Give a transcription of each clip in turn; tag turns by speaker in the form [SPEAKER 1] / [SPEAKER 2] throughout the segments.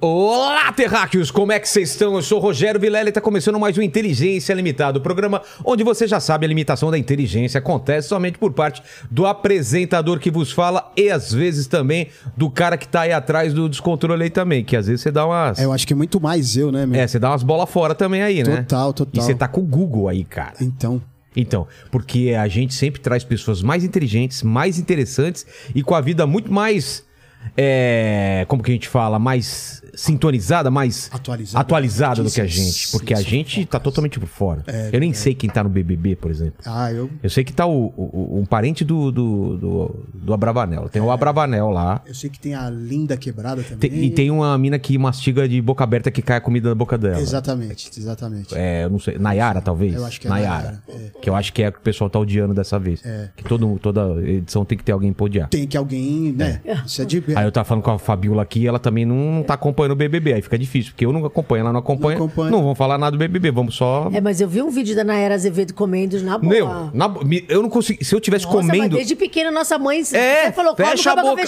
[SPEAKER 1] Olá, terráqueos! Como é que vocês estão? Eu sou o Rogério Vilela e está começando mais um Inteligência Limitada, o programa onde você já sabe a limitação da inteligência acontece somente por parte do apresentador que vos fala e às vezes também do cara que tá aí atrás do descontrole aí também, que às vezes você dá umas...
[SPEAKER 2] É, eu acho que é muito mais eu, né, meu?
[SPEAKER 1] É, você dá umas bolas fora também aí, né?
[SPEAKER 2] Total, total.
[SPEAKER 1] E você tá com o Google aí, cara.
[SPEAKER 2] Então,
[SPEAKER 1] Então, porque a gente sempre traz pessoas mais inteligentes, mais interessantes e com a vida muito mais. é, como que a gente fala? Mais sintonizada, mais
[SPEAKER 2] atualizado.
[SPEAKER 1] atualizada do que a gente. Porque a gente tá totalmente por fora. Eu nem sei quem tá no BBB, por exemplo.
[SPEAKER 2] Ah, eu,
[SPEAKER 1] Eu sei que tá o, o- o- um parente do, do, do, do Abravanel. Tem o Abravanel lá.
[SPEAKER 2] eu sei que tem a linda quebrada também.
[SPEAKER 1] Tem- É. então. e tem uma mina que mastiga de boca aberta que cai a comida na boca dela.
[SPEAKER 2] Exatamente, exatamente.
[SPEAKER 1] É, eu não sei. Nayara, talvez?
[SPEAKER 2] Eu acho que é
[SPEAKER 1] Nayara.
[SPEAKER 2] Nayara,
[SPEAKER 1] Que eu acho que é a que o pessoal tá odiando dessa vez. Que todo, toda edição tem que ter alguém pra odiar.
[SPEAKER 2] Tem que alguém, né? Isso é de
[SPEAKER 1] Aí eu tava falando com a Fabiola aqui, ela também não, não tá acompanhando o BBB. Aí fica difícil, porque eu não acompanho, ela não acompanha. Não,
[SPEAKER 2] acompanha.
[SPEAKER 1] vamos falar nada do BBB, vamos só.
[SPEAKER 3] É, mas eu vi um vídeo da Nayara Azevedo comendo na boa.
[SPEAKER 1] Meu, na bo- me- eu não consigo. Se eu tivesse
[SPEAKER 3] Nossa, mas
[SPEAKER 1] comendo.
[SPEAKER 3] desde pequena nossa mãe
[SPEAKER 1] É,
[SPEAKER 3] sempre falou, come com
[SPEAKER 1] fecha
[SPEAKER 3] a boca,
[SPEAKER 1] boca.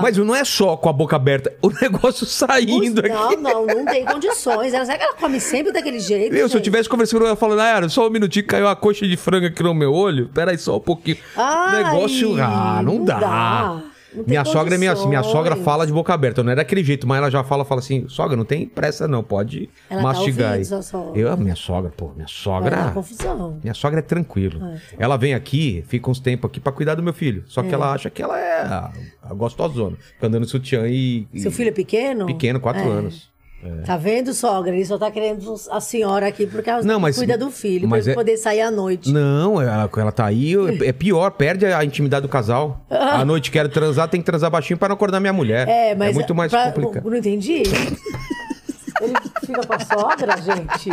[SPEAKER 1] Mas não é só com a boca aberta, o negócio saindo aqui.
[SPEAKER 3] Não, não, não tem condições. Ela, será que ela come sempre daquele jeito?
[SPEAKER 1] Meu, se eu
[SPEAKER 3] gente?
[SPEAKER 1] tivesse conversando com ela, eu ia falar, Nayara, só um minutinho, caiu a coxa de frango aqui no meu olho. Peraí, só um pouquinho.
[SPEAKER 3] Ai,
[SPEAKER 1] Negócio. Ah, não,
[SPEAKER 3] não
[SPEAKER 1] dá.
[SPEAKER 3] dá. Não tem
[SPEAKER 1] minha sogra é minha,
[SPEAKER 3] condições.
[SPEAKER 1] minha sogra fala de boca aberta. Não é daquele jeito, mas ela já fala, fala assim: sogra, não tem pressa, não, pode
[SPEAKER 3] Ela tá
[SPEAKER 1] mastigar
[SPEAKER 3] ouvindo sua
[SPEAKER 1] aí.
[SPEAKER 3] sogra. tá
[SPEAKER 1] Eu, "Ah, minha sogra, pô, minha
[SPEAKER 3] Vai dar
[SPEAKER 1] sogra.
[SPEAKER 3] confusão.
[SPEAKER 1] Minha sogra é
[SPEAKER 3] Ah,
[SPEAKER 1] tranquila.
[SPEAKER 3] tá.
[SPEAKER 1] Ela vem aqui, fica uns tempos aqui pra cuidar do meu filho. Só que ela acha que ela é a, a gostosona. Fica andando sutiã e. e-
[SPEAKER 3] Seu filho é pequeno?
[SPEAKER 1] Pequeno, quatro
[SPEAKER 3] É.
[SPEAKER 1] anos.
[SPEAKER 3] Tá vendo, sogra? Ele só tá querendo a senhora aqui porque ela
[SPEAKER 1] Não, mas-
[SPEAKER 3] cuida do filho,
[SPEAKER 1] mas
[SPEAKER 3] pra ele
[SPEAKER 1] é-
[SPEAKER 3] poder sair à noite.
[SPEAKER 1] Não, ela, ela tá aí, é é pior, perde a intimidade do casal. À noite quero transar, tem que transar baixinho pra não acordar minha mulher.
[SPEAKER 3] Ah. É, mas.
[SPEAKER 1] muito mais
[SPEAKER 3] pra-
[SPEAKER 1] complicado.
[SPEAKER 3] eu Não entendi. Ele fica com a sogra, gente.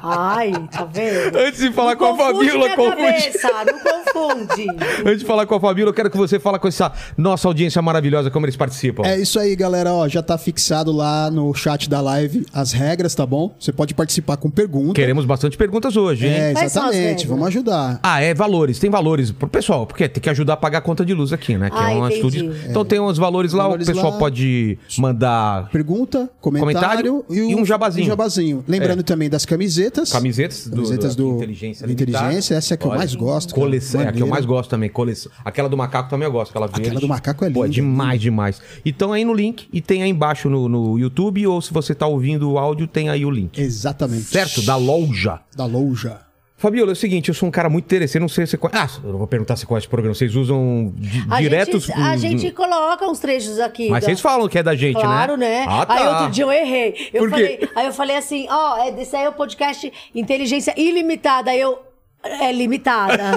[SPEAKER 3] Ai, tá vendo?
[SPEAKER 1] Antes de falar
[SPEAKER 3] Não
[SPEAKER 1] com a
[SPEAKER 3] confunde
[SPEAKER 1] Fabíola,
[SPEAKER 3] minha
[SPEAKER 1] confunde.
[SPEAKER 3] Cabeça, não confunde.
[SPEAKER 1] Antes de falar com a Fabíola, eu quero que você fale com essa nossa audiência maravilhosa, como eles participam.
[SPEAKER 2] É isso aí, galera. Ó, já tá fixado lá no chat da live as regras, tá bom? Você pode participar com pergunta.
[SPEAKER 1] Queremos bastante perguntas hoje, hein?
[SPEAKER 2] É,
[SPEAKER 3] Quais são as
[SPEAKER 2] exatamente.
[SPEAKER 3] regras?
[SPEAKER 2] Vamos ajudar.
[SPEAKER 1] Ah, é valores, tem valores pro pessoal, porque tem que ajudar a pagar a conta de luz aqui, né? Que
[SPEAKER 3] Ah,
[SPEAKER 1] é um
[SPEAKER 3] entendi.
[SPEAKER 1] estúdio. Então tem uns valores lá,
[SPEAKER 2] Valores
[SPEAKER 1] o pessoal
[SPEAKER 2] lá.
[SPEAKER 1] pode mandar
[SPEAKER 2] Pergunta,
[SPEAKER 1] Comentário
[SPEAKER 2] comentário,
[SPEAKER 1] e um jabazinho. É.
[SPEAKER 2] um jabazinho. Lembrando também das camisetas.
[SPEAKER 1] Camisetas do-
[SPEAKER 2] Camisetas
[SPEAKER 1] do-
[SPEAKER 2] do,
[SPEAKER 1] Inteligência
[SPEAKER 2] do
[SPEAKER 1] Limitada.
[SPEAKER 2] Inteligência, essa é a que
[SPEAKER 1] Olha,
[SPEAKER 2] eu mais gosto. cara.
[SPEAKER 1] Coleção, é a que eu
[SPEAKER 2] Maneira.
[SPEAKER 1] mais gosto também, coleção. Aquela do macaco também eu gosto, aquela verde.
[SPEAKER 2] do macaco é
[SPEAKER 1] Pô,
[SPEAKER 2] linda,
[SPEAKER 1] demais, demais. Então aí no link, e tem aí embaixo no, no YouTube, ou se você tá ouvindo o áudio, tem aí o link.
[SPEAKER 2] Exatamente.
[SPEAKER 1] Certo? Da loja.
[SPEAKER 2] Da loja.
[SPEAKER 1] Fabiola, é o seguinte, eu sou um cara muito interessante, não sei se você conhece... Ah, eu não vou perguntar se conhece o programa, vocês usam di
[SPEAKER 3] A
[SPEAKER 1] diretos...
[SPEAKER 3] Gente, a gente coloca uns trechos aqui.
[SPEAKER 1] Mas
[SPEAKER 3] da-
[SPEAKER 1] vocês falam que é da gente,
[SPEAKER 3] Claro,
[SPEAKER 1] né?
[SPEAKER 3] né?
[SPEAKER 1] Ah, tá.
[SPEAKER 3] Aí outro dia eu errei. Eu
[SPEAKER 1] Por quê?
[SPEAKER 3] falei, aí eu falei assim, ó, é, esse aí é o podcast Inteligência Ilimitada. Aí eu. É limitada.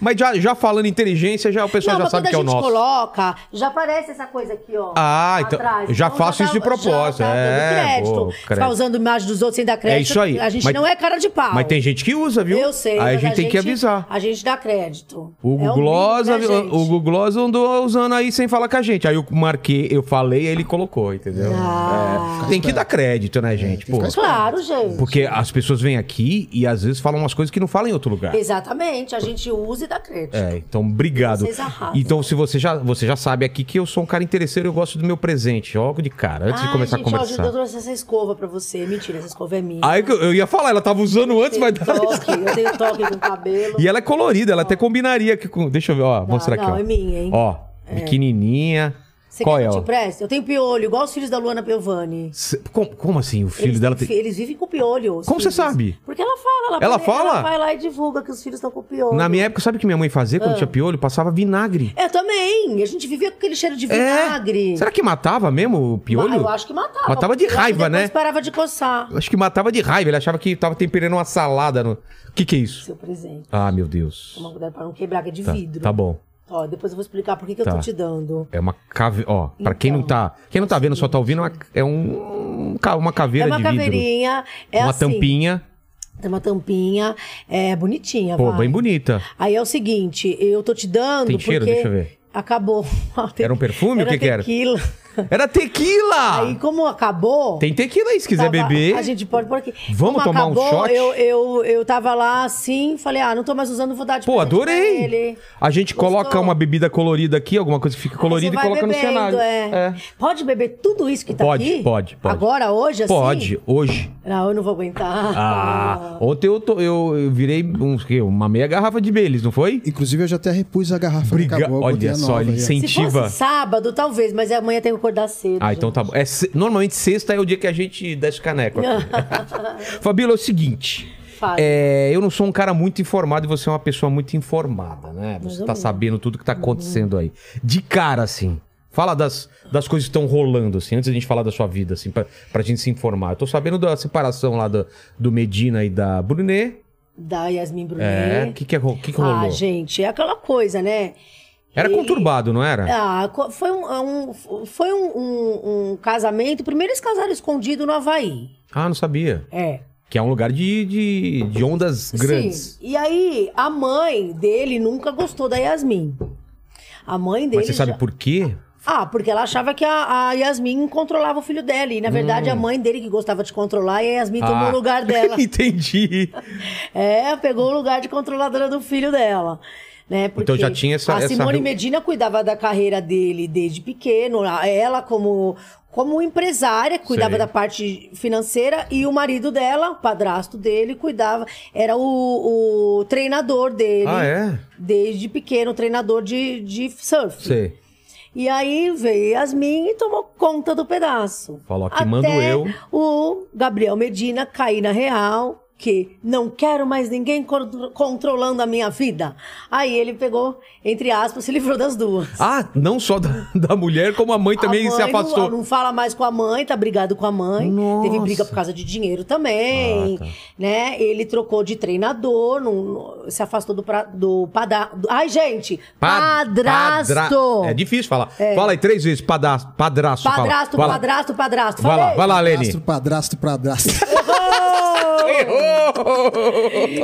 [SPEAKER 1] Mas já, já falando inteligência, já o pessoal já
[SPEAKER 3] Não, mas
[SPEAKER 1] sabe
[SPEAKER 3] quando a
[SPEAKER 1] que é o
[SPEAKER 3] gente
[SPEAKER 1] nosso.
[SPEAKER 3] coloca, já aparece essa coisa aqui, ó.
[SPEAKER 1] Ah, então,
[SPEAKER 3] atrás.
[SPEAKER 1] eu já faço isso de propósito,
[SPEAKER 3] Já tá
[SPEAKER 1] é,
[SPEAKER 3] dando crédito.
[SPEAKER 1] boa,
[SPEAKER 3] Ficar
[SPEAKER 1] crédito.
[SPEAKER 3] usando imagem dos outros sem dar crédito.
[SPEAKER 1] É isso aí.
[SPEAKER 3] A gente
[SPEAKER 1] Mas-
[SPEAKER 3] não é cara de pau.
[SPEAKER 1] Mas tem gente que usa, viu?
[SPEAKER 3] Eu sei.
[SPEAKER 1] Aí a
[SPEAKER 3] mas
[SPEAKER 1] gente tem que avisar.
[SPEAKER 3] A gente dá crédito.
[SPEAKER 1] O
[SPEAKER 3] É
[SPEAKER 1] Google
[SPEAKER 3] um
[SPEAKER 1] Gloss,
[SPEAKER 3] mimo pra gente.
[SPEAKER 1] o Google Gloss andou usando aí sem falar com a gente. Aí eu marquei, eu falei, aí ele colocou, entendeu?
[SPEAKER 3] Ah.
[SPEAKER 1] É, Tem que dar crédito, né, gente? Pô,
[SPEAKER 3] Claro, gente.
[SPEAKER 1] porque as pessoas vêm aqui e às vezes falam umas coisas que não falam em outro lugar.
[SPEAKER 3] Exatamente. A gente usa e dá crédito.
[SPEAKER 1] É, então obrigado.
[SPEAKER 3] Vocês arrasam.
[SPEAKER 1] Então, se você já, você já sabe aqui que eu sou um cara interesseiro, eu gosto do meu presente, logo de cara, antes de
[SPEAKER 3] Ai,
[SPEAKER 1] começar
[SPEAKER 3] gente,
[SPEAKER 1] a
[SPEAKER 3] Ó, eu
[SPEAKER 1] conversar.
[SPEAKER 3] trouxe essa escova pra você. Mentira, essa escova é minha.
[SPEAKER 1] Aí que eu, eu ia falar, ela tava usando antes, mas tá-
[SPEAKER 3] eu, tenho toque, eu tenho toque com cabelo.
[SPEAKER 1] E ela é colorida, ela até combinaria aqui com. Deixa eu ver, ó, mostrar aqui.
[SPEAKER 3] não,
[SPEAKER 1] ó.
[SPEAKER 3] é minha, hein?
[SPEAKER 1] Ó, pequenininha.
[SPEAKER 3] É. Você
[SPEAKER 1] Qual
[SPEAKER 3] quer
[SPEAKER 1] é?
[SPEAKER 3] que
[SPEAKER 1] ó?
[SPEAKER 3] eu te preste? Eu tenho piolho, igual os filhos da Luana Piovani.
[SPEAKER 1] Cê- Como, como assim? O filho
[SPEAKER 3] eles,
[SPEAKER 1] dela
[SPEAKER 3] têm
[SPEAKER 1] tem.
[SPEAKER 3] fi- eles vivem com piolho. os
[SPEAKER 1] Como você
[SPEAKER 3] filhos.
[SPEAKER 1] sabe?
[SPEAKER 3] Porque ela fala. Ela,
[SPEAKER 1] Ela fala?
[SPEAKER 3] Ela vai lá e divulga que os filhos estão com piolho.
[SPEAKER 1] Na minha época, sabe o que minha mãe fazia
[SPEAKER 3] Ah.
[SPEAKER 1] quando tinha piolho? Passava vinagre.
[SPEAKER 3] Eu também. A gente vivia com aquele cheiro de vinagre.
[SPEAKER 1] É? Será que matava mesmo o piolho?
[SPEAKER 3] Eu acho que matava.
[SPEAKER 1] Matava de
[SPEAKER 3] Eu acho que
[SPEAKER 1] raiva, né?
[SPEAKER 3] depois parava de coçar.
[SPEAKER 1] Acho que matava de raiva. Ele achava que tava temperando uma salada. O no... que, que é isso?
[SPEAKER 3] Seu presente.
[SPEAKER 1] Ah, meu Deus.
[SPEAKER 3] Toma cuidado pra não quebrar, que é de
[SPEAKER 1] Tá,
[SPEAKER 3] vidro.
[SPEAKER 1] tá bom.
[SPEAKER 3] Ó, depois eu vou explicar por que, que eu
[SPEAKER 1] Tá.
[SPEAKER 3] tô te dando.
[SPEAKER 1] É uma caveira. Ó, pra quem não
[SPEAKER 3] Então.
[SPEAKER 1] tá. Quem não tá vendo, só tá ouvindo, é uma- é um. ca- Uma
[SPEAKER 3] É
[SPEAKER 1] caveira
[SPEAKER 3] uma
[SPEAKER 1] de vidro.
[SPEAKER 3] caveirinha. É
[SPEAKER 1] uma
[SPEAKER 3] assim,
[SPEAKER 1] tampinha.
[SPEAKER 3] Tem uma tampinha. É bonitinha,
[SPEAKER 1] Pô,
[SPEAKER 3] vai.
[SPEAKER 1] bem bonita.
[SPEAKER 3] Aí é o seguinte, eu tô te dando
[SPEAKER 1] Tem
[SPEAKER 3] porque...
[SPEAKER 1] cheiro? Deixa eu ver.
[SPEAKER 3] acabou.
[SPEAKER 1] Era um perfume? O que que era? Ah.
[SPEAKER 3] tequila.
[SPEAKER 1] Era tequila!
[SPEAKER 3] Aí, como acabou.
[SPEAKER 1] Tem tequila aí, se quiser
[SPEAKER 3] tava-
[SPEAKER 1] beber.
[SPEAKER 3] A gente pode por aqui.
[SPEAKER 1] Vamos
[SPEAKER 3] Como
[SPEAKER 1] tomar um
[SPEAKER 3] acabou,
[SPEAKER 1] shot?
[SPEAKER 3] Eu, eu, eu tava lá assim, falei, ah, não tô mais usando, vou dar de
[SPEAKER 1] Pô,
[SPEAKER 3] presente pra
[SPEAKER 1] adorei!
[SPEAKER 3] ele.
[SPEAKER 1] A gente
[SPEAKER 3] Gostou?
[SPEAKER 1] coloca uma bebida colorida aqui, alguma coisa que fica colorida
[SPEAKER 3] Aí
[SPEAKER 1] e
[SPEAKER 3] você vai
[SPEAKER 1] coloca no
[SPEAKER 3] bebendo,
[SPEAKER 1] cenário.
[SPEAKER 3] É. Pode beber tudo isso que tá
[SPEAKER 1] Pode,
[SPEAKER 3] aqui?
[SPEAKER 1] pode, pode.
[SPEAKER 3] Agora, hoje, assim?
[SPEAKER 1] Pode, hoje.
[SPEAKER 3] Não, eu não vou aguentar.
[SPEAKER 1] Ah, ontem eu, to- eu, eu virei uns, que, uma meia garrafa de Baileys, não foi?
[SPEAKER 2] Inclusive, eu já até repus a garrafa.
[SPEAKER 1] Briga-
[SPEAKER 2] acabou, eu botei
[SPEAKER 1] Olha
[SPEAKER 2] a
[SPEAKER 1] só,
[SPEAKER 2] nova
[SPEAKER 1] ele
[SPEAKER 2] aí, ó.
[SPEAKER 3] Se
[SPEAKER 1] incentiva.
[SPEAKER 3] fosse sábado, talvez, mas amanhã tem que acordar cedo.
[SPEAKER 1] Ah, então tá bom. É se- normalmente sexta é o dia que a gente desce caneco aqui. Fabíola, é o seguinte.
[SPEAKER 3] Fala.
[SPEAKER 1] é, eu não sou um cara muito informado e você é uma pessoa muito informada, né? Você tá sabendo tudo que tá acontecendo aí. De cara, assim. Fala das, das coisas que estão rolando, assim, antes da gente falar da sua vida, assim, pra, pra gente se informar. Eu tô sabendo da separação lá do, do Medina e da Brunet.
[SPEAKER 3] Da Yasmin Brunet.
[SPEAKER 1] É, o que, que, ro- que que rolou?
[SPEAKER 3] Ah, gente, é aquela coisa, né?
[SPEAKER 1] Era
[SPEAKER 3] Ele-
[SPEAKER 1] conturbado, não era?
[SPEAKER 3] Ah, co- foi um, é um- foi um, um- um casamento. Primeiro eles casaram escondido no Havaí.
[SPEAKER 1] Ah, não sabia.
[SPEAKER 3] É.
[SPEAKER 1] Que é um lugar de, de, de ondas grandes.
[SPEAKER 3] Sim. E aí, a mãe dele nunca gostou da Yasmin. A mãe dele.
[SPEAKER 1] Mas você sabe
[SPEAKER 3] já-
[SPEAKER 1] por quê?
[SPEAKER 3] Ah, porque ela achava que a, a Yasmin controlava o filho dela. E na verdade, a mãe dele que gostava de controlar e a Yasmin tomou
[SPEAKER 1] Hum. Ah.
[SPEAKER 3] o lugar dela.
[SPEAKER 1] Entendi.
[SPEAKER 3] É, pegou o lugar de controladora do filho dela. Né? Porque
[SPEAKER 1] Então já tinha essa-
[SPEAKER 3] A
[SPEAKER 1] essa
[SPEAKER 3] Simone
[SPEAKER 1] reu-
[SPEAKER 3] Medina cuidava da carreira dele desde pequeno. a- Ela, como, como empresária, cuidava
[SPEAKER 1] Sei.
[SPEAKER 3] da parte financeira e o marido dela, o padrasto dele, cuidava. Era o, o treinador dele.
[SPEAKER 1] Ah, é?
[SPEAKER 3] Desde pequeno, treinador de, de surf.
[SPEAKER 1] Sei.
[SPEAKER 3] E aí veio Yasmin e tomou conta do pedaço.
[SPEAKER 1] Falou, aqui mando eu.
[SPEAKER 3] O Gabriel Medina cair na real, que não quero mais ninguém contro- controlando a minha vida. Aí ele pegou, entre aspas, se livrou das duas.
[SPEAKER 1] Ah, não só da, da mulher, como a mãe também
[SPEAKER 3] A
[SPEAKER 1] se
[SPEAKER 3] mãe
[SPEAKER 1] afastou.
[SPEAKER 3] Não, não fala mais com a mãe, tá brigado com a mãe.
[SPEAKER 1] Nossa.
[SPEAKER 3] Teve briga por causa de dinheiro também,
[SPEAKER 1] Ah, tá.
[SPEAKER 3] né? Ele trocou de treinador, não- não- se afastou do, pra, do padra... do- Ai, gente!
[SPEAKER 1] Pa-
[SPEAKER 3] padrasto!
[SPEAKER 1] padra- É difícil falar. Fala aí três vezes, padrasto, padrasto. fala.
[SPEAKER 3] Padrasto,
[SPEAKER 1] Vai lá.
[SPEAKER 3] padrasto, padrasto.
[SPEAKER 1] Vai lá,
[SPEAKER 3] Falei?
[SPEAKER 1] vai lá,
[SPEAKER 2] Padrasto,
[SPEAKER 1] Leni.
[SPEAKER 2] padrasto, padrasto.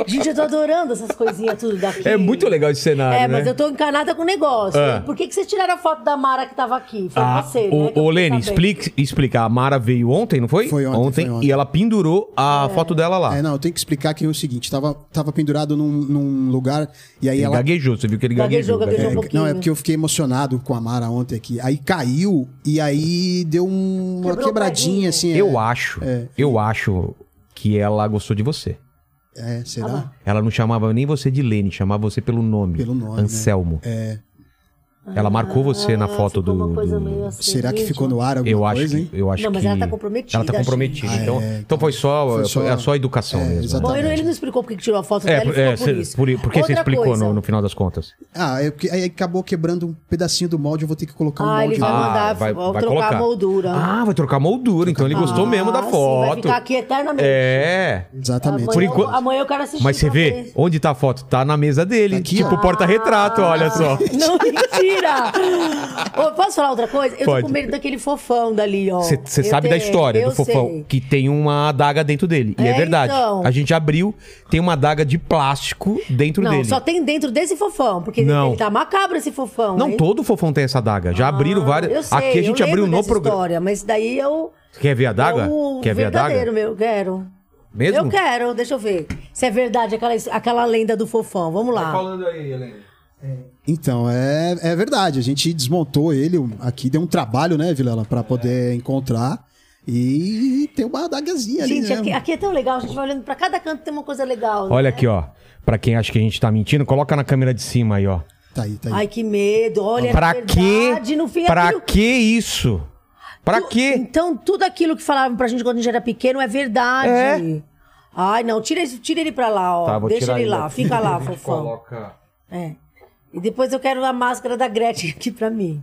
[SPEAKER 3] Gente, eu tô adorando essas coisinhas tudo daqui.
[SPEAKER 1] É muito legal esse cenário, né?
[SPEAKER 3] É, mas eu tô encanada com o negócio.
[SPEAKER 1] Ah.
[SPEAKER 3] Por que, que vocês tiraram a foto da Mara que tava aqui? Foi
[SPEAKER 1] Ah,
[SPEAKER 3] você, né? que
[SPEAKER 1] o,
[SPEAKER 3] eu
[SPEAKER 1] o
[SPEAKER 3] fiquei
[SPEAKER 1] Lene,
[SPEAKER 3] sabendo.
[SPEAKER 1] explique- explica. A Mara veio ontem, não foi?
[SPEAKER 2] Foi ontem, foi ontem.
[SPEAKER 1] E ela pendurou a foto dela lá.
[SPEAKER 2] É, não, eu tenho que explicar que é o seguinte: tava, tava pendurado num, num lugar e aí
[SPEAKER 1] ele
[SPEAKER 2] ela.
[SPEAKER 1] gaguejou, você viu que ele gaguejou.
[SPEAKER 3] Gaguejou, gaguejou um
[SPEAKER 1] gaguejou.
[SPEAKER 3] pouquinho.
[SPEAKER 2] Não, é porque eu fiquei emocionado com a Mara ontem aqui. Aí caiu e aí deu um- uma
[SPEAKER 3] Quebrou o
[SPEAKER 2] quebradinha,
[SPEAKER 3] cadinho.
[SPEAKER 2] assim. é.
[SPEAKER 1] Eu acho, eu acho que ela gostou de você.
[SPEAKER 2] É, será?
[SPEAKER 3] Tá
[SPEAKER 1] Ela não chamava nem você de Lene, chamava você pelo nome.
[SPEAKER 2] Pelo nome, né? É.
[SPEAKER 1] Anselmo. Ela marcou você na
[SPEAKER 3] Ah,
[SPEAKER 1] foto
[SPEAKER 3] ficou
[SPEAKER 1] do.
[SPEAKER 3] uma coisa
[SPEAKER 1] do-
[SPEAKER 3] meio assim,
[SPEAKER 2] será que
[SPEAKER 3] gente,
[SPEAKER 2] ficou no ar alguma
[SPEAKER 1] Eu acho
[SPEAKER 2] coisa, hein? Ah, é,
[SPEAKER 1] que. Eu acho
[SPEAKER 3] Não, mas
[SPEAKER 1] que-
[SPEAKER 3] ela tá comprometida,
[SPEAKER 1] Ela tá comprometida.
[SPEAKER 3] gente.
[SPEAKER 1] Então, então foi só.
[SPEAKER 2] Foi só-
[SPEAKER 1] Era só educação
[SPEAKER 2] É,
[SPEAKER 1] mesmo. né?
[SPEAKER 2] exatamente.
[SPEAKER 3] Bom, ele, ele não explicou por que que tirou a foto
[SPEAKER 1] É,
[SPEAKER 3] dela, ele
[SPEAKER 1] é,
[SPEAKER 3] ficou por
[SPEAKER 1] cê-
[SPEAKER 3] isso.
[SPEAKER 1] por, por que você
[SPEAKER 3] Outra
[SPEAKER 1] explicou
[SPEAKER 3] coisa.
[SPEAKER 1] no, no final das contas?
[SPEAKER 2] Ah, é porque aí acabou quebrando um pedacinho do molde, eu vou ter que colocar um
[SPEAKER 3] Ah,
[SPEAKER 2] molde
[SPEAKER 3] ele vai
[SPEAKER 2] novo.
[SPEAKER 3] mandar trocar a moldura.
[SPEAKER 1] Ah, vai trocar a moldura. Então ele gostou
[SPEAKER 3] Ah,
[SPEAKER 1] mesmo da
[SPEAKER 3] sim,
[SPEAKER 1] foto.
[SPEAKER 3] vai ficar aqui eternamente.
[SPEAKER 1] É.
[SPEAKER 2] Exatamente.
[SPEAKER 3] Amanhã,
[SPEAKER 1] Por enquanto-
[SPEAKER 3] amanhã eu quero assistir.
[SPEAKER 1] Mas você
[SPEAKER 3] pra
[SPEAKER 1] vê,
[SPEAKER 3] ver.
[SPEAKER 1] onde tá a foto? Tá na mesa dele.
[SPEAKER 2] Tá aqui,
[SPEAKER 1] tipo
[SPEAKER 2] ó. Ah,
[SPEAKER 1] porta-retrato, olha só.
[SPEAKER 3] Não, mentira! Ô, posso falar outra coisa? Eu
[SPEAKER 1] Pode.
[SPEAKER 3] tô com medo daquele fofão dali, ó.
[SPEAKER 1] Você
[SPEAKER 3] Eu
[SPEAKER 1] sabe da
[SPEAKER 3] tenho,
[SPEAKER 1] história
[SPEAKER 3] eu
[SPEAKER 1] do fofão,
[SPEAKER 3] sei.
[SPEAKER 1] que tem uma adaga dentro dele. E é,
[SPEAKER 3] É,
[SPEAKER 1] verdade.
[SPEAKER 3] então.
[SPEAKER 1] A gente abriu, tem uma adaga de plástico dentro
[SPEAKER 3] não,
[SPEAKER 1] dele.
[SPEAKER 3] só tem dentro desse fofão, porque
[SPEAKER 1] Não.
[SPEAKER 3] ele tá macabro esse fofão.
[SPEAKER 1] Não
[SPEAKER 3] hein?
[SPEAKER 1] todo fofão tem essa adaga. Já abriram várias.
[SPEAKER 3] Ah, Eu sei,
[SPEAKER 1] Aqui a gente
[SPEAKER 3] eu
[SPEAKER 1] abriu
[SPEAKER 3] lembro
[SPEAKER 1] no
[SPEAKER 3] dessa
[SPEAKER 1] programa.
[SPEAKER 3] História, mas daí é eu.
[SPEAKER 1] Quer ver a adaga?
[SPEAKER 3] eu-
[SPEAKER 1] Quer ver a
[SPEAKER 3] verdadeiro,
[SPEAKER 1] adaga?
[SPEAKER 3] meu, quero.
[SPEAKER 1] Mesmo?
[SPEAKER 3] Eu quero, deixa eu ver. Se é verdade aquela, aquela lenda do fofão, vamos lá.
[SPEAKER 1] Tá falando aí, Helena.
[SPEAKER 2] Então, é, é verdade. A gente desmontou ele um- aqui, deu um trabalho, né, Vilela, pra poder encontrar. E tem uma adagazinha ali,
[SPEAKER 3] Gente,
[SPEAKER 2] né?
[SPEAKER 3] aqui, aqui é tão legal, a gente vai olhando pra cada canto tem uma coisa legal. né?
[SPEAKER 1] Olha aqui, ó. Pra quem acha que a gente tá mentindo, coloca na câmera de cima aí, ó.
[SPEAKER 2] Tá aí, tá aí.
[SPEAKER 3] Ai, que medo, olha.
[SPEAKER 1] pra
[SPEAKER 3] é
[SPEAKER 1] que.
[SPEAKER 3] verdade, No fim, é
[SPEAKER 1] pra
[SPEAKER 3] tudo-
[SPEAKER 1] que isso? Pra
[SPEAKER 3] Tu-
[SPEAKER 1] quê?
[SPEAKER 3] Então, tudo aquilo que falavam pra gente quando a gente era pequeno é verdade.
[SPEAKER 1] É.
[SPEAKER 3] Ai, não, tira, esse- tira ele pra lá, ó.
[SPEAKER 1] Tá, vou
[SPEAKER 3] Deixa
[SPEAKER 1] tirar
[SPEAKER 3] ele
[SPEAKER 1] ele
[SPEAKER 3] lá,
[SPEAKER 1] daqui.
[SPEAKER 3] fica lá, fofão.
[SPEAKER 1] Coloca.
[SPEAKER 3] É. E depois eu quero a máscara da Gretchen aqui pra mim.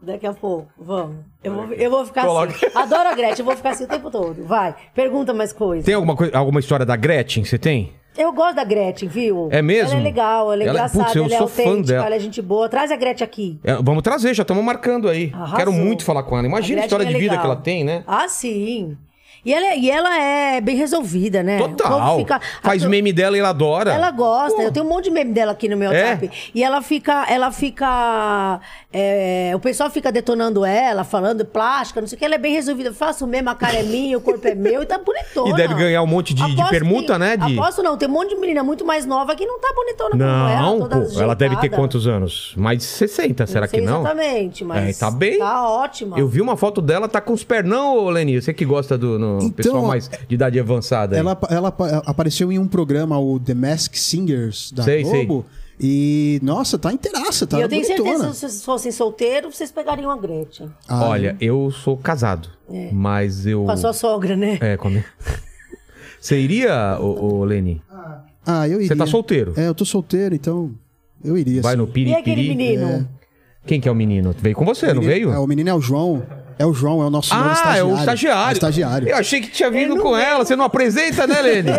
[SPEAKER 3] Daqui a pouco, vamos. Eu vou, eu vou ficar assim.
[SPEAKER 1] Coloca.
[SPEAKER 3] Adoro a Gretchen, eu vou ficar assim o tempo todo. Vai, pergunta mais coisa.
[SPEAKER 1] Tem alguma, coisa, alguma história da Gretchen? Você tem?
[SPEAKER 3] Eu gosto da Gretchen, viu?
[SPEAKER 1] É mesmo?
[SPEAKER 3] Ela é legal, ela é
[SPEAKER 1] Ela-
[SPEAKER 3] engraçada,
[SPEAKER 1] putz, eu
[SPEAKER 3] ela é
[SPEAKER 1] sou fã
[SPEAKER 3] autêntica,
[SPEAKER 1] dela.
[SPEAKER 3] ela é gente boa. Traz a Gretchen aqui.
[SPEAKER 1] É, vamos trazer, já estamos marcando aí.
[SPEAKER 3] Arrasou.
[SPEAKER 1] Quero muito falar com ela. né? Imagina a,
[SPEAKER 3] Gretchen
[SPEAKER 1] história
[SPEAKER 3] é
[SPEAKER 1] de vida
[SPEAKER 3] legal.
[SPEAKER 1] que ela tem, né?
[SPEAKER 3] Ah, sim. E ela, e ela é bem resolvida, né? O
[SPEAKER 1] Total.
[SPEAKER 3] povo fica-
[SPEAKER 1] Faz
[SPEAKER 3] a-
[SPEAKER 1] meme dela e ela adora.
[SPEAKER 3] Ela gosta,
[SPEAKER 1] Pô.
[SPEAKER 3] eu tenho um monte de meme dela aqui no meu
[SPEAKER 1] É?
[SPEAKER 3] WhatsApp. E ela fica, ela fica. é, o pessoal fica detonando ela, falando plástica, não sei o que. Ela é bem resolvida. Eu faço mesmo, a cara é minha, o corpo é meu e tá bonitona.
[SPEAKER 1] E deve ganhar um monte de- de
[SPEAKER 3] Aposto que
[SPEAKER 1] permuta,
[SPEAKER 3] tem-
[SPEAKER 1] né, de-
[SPEAKER 3] Aposto não, tem um monte de menina muito mais nova que não tá bonitona como ela.
[SPEAKER 1] Não,
[SPEAKER 3] toda
[SPEAKER 1] pô, ela deve ter
[SPEAKER 3] ajeitada.
[SPEAKER 1] quantos anos? Mais de 60, será
[SPEAKER 3] sei
[SPEAKER 1] que não?
[SPEAKER 3] Exatamente, mas.
[SPEAKER 1] É, tá bem.
[SPEAKER 3] Tá ótima.
[SPEAKER 1] Eu vi uma foto dela, tá com os pernão, ô Leni. Você que gosta do no-
[SPEAKER 2] Então,
[SPEAKER 1] pessoal mais de idade avançada. aí.
[SPEAKER 2] Ela, ela apa- apareceu em um programa, o The Mask Singers da
[SPEAKER 1] Sei,
[SPEAKER 2] Globo. E, nossa, tá inteiraça, tá
[SPEAKER 3] e eu tenho certeza
[SPEAKER 2] bonitona.
[SPEAKER 3] que se vocês fossem solteiros, vocês pegariam a Gretchen.
[SPEAKER 2] Ah,
[SPEAKER 1] Olha, eu sou casado, mas eu...
[SPEAKER 3] Com É. a sua sogra, né?
[SPEAKER 1] É, com a minha- Você iria, ô, ô Leni?
[SPEAKER 2] Ah, eu iria.
[SPEAKER 1] Você tá solteiro?
[SPEAKER 2] É, eu tô solteiro, então eu iria.
[SPEAKER 1] Vai
[SPEAKER 2] sim.
[SPEAKER 1] no
[SPEAKER 3] E aquele
[SPEAKER 1] piripiri?
[SPEAKER 3] menino?
[SPEAKER 1] Quem que é o menino? Veio com você, não
[SPEAKER 2] Menino-
[SPEAKER 1] veio?
[SPEAKER 2] É, o menino é o João. É o João, é o nosso novo
[SPEAKER 1] Ah,
[SPEAKER 2] estagiário.
[SPEAKER 1] é o estagiário.
[SPEAKER 2] É o estagiário.
[SPEAKER 1] Eu achei que tinha vindo
[SPEAKER 3] não
[SPEAKER 1] com ela. Você não apresenta, né, Lene?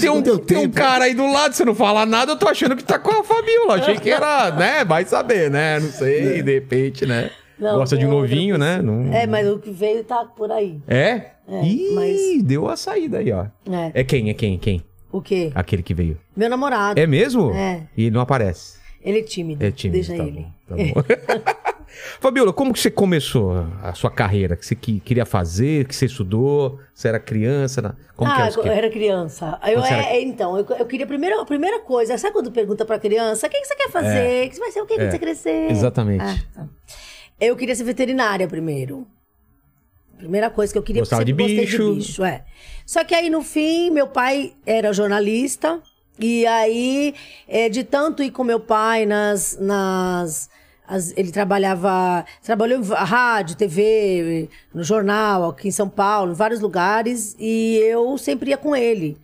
[SPEAKER 1] Tem um,
[SPEAKER 2] Não deu
[SPEAKER 1] tem um
[SPEAKER 2] tempo.
[SPEAKER 1] cara aí do lado, você não fala nada, eu tô achando que tá com a Fabiola. Achei que era, né? Vai saber, né? Não
[SPEAKER 2] É.
[SPEAKER 1] sei, de repente, né?
[SPEAKER 3] Não,
[SPEAKER 1] Gosta de um
[SPEAKER 3] é outra
[SPEAKER 1] novinho, né?
[SPEAKER 3] pessoa.
[SPEAKER 1] Não...
[SPEAKER 3] É, mas o que veio tá por aí.
[SPEAKER 1] É? Ih,
[SPEAKER 3] mas-
[SPEAKER 1] deu a saída aí, ó.
[SPEAKER 3] É.
[SPEAKER 1] É quem, é quem, quem?
[SPEAKER 3] O quê?
[SPEAKER 1] Aquele que veio.
[SPEAKER 3] Meu namorado.
[SPEAKER 1] É mesmo?
[SPEAKER 3] É.
[SPEAKER 1] E não aparece.
[SPEAKER 3] Ele é tímido.
[SPEAKER 1] É tímido,
[SPEAKER 3] Deixa
[SPEAKER 1] tá
[SPEAKER 3] ele.
[SPEAKER 1] bom. tá bom. Fabiola, como que você começou a sua carreira? Que você que- queria fazer, que você estudou, você era criança? na- Como que
[SPEAKER 3] ah,
[SPEAKER 1] era?
[SPEAKER 3] eu era criança. Eu,
[SPEAKER 1] Quando você
[SPEAKER 3] é,
[SPEAKER 1] era-
[SPEAKER 3] é, Então, eu, eu queria primeiro, a primeira coisa, sabe quando pergunta pra criança, o que, que você quer fazer? O que você vai ser o que
[SPEAKER 1] É.
[SPEAKER 3] quando você crescer?
[SPEAKER 1] Exatamente.
[SPEAKER 3] Ah, tá. Eu queria ser veterinária primeiro. Primeira coisa que eu queria
[SPEAKER 1] Gostava
[SPEAKER 3] porque
[SPEAKER 1] de
[SPEAKER 3] sempre gostei
[SPEAKER 1] bicho.
[SPEAKER 3] de bicho, é. Só que aí no fim, meu pai era jornalista. E aí, é, de tanto ir com meu pai nas. nas as- ele trabalhava. Trabalhou em va- rádio, TV, no jornal, aqui em São Paulo, em vários lugares. E eu sempre ia com ele.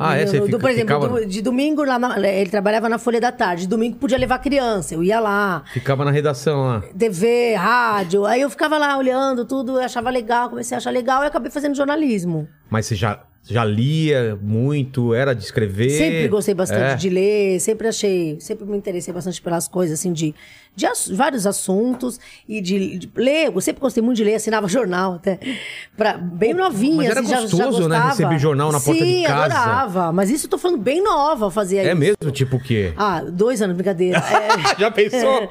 [SPEAKER 1] Ah, é?
[SPEAKER 3] Eu-
[SPEAKER 1] Você
[SPEAKER 3] do-
[SPEAKER 1] fica-
[SPEAKER 3] Por exemplo,
[SPEAKER 1] ficava-
[SPEAKER 3] do- de domingo, lá na- ele trabalhava na Folha da Tarde. De domingo podia levar criança, eu ia lá.
[SPEAKER 1] Ficava na redação lá.
[SPEAKER 3] TV, rádio. Aí eu ficava lá olhando tudo, eu achava legal, comecei a achar legal e acabei fazendo jornalismo.
[SPEAKER 1] Mas você já, já lia muito, era de escrever?
[SPEAKER 3] Sempre gostei bastante
[SPEAKER 1] É.
[SPEAKER 3] de ler, sempre achei, sempre me interessei bastante pelas coisas, assim, de, de ass- vários assuntos e de, de ler. Eu sempre gostei muito de ler, assinava jornal até. Pra, bem novinha,
[SPEAKER 1] mas era
[SPEAKER 3] assim, já- já,
[SPEAKER 1] gostoso, né,
[SPEAKER 3] gostava.
[SPEAKER 1] receber jornal na porta de
[SPEAKER 3] Sim,
[SPEAKER 1] casa.
[SPEAKER 3] adorava. Mas isso eu tô falando bem nova fazer
[SPEAKER 1] É
[SPEAKER 3] isso.
[SPEAKER 1] mesmo? Tipo o quê?
[SPEAKER 3] Ah, dois anos, brincadeira. É.
[SPEAKER 1] já pensou?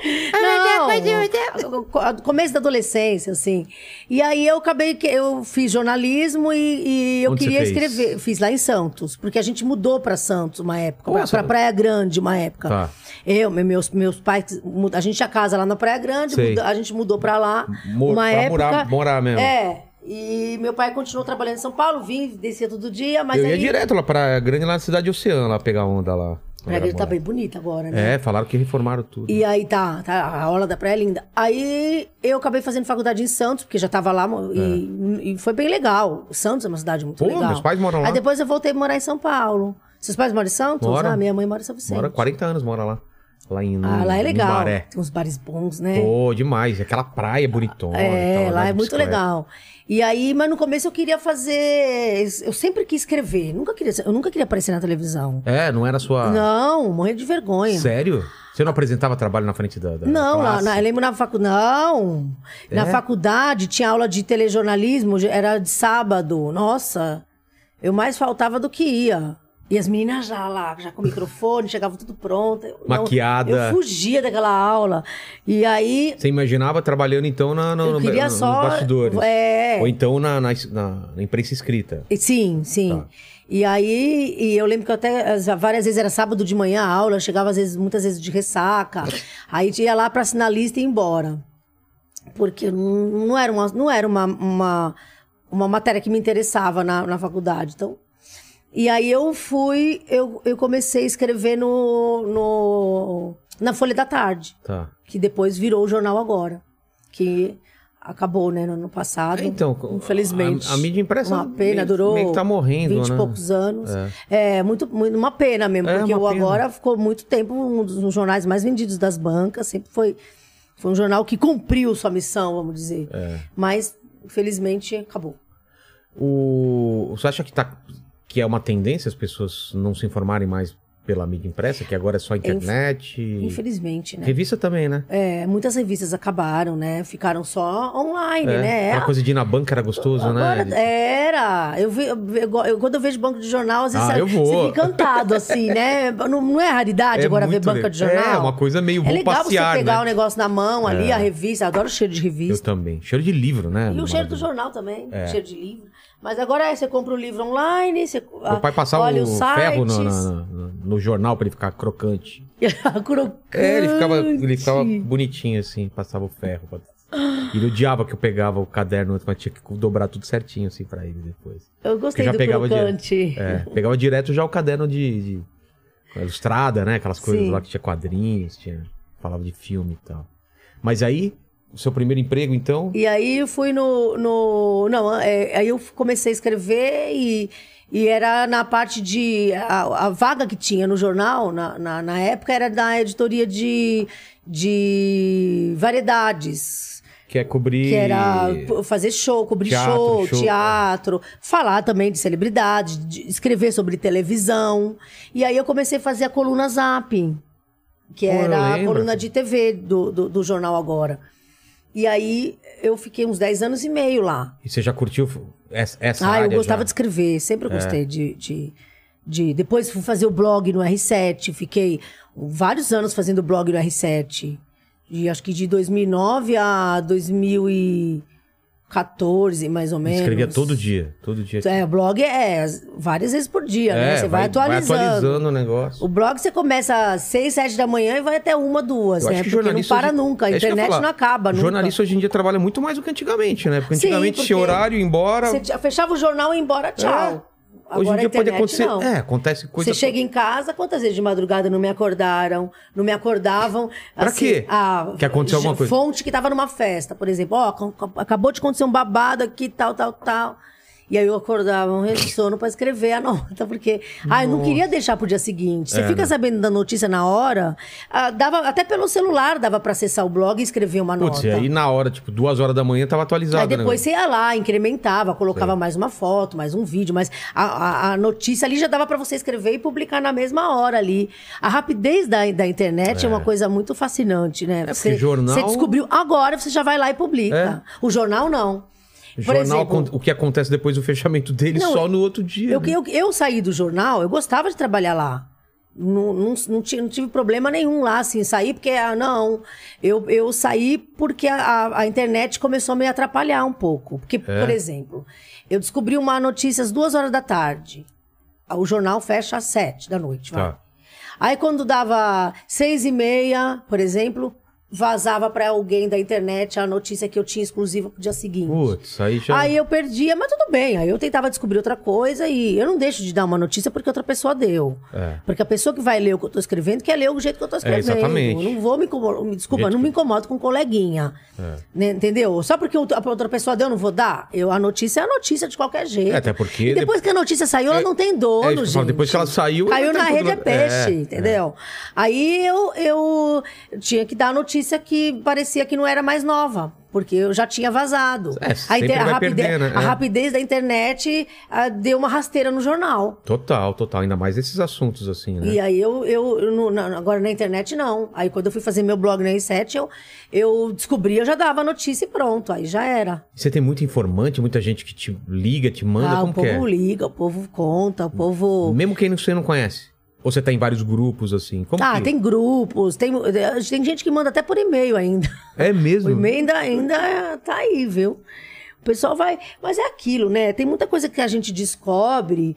[SPEAKER 3] Não, co- começo da adolescência, assim. E aí eu acabei que eu fiz jornalismo e, e eu
[SPEAKER 1] Onde
[SPEAKER 3] queria
[SPEAKER 1] você fez?
[SPEAKER 3] escrever. Fiz lá em Santos, porque a gente mudou pra Santos uma época, pra,
[SPEAKER 1] Nossa.
[SPEAKER 3] pra Praia Grande uma
[SPEAKER 1] é
[SPEAKER 3] época.
[SPEAKER 1] Tá.
[SPEAKER 3] Eu, me- meus, meus pais, mu- a gente tinha casa lá na Praia Grande,
[SPEAKER 1] Sei.
[SPEAKER 3] muda- a gente mudou pra lá
[SPEAKER 1] Mo-
[SPEAKER 3] uma
[SPEAKER 1] pra
[SPEAKER 3] época.
[SPEAKER 1] morar- morar mesmo.
[SPEAKER 3] É. E meu pai continuou trabalhando em São Paulo, vim, descia todo dia, mas
[SPEAKER 1] eu
[SPEAKER 3] aí.
[SPEAKER 1] ia direto lá pra grande, lá na cidade de Oceano, lá pegar onda lá.
[SPEAKER 3] A Praia Grande tá bem bonita agora, né?
[SPEAKER 1] É, falaram que reformaram tudo.
[SPEAKER 3] E aí tá, tá, a aula da praia é linda. Aí eu acabei fazendo faculdade em Santos, porque já tava lá mo- e, e foi bem legal. Santos é uma cidade muito
[SPEAKER 1] É. Pô,
[SPEAKER 3] legal.
[SPEAKER 1] meus pais moram lá.
[SPEAKER 3] Aí depois eu voltei a morar em São Paulo. Seus pais moram em Santos?
[SPEAKER 1] Moram.
[SPEAKER 3] Ah, minha mãe mora em São Vicente.
[SPEAKER 1] Mora 40 anos, mora lá. Lá em
[SPEAKER 3] Ah, lá é legal.
[SPEAKER 1] Maré.
[SPEAKER 3] Tem uns bares bons, né?
[SPEAKER 1] Pô, demais. Aquela praia bonitona. e
[SPEAKER 3] É,
[SPEAKER 1] tal, andar
[SPEAKER 3] lá
[SPEAKER 1] de
[SPEAKER 3] é muito
[SPEAKER 1] bicicleta.
[SPEAKER 3] legal. E aí, mas no começo eu queria fazer. Eu sempre quis escrever. Nunca queria, eu nunca queria aparecer na televisão.
[SPEAKER 1] É, não era sua.
[SPEAKER 3] Não, morrer de vergonha.
[SPEAKER 1] Sério? Você não apresentava trabalho na frente da. da
[SPEAKER 3] Não, lá,
[SPEAKER 1] classe?
[SPEAKER 3] na, eu lembro na faculdade. Não! Na
[SPEAKER 1] É?
[SPEAKER 3] faculdade tinha aula de telejornalismo, de- era de sábado. Nossa, eu mais faltava do que ia. E as meninas já lá, já com o microfone, chegavam tudo pronto. Eu, não-
[SPEAKER 1] Maquiada.
[SPEAKER 3] eu fugia daquela aula. E aí.
[SPEAKER 1] Você imaginava trabalhando então na, na,
[SPEAKER 3] eu
[SPEAKER 1] no-
[SPEAKER 3] queria
[SPEAKER 1] no-
[SPEAKER 3] só.
[SPEAKER 1] nos bastidores.
[SPEAKER 3] É.
[SPEAKER 1] Ou então na, na, na- na imprensa escrita.
[SPEAKER 3] E Sim, sim.
[SPEAKER 1] Tá.
[SPEAKER 3] E aí, e eu lembro que eu até as- várias vezes era sábado de manhã a aula, eu chegava às vezes, muitas vezes de ressaca. Aí ia lá pra assinar a lista e ia embora. Porque não não era uma, não era uma, uma, uma matéria que me interessava na, na faculdade. Então. E aí eu fui, eu, eu comecei a escrever no, no, na Folha da Tarde,
[SPEAKER 1] Tá.
[SPEAKER 3] que depois virou o jornal agora. Que acabou, né, no ano passado.
[SPEAKER 1] Então,
[SPEAKER 3] infelizmente.
[SPEAKER 1] A, a mídia impressa.
[SPEAKER 3] Uma pena,
[SPEAKER 1] meio-
[SPEAKER 3] durou
[SPEAKER 1] Meio que tá morrendo,
[SPEAKER 3] 20
[SPEAKER 1] né?
[SPEAKER 3] e poucos anos. É, muito, muito- uma pena mesmo,
[SPEAKER 1] É,
[SPEAKER 3] porque
[SPEAKER 1] uma
[SPEAKER 3] o
[SPEAKER 1] pena.
[SPEAKER 3] Agora ficou muito tempo um dos um jornais mais vendidos das bancas, sempre foi, foi um jornal que cumpriu sua missão, vamos dizer.
[SPEAKER 1] É.
[SPEAKER 3] Mas, infelizmente, acabou.
[SPEAKER 1] O... Você acha que, tá... que é uma tendência as pessoas não se informarem mais pela mídia impressa, que agora é só internet.
[SPEAKER 3] Infelizmente, né?
[SPEAKER 1] Revista também, né?
[SPEAKER 3] É, muitas revistas acabaram, né? Ficaram só online, né?
[SPEAKER 1] É, Aquela coisa de ir na banca era gostoso,
[SPEAKER 3] Agora é
[SPEAKER 1] né?
[SPEAKER 3] era. Eu vi, eu- eu- quando eu vejo banco de jornal, às vezes
[SPEAKER 1] Ah,
[SPEAKER 3] você-
[SPEAKER 1] eu vou.
[SPEAKER 3] você fica encantado, assim, né? Não, não é raridade agora ver
[SPEAKER 1] muito
[SPEAKER 3] banca
[SPEAKER 1] le-
[SPEAKER 3] de jornal.
[SPEAKER 1] É, uma coisa meio
[SPEAKER 3] É
[SPEAKER 1] vou
[SPEAKER 3] legal
[SPEAKER 1] passear,
[SPEAKER 3] você pegar
[SPEAKER 1] né?
[SPEAKER 3] o negócio na mão ali, a revista. Eu adoro o cheiro de
[SPEAKER 1] Eu
[SPEAKER 3] revista.
[SPEAKER 1] também. É. Cheiro de livro, né?
[SPEAKER 3] E o cheiro
[SPEAKER 1] Maravilhoso.
[SPEAKER 3] do jornal também, cheiro de livro. Mas agora é, você compra o livro online, você
[SPEAKER 1] Meu pai passava
[SPEAKER 3] olha
[SPEAKER 1] o
[SPEAKER 3] os
[SPEAKER 1] ferro no,
[SPEAKER 3] sites.
[SPEAKER 1] na- na- no jornal pra ele ficar crocante.
[SPEAKER 3] Crocante.
[SPEAKER 1] É, ele ficava, ele ficava bonitinho assim, passava o ferro. pra- Ele odiava que eu pegava o caderno antes, mas tinha que dobrar tudo certinho assim pra ele depois.
[SPEAKER 3] Eu gostei
[SPEAKER 1] já
[SPEAKER 3] do
[SPEAKER 1] pegava de-
[SPEAKER 3] crocante.
[SPEAKER 1] É, pegava direto já o caderno de, de- com a ilustrada, né? Aquelas coisas
[SPEAKER 3] Sim.
[SPEAKER 1] lá que tinha quadrinhos, tinha falava de filme e tal. Mas aí, o seu primeiro emprego então?
[SPEAKER 3] E aí eu fui no. no não, é, aí eu comecei a escrever e, e era na parte de. A, a vaga que tinha no jornal, na, na, na época, era da editoria de, de variedades.
[SPEAKER 1] Que é cobrir
[SPEAKER 3] Que era p- fazer show, cobrir
[SPEAKER 1] Teatro,
[SPEAKER 3] show,
[SPEAKER 1] show, é.
[SPEAKER 3] teatro, falar também de celebridade, de- escrever sobre televisão. E aí eu comecei a fazer a coluna Zap, que
[SPEAKER 1] Pô, eu
[SPEAKER 3] era a
[SPEAKER 1] lembro.
[SPEAKER 3] coluna de TV do, do, do Jornal Agora. E aí eu fiquei uns 10 anos e meio lá.
[SPEAKER 1] E você já curtiu essa, essa
[SPEAKER 3] Ah,
[SPEAKER 1] área?
[SPEAKER 3] eu gostava
[SPEAKER 1] já? É.
[SPEAKER 3] de escrever, sempre eu gostei de, de, de- Depois fui fazer o blog no R7, fiquei vários anos fazendo blog no R7. De, acho que de 2009 a 2014, mais ou menos.
[SPEAKER 1] Escrevia todo dia, todo dia. É,
[SPEAKER 3] É, o blog é várias vezes por dia, né? Você vai, atualizando.
[SPEAKER 1] atualizando o negócio.
[SPEAKER 3] O blog você começa às 6, 7 da manhã e vai até uma, duas,
[SPEAKER 1] Eu
[SPEAKER 3] né?
[SPEAKER 1] acho que
[SPEAKER 3] Porque não
[SPEAKER 1] jornalista
[SPEAKER 3] para
[SPEAKER 1] hoje-
[SPEAKER 3] nunca, a
[SPEAKER 1] É isso que eu ia
[SPEAKER 3] internet
[SPEAKER 1] falar.
[SPEAKER 3] não acaba nunca.
[SPEAKER 1] Jornalista hoje em dia trabalha muito mais do que antigamente, né? Porque
[SPEAKER 3] Sim,
[SPEAKER 1] antigamente tinha
[SPEAKER 3] porque
[SPEAKER 1] horário, ia embora.
[SPEAKER 3] Você t- fechava o jornal e ia embora, tchau.
[SPEAKER 1] É.
[SPEAKER 3] Agora
[SPEAKER 1] hoje em
[SPEAKER 3] a
[SPEAKER 1] dia pode
[SPEAKER 3] internet,
[SPEAKER 1] acontecer.
[SPEAKER 3] não.
[SPEAKER 1] É, acontece coisa.
[SPEAKER 3] Você chega em casa, quantas vezes de madrugada não me acordaram, não me acordavam?
[SPEAKER 1] Pra quê?
[SPEAKER 3] a-
[SPEAKER 1] Que aconteceu alguma
[SPEAKER 3] a
[SPEAKER 1] coisa?
[SPEAKER 3] Fonte que tava numa festa, por exemplo. Ó, com- com- acabou de acontecer um babado aqui, tal, tal, tal. E aí eu acordava um sono pra escrever a nota, porque... Ah, eu não queria deixar pro dia seguinte.
[SPEAKER 1] É,
[SPEAKER 3] Você
[SPEAKER 1] né?
[SPEAKER 3] fica sabendo da notícia na hora. ah, dava, até pelo celular dava pra acessar o blog e escrever uma
[SPEAKER 1] Putz,
[SPEAKER 3] nota.
[SPEAKER 1] e aí na hora, tipo, duas horas da manhã tava atualizado.
[SPEAKER 3] Aí depois
[SPEAKER 1] né?
[SPEAKER 3] você ia lá, incrementava, colocava mais uma foto, mais um vídeo, mas a, a- a notícia ali já dava pra você escrever e publicar na mesma hora ali. A rapidez da, da internet é. uma coisa muito fascinante, né?
[SPEAKER 1] É, porque jornal- É?
[SPEAKER 3] você descobriu agora, você já vai lá e publica. O jornal não. Por
[SPEAKER 1] Jornal,
[SPEAKER 3] exemplo,
[SPEAKER 1] o que acontece depois do fechamento dele
[SPEAKER 3] Não,
[SPEAKER 1] só no outro dia.
[SPEAKER 3] eu,
[SPEAKER 1] né?
[SPEAKER 3] eu, eu saí do jornal, eu gostava de trabalhar lá. Não, não, não ti- não tive problema nenhum lá, assim, sair porque, ah, não, eu, eu saí porque a, a- a internet começou a me atrapalhar um pouco.
[SPEAKER 1] É?
[SPEAKER 3] Porque, por exemplo, eu descobri uma notícia às duas horas da tarde. O jornal fecha às sete da noite, vai.
[SPEAKER 1] Tá.
[SPEAKER 3] Aí quando dava seis e meia, por exemplo, vazava para alguém da internet a notícia que eu tinha exclusiva pro dia seguinte.
[SPEAKER 1] Putz, aí já. é
[SPEAKER 3] Aí eu perdia, mas tudo bem. Aí eu tentava descobrir outra coisa e eu não deixo de dar uma notícia porque outra pessoa deu.
[SPEAKER 1] É.
[SPEAKER 3] Porque a pessoa que vai ler o que eu tô escrevendo quer ler o jeito que eu tô escrevendo.
[SPEAKER 1] exatamente.
[SPEAKER 3] Eu não vou me incomodar. me- Desculpa,
[SPEAKER 1] Jeito
[SPEAKER 3] eu não
[SPEAKER 1] que- É.
[SPEAKER 3] me incomodo com coleguinha. Né, entendeu? Só porque outra- a outra pessoa deu, eu não vou dar. Eu, a notícia é a notícia de qualquer jeito.
[SPEAKER 1] É, até porque
[SPEAKER 3] E depois que a notícia saiu, ela
[SPEAKER 1] É-
[SPEAKER 3] não tem dono,
[SPEAKER 1] é isso que eu falo,
[SPEAKER 3] gente.
[SPEAKER 1] depois que ela saiu,
[SPEAKER 3] Caiu
[SPEAKER 1] ela
[SPEAKER 3] na
[SPEAKER 1] tem
[SPEAKER 3] rede é
[SPEAKER 1] tudo-
[SPEAKER 3] peixe,
[SPEAKER 1] é,
[SPEAKER 3] entendeu? Aí eu, eu tinha que dar a notícia que parecia que não era mais nova. Porque eu já tinha vazado.
[SPEAKER 1] É, sempre
[SPEAKER 3] inter-
[SPEAKER 1] vai
[SPEAKER 3] rapide-
[SPEAKER 1] perder, né?
[SPEAKER 3] a
[SPEAKER 1] É.
[SPEAKER 3] rapidez da internet ah, deu uma rasteira no jornal.
[SPEAKER 1] Total, total. Ainda mais esses assuntos assim, né?
[SPEAKER 3] E aí eu, eu, eu não- na- agora na internet não. Aí quando eu fui fazer meu blog na R7, eu, eu descobri, eu já dava a notícia e pronto, aí já era.
[SPEAKER 1] Você tem muito informante, muita gente que te liga, te manda,
[SPEAKER 3] ah, o
[SPEAKER 1] como que é?
[SPEAKER 3] povo liga, o povo conta, o povo.
[SPEAKER 1] Mesmo quem não- você não conhece. Ou você tá em vários grupos, assim. Como
[SPEAKER 3] Ah,
[SPEAKER 1] que-
[SPEAKER 3] tem grupos, tem, tem gente que manda até por e-mail ainda.
[SPEAKER 1] É
[SPEAKER 3] O
[SPEAKER 1] mesmo?
[SPEAKER 3] e-mail ainda, ainda tá aí, viu? O pessoal vai. Mas é aquilo, né? Tem muita coisa que a gente descobre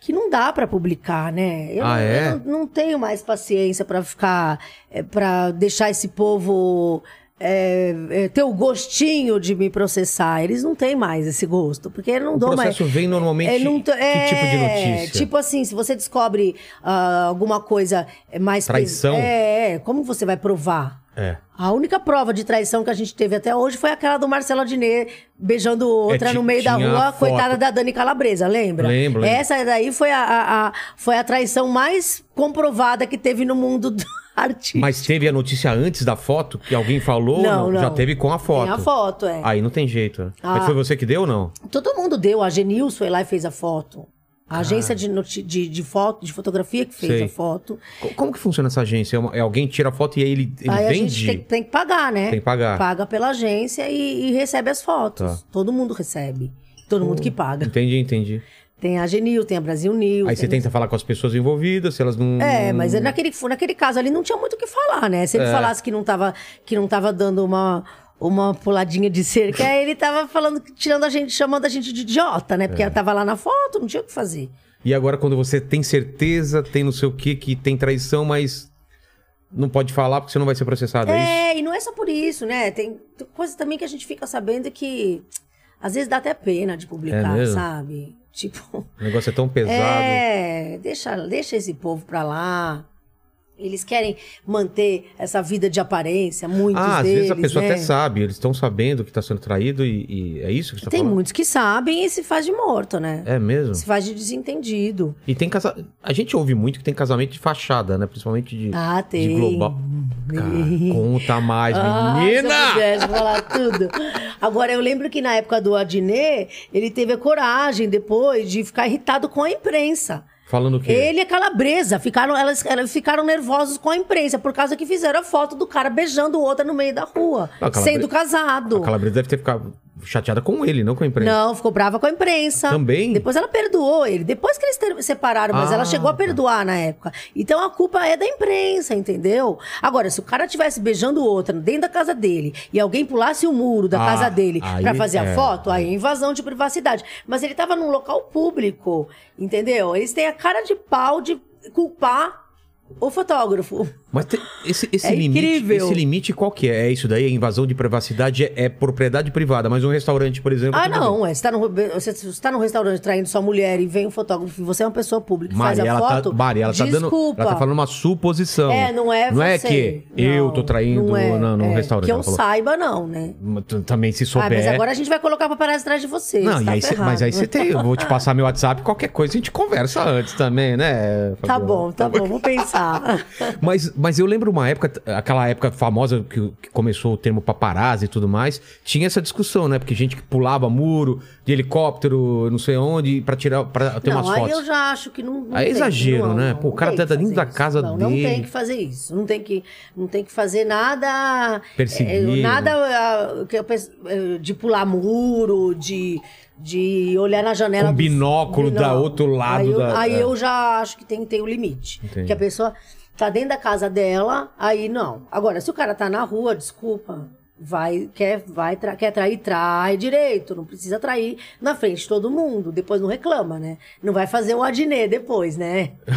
[SPEAKER 3] que não dá pra publicar, né? Eu,
[SPEAKER 1] Ah,
[SPEAKER 3] não,
[SPEAKER 1] é?
[SPEAKER 3] eu não, não tenho mais paciência pra ficar. É, para deixar esse povo. é, é, ter o gostinho de me processar. Eles não têm mais esse gosto, porque eu não
[SPEAKER 1] O
[SPEAKER 3] dou mais.
[SPEAKER 1] processo vem normalmente.
[SPEAKER 3] É, não tô-
[SPEAKER 1] Que tipo de
[SPEAKER 3] é,
[SPEAKER 1] notícia?
[SPEAKER 3] Tipo assim, se você descobre ah, alguma coisa mais... pes-
[SPEAKER 1] Traição?
[SPEAKER 3] É, é, como você vai provar?
[SPEAKER 1] É.
[SPEAKER 3] A única prova de traição que a gente teve até hoje foi aquela do Marcelo Adnet beijando outra
[SPEAKER 1] ti-
[SPEAKER 3] no meio da
[SPEAKER 1] É, tinha a
[SPEAKER 3] rua,
[SPEAKER 1] foto.
[SPEAKER 3] coitada da Dani Calabresa, lembra?
[SPEAKER 1] Lembro, lembro.
[SPEAKER 3] Essa daí foi a, a- a- foi a traição mais comprovada que teve no mundo do artístico.
[SPEAKER 1] Mas teve a notícia antes da foto que alguém falou?
[SPEAKER 3] Não, não.
[SPEAKER 1] Já teve com a foto.
[SPEAKER 3] Tem a foto, é.
[SPEAKER 1] Aí não tem jeito. né? Mas
[SPEAKER 3] Ah.
[SPEAKER 1] foi você que deu ou não?
[SPEAKER 3] Todo mundo deu, a Genils foi lá e fez a foto. A agência de, noti- de, de foto, de fotografia que fez
[SPEAKER 1] Sei.
[SPEAKER 3] a foto.
[SPEAKER 1] Co- Como que funciona essa agência? É uma- é alguém tira a foto e aí ele, ele
[SPEAKER 3] aí a gente
[SPEAKER 1] vende?
[SPEAKER 3] tem, tem que pagar, né?
[SPEAKER 1] Tem que pagar. Tá.
[SPEAKER 3] Paga pela agência e, e recebe as fotos. Todo mundo recebe. Todo mundo que paga.
[SPEAKER 1] Entendi, entendi.
[SPEAKER 3] Tem a Genil, tem a Brasil News.
[SPEAKER 1] Aí você tenta Hum. falar com as pessoas envolvidas, se elas não.
[SPEAKER 3] É, mas é naquele, naquele caso ali não tinha muito o que falar, né?
[SPEAKER 1] É.
[SPEAKER 3] Se ele falasse que não tava, que não tava dando uma, uma puladinha de cerca, aí ele tava falando, tirando a gente, chamando a gente de idiota, né? Porque
[SPEAKER 1] É.
[SPEAKER 3] ela tava lá na foto, não tinha o que fazer.
[SPEAKER 1] E agora, quando você tem certeza, tem não sei o que, que tem traição, mas não pode falar porque você não vai ser processado, é, isso?
[SPEAKER 3] É, e não é só por isso, né? Tem tem coisa também que a gente fica sabendo que às vezes dá até pena de publicar,
[SPEAKER 1] É mesmo?
[SPEAKER 3] sabe? Tipo,
[SPEAKER 1] O negócio é tão pesado.
[SPEAKER 3] é, deixa, deixa esse povo pra lá. Eles querem manter essa vida de aparência, muitos
[SPEAKER 1] ah, às
[SPEAKER 3] deles,
[SPEAKER 1] vezes a pessoa
[SPEAKER 3] né?
[SPEAKER 1] até sabe, eles estão sabendo que tá sendo traído e, e é isso que você tá
[SPEAKER 3] Tem
[SPEAKER 1] falando?
[SPEAKER 3] muitos que sabem e se faz de morto, né?
[SPEAKER 1] É mesmo?
[SPEAKER 3] Se faz de desentendido.
[SPEAKER 1] E tem casa... A gente ouve muito que tem casamento de fachada, né? Principalmente de,
[SPEAKER 3] Ah,
[SPEAKER 1] de
[SPEAKER 3] tem.
[SPEAKER 1] global. Cara, conta mais,
[SPEAKER 3] Ah, se eu
[SPEAKER 1] menina!
[SPEAKER 3] pudesse falar tudo. Agora, eu lembro que na época do Adnet, ele teve a coragem depois de ficar irritado com a imprensa.
[SPEAKER 1] Falando o quê?
[SPEAKER 3] Ele e a calabresa ficaram, elas, elas ficaram nervosos com a imprensa por causa que fizeram a foto do cara beijando outra no meio da rua,
[SPEAKER 1] Ah, a Calabre-
[SPEAKER 3] sendo
[SPEAKER 1] A
[SPEAKER 3] casado.
[SPEAKER 1] Calabresa deve ter ficado chateada com ele, não com a imprensa.
[SPEAKER 3] Não, tá. ficou brava com a imprensa.
[SPEAKER 1] Também?
[SPEAKER 3] Depois ela perdoou ele. Depois que eles ter- separaram, mas
[SPEAKER 1] Ah,
[SPEAKER 3] ela chegou a
[SPEAKER 1] tá.
[SPEAKER 3] perdoar na época. Então a culpa é da imprensa, entendeu? Agora, se o cara tivesse beijando outra dentro da casa dele e alguém pulasse o muro da
[SPEAKER 1] Ah,
[SPEAKER 3] casa dele
[SPEAKER 1] aí
[SPEAKER 3] pra fazer
[SPEAKER 1] é.
[SPEAKER 3] a foto, aí é invasão de privacidade. Mas ele tava num local público, entendeu? Eles têm a cara de pau de culpar o fotógrafo.
[SPEAKER 1] Mas te- esse, esse
[SPEAKER 3] É
[SPEAKER 1] limite,
[SPEAKER 3] incrível.
[SPEAKER 1] esse limite qual que é? É isso daí, é invasão de privacidade, é, é propriedade privada, mas um restaurante, por exemplo.
[SPEAKER 3] Ah,
[SPEAKER 1] tudo bem.
[SPEAKER 3] não, é. Você tá, no, você, você tá num restaurante traindo sua mulher e vem um fotógrafo e você é uma pessoa pública e faz
[SPEAKER 1] Mari,
[SPEAKER 3] a
[SPEAKER 1] ela
[SPEAKER 3] foto.
[SPEAKER 1] tá, Mari, ela tá dando,
[SPEAKER 3] Desculpa.
[SPEAKER 1] ela tá falando uma suposição.
[SPEAKER 3] É, não é
[SPEAKER 1] Não é
[SPEAKER 3] você.
[SPEAKER 1] que eu tô traindo
[SPEAKER 3] não é,
[SPEAKER 1] não, num
[SPEAKER 3] é.
[SPEAKER 1] restaurante.
[SPEAKER 3] Que
[SPEAKER 1] ela
[SPEAKER 3] eu
[SPEAKER 1] falou.
[SPEAKER 3] saiba, não, né?
[SPEAKER 1] Mas tu- Também se
[SPEAKER 3] Ah, mas
[SPEAKER 1] souber.
[SPEAKER 3] agora a gente vai colocar paparazzi atrás de você.
[SPEAKER 1] Não,
[SPEAKER 3] você
[SPEAKER 1] e
[SPEAKER 3] tá
[SPEAKER 1] aí cê- mas
[SPEAKER 3] ferrado.
[SPEAKER 1] aí você tem. Eu vou te passar meu WhatsApp, qualquer coisa a gente conversa antes também, né?
[SPEAKER 3] Tá
[SPEAKER 1] Fabiola?
[SPEAKER 3] bom, tá bom, vou pensar.
[SPEAKER 1] Mas, mas eu lembro uma época, aquela época famosa que, que começou o termo paparazzi e tudo mais, tinha essa discussão, né? Porque gente que pulava muro de helicóptero, não sei onde, pra tirar, para ter
[SPEAKER 3] não,
[SPEAKER 1] umas
[SPEAKER 3] aí
[SPEAKER 1] fotos.
[SPEAKER 3] eu já acho que não. não
[SPEAKER 1] Aí é
[SPEAKER 3] tem,
[SPEAKER 1] exagero,
[SPEAKER 3] não,
[SPEAKER 1] né?
[SPEAKER 3] não,
[SPEAKER 1] Pô, o
[SPEAKER 3] não
[SPEAKER 1] cara
[SPEAKER 3] tem
[SPEAKER 1] tá
[SPEAKER 3] que fazer
[SPEAKER 1] dentro da
[SPEAKER 3] isso.
[SPEAKER 1] casa
[SPEAKER 3] não,
[SPEAKER 1] dele.
[SPEAKER 3] Não tem que fazer isso. Não tem que, não tem que fazer nada.
[SPEAKER 1] Perseguir,
[SPEAKER 3] eh, nada ah, que eu penso, eh, de pular muro, de, de olhar na janela.
[SPEAKER 1] Com
[SPEAKER 3] do-
[SPEAKER 1] binóculo da
[SPEAKER 3] não.
[SPEAKER 1] outro lado
[SPEAKER 3] Aí, eu,
[SPEAKER 1] da-
[SPEAKER 3] aí
[SPEAKER 1] é.
[SPEAKER 3] eu já acho que tem, tem o limite.
[SPEAKER 1] Entendi.
[SPEAKER 3] Que a pessoa tá dentro da casa dela, aí não. Agora, se o cara tá na rua, desculpa. Vai, quer, vai, tra- quer trair, trai direito. Não precisa trair na frente de todo mundo. Depois não reclama, né? Não vai fazer o adnê depois, né?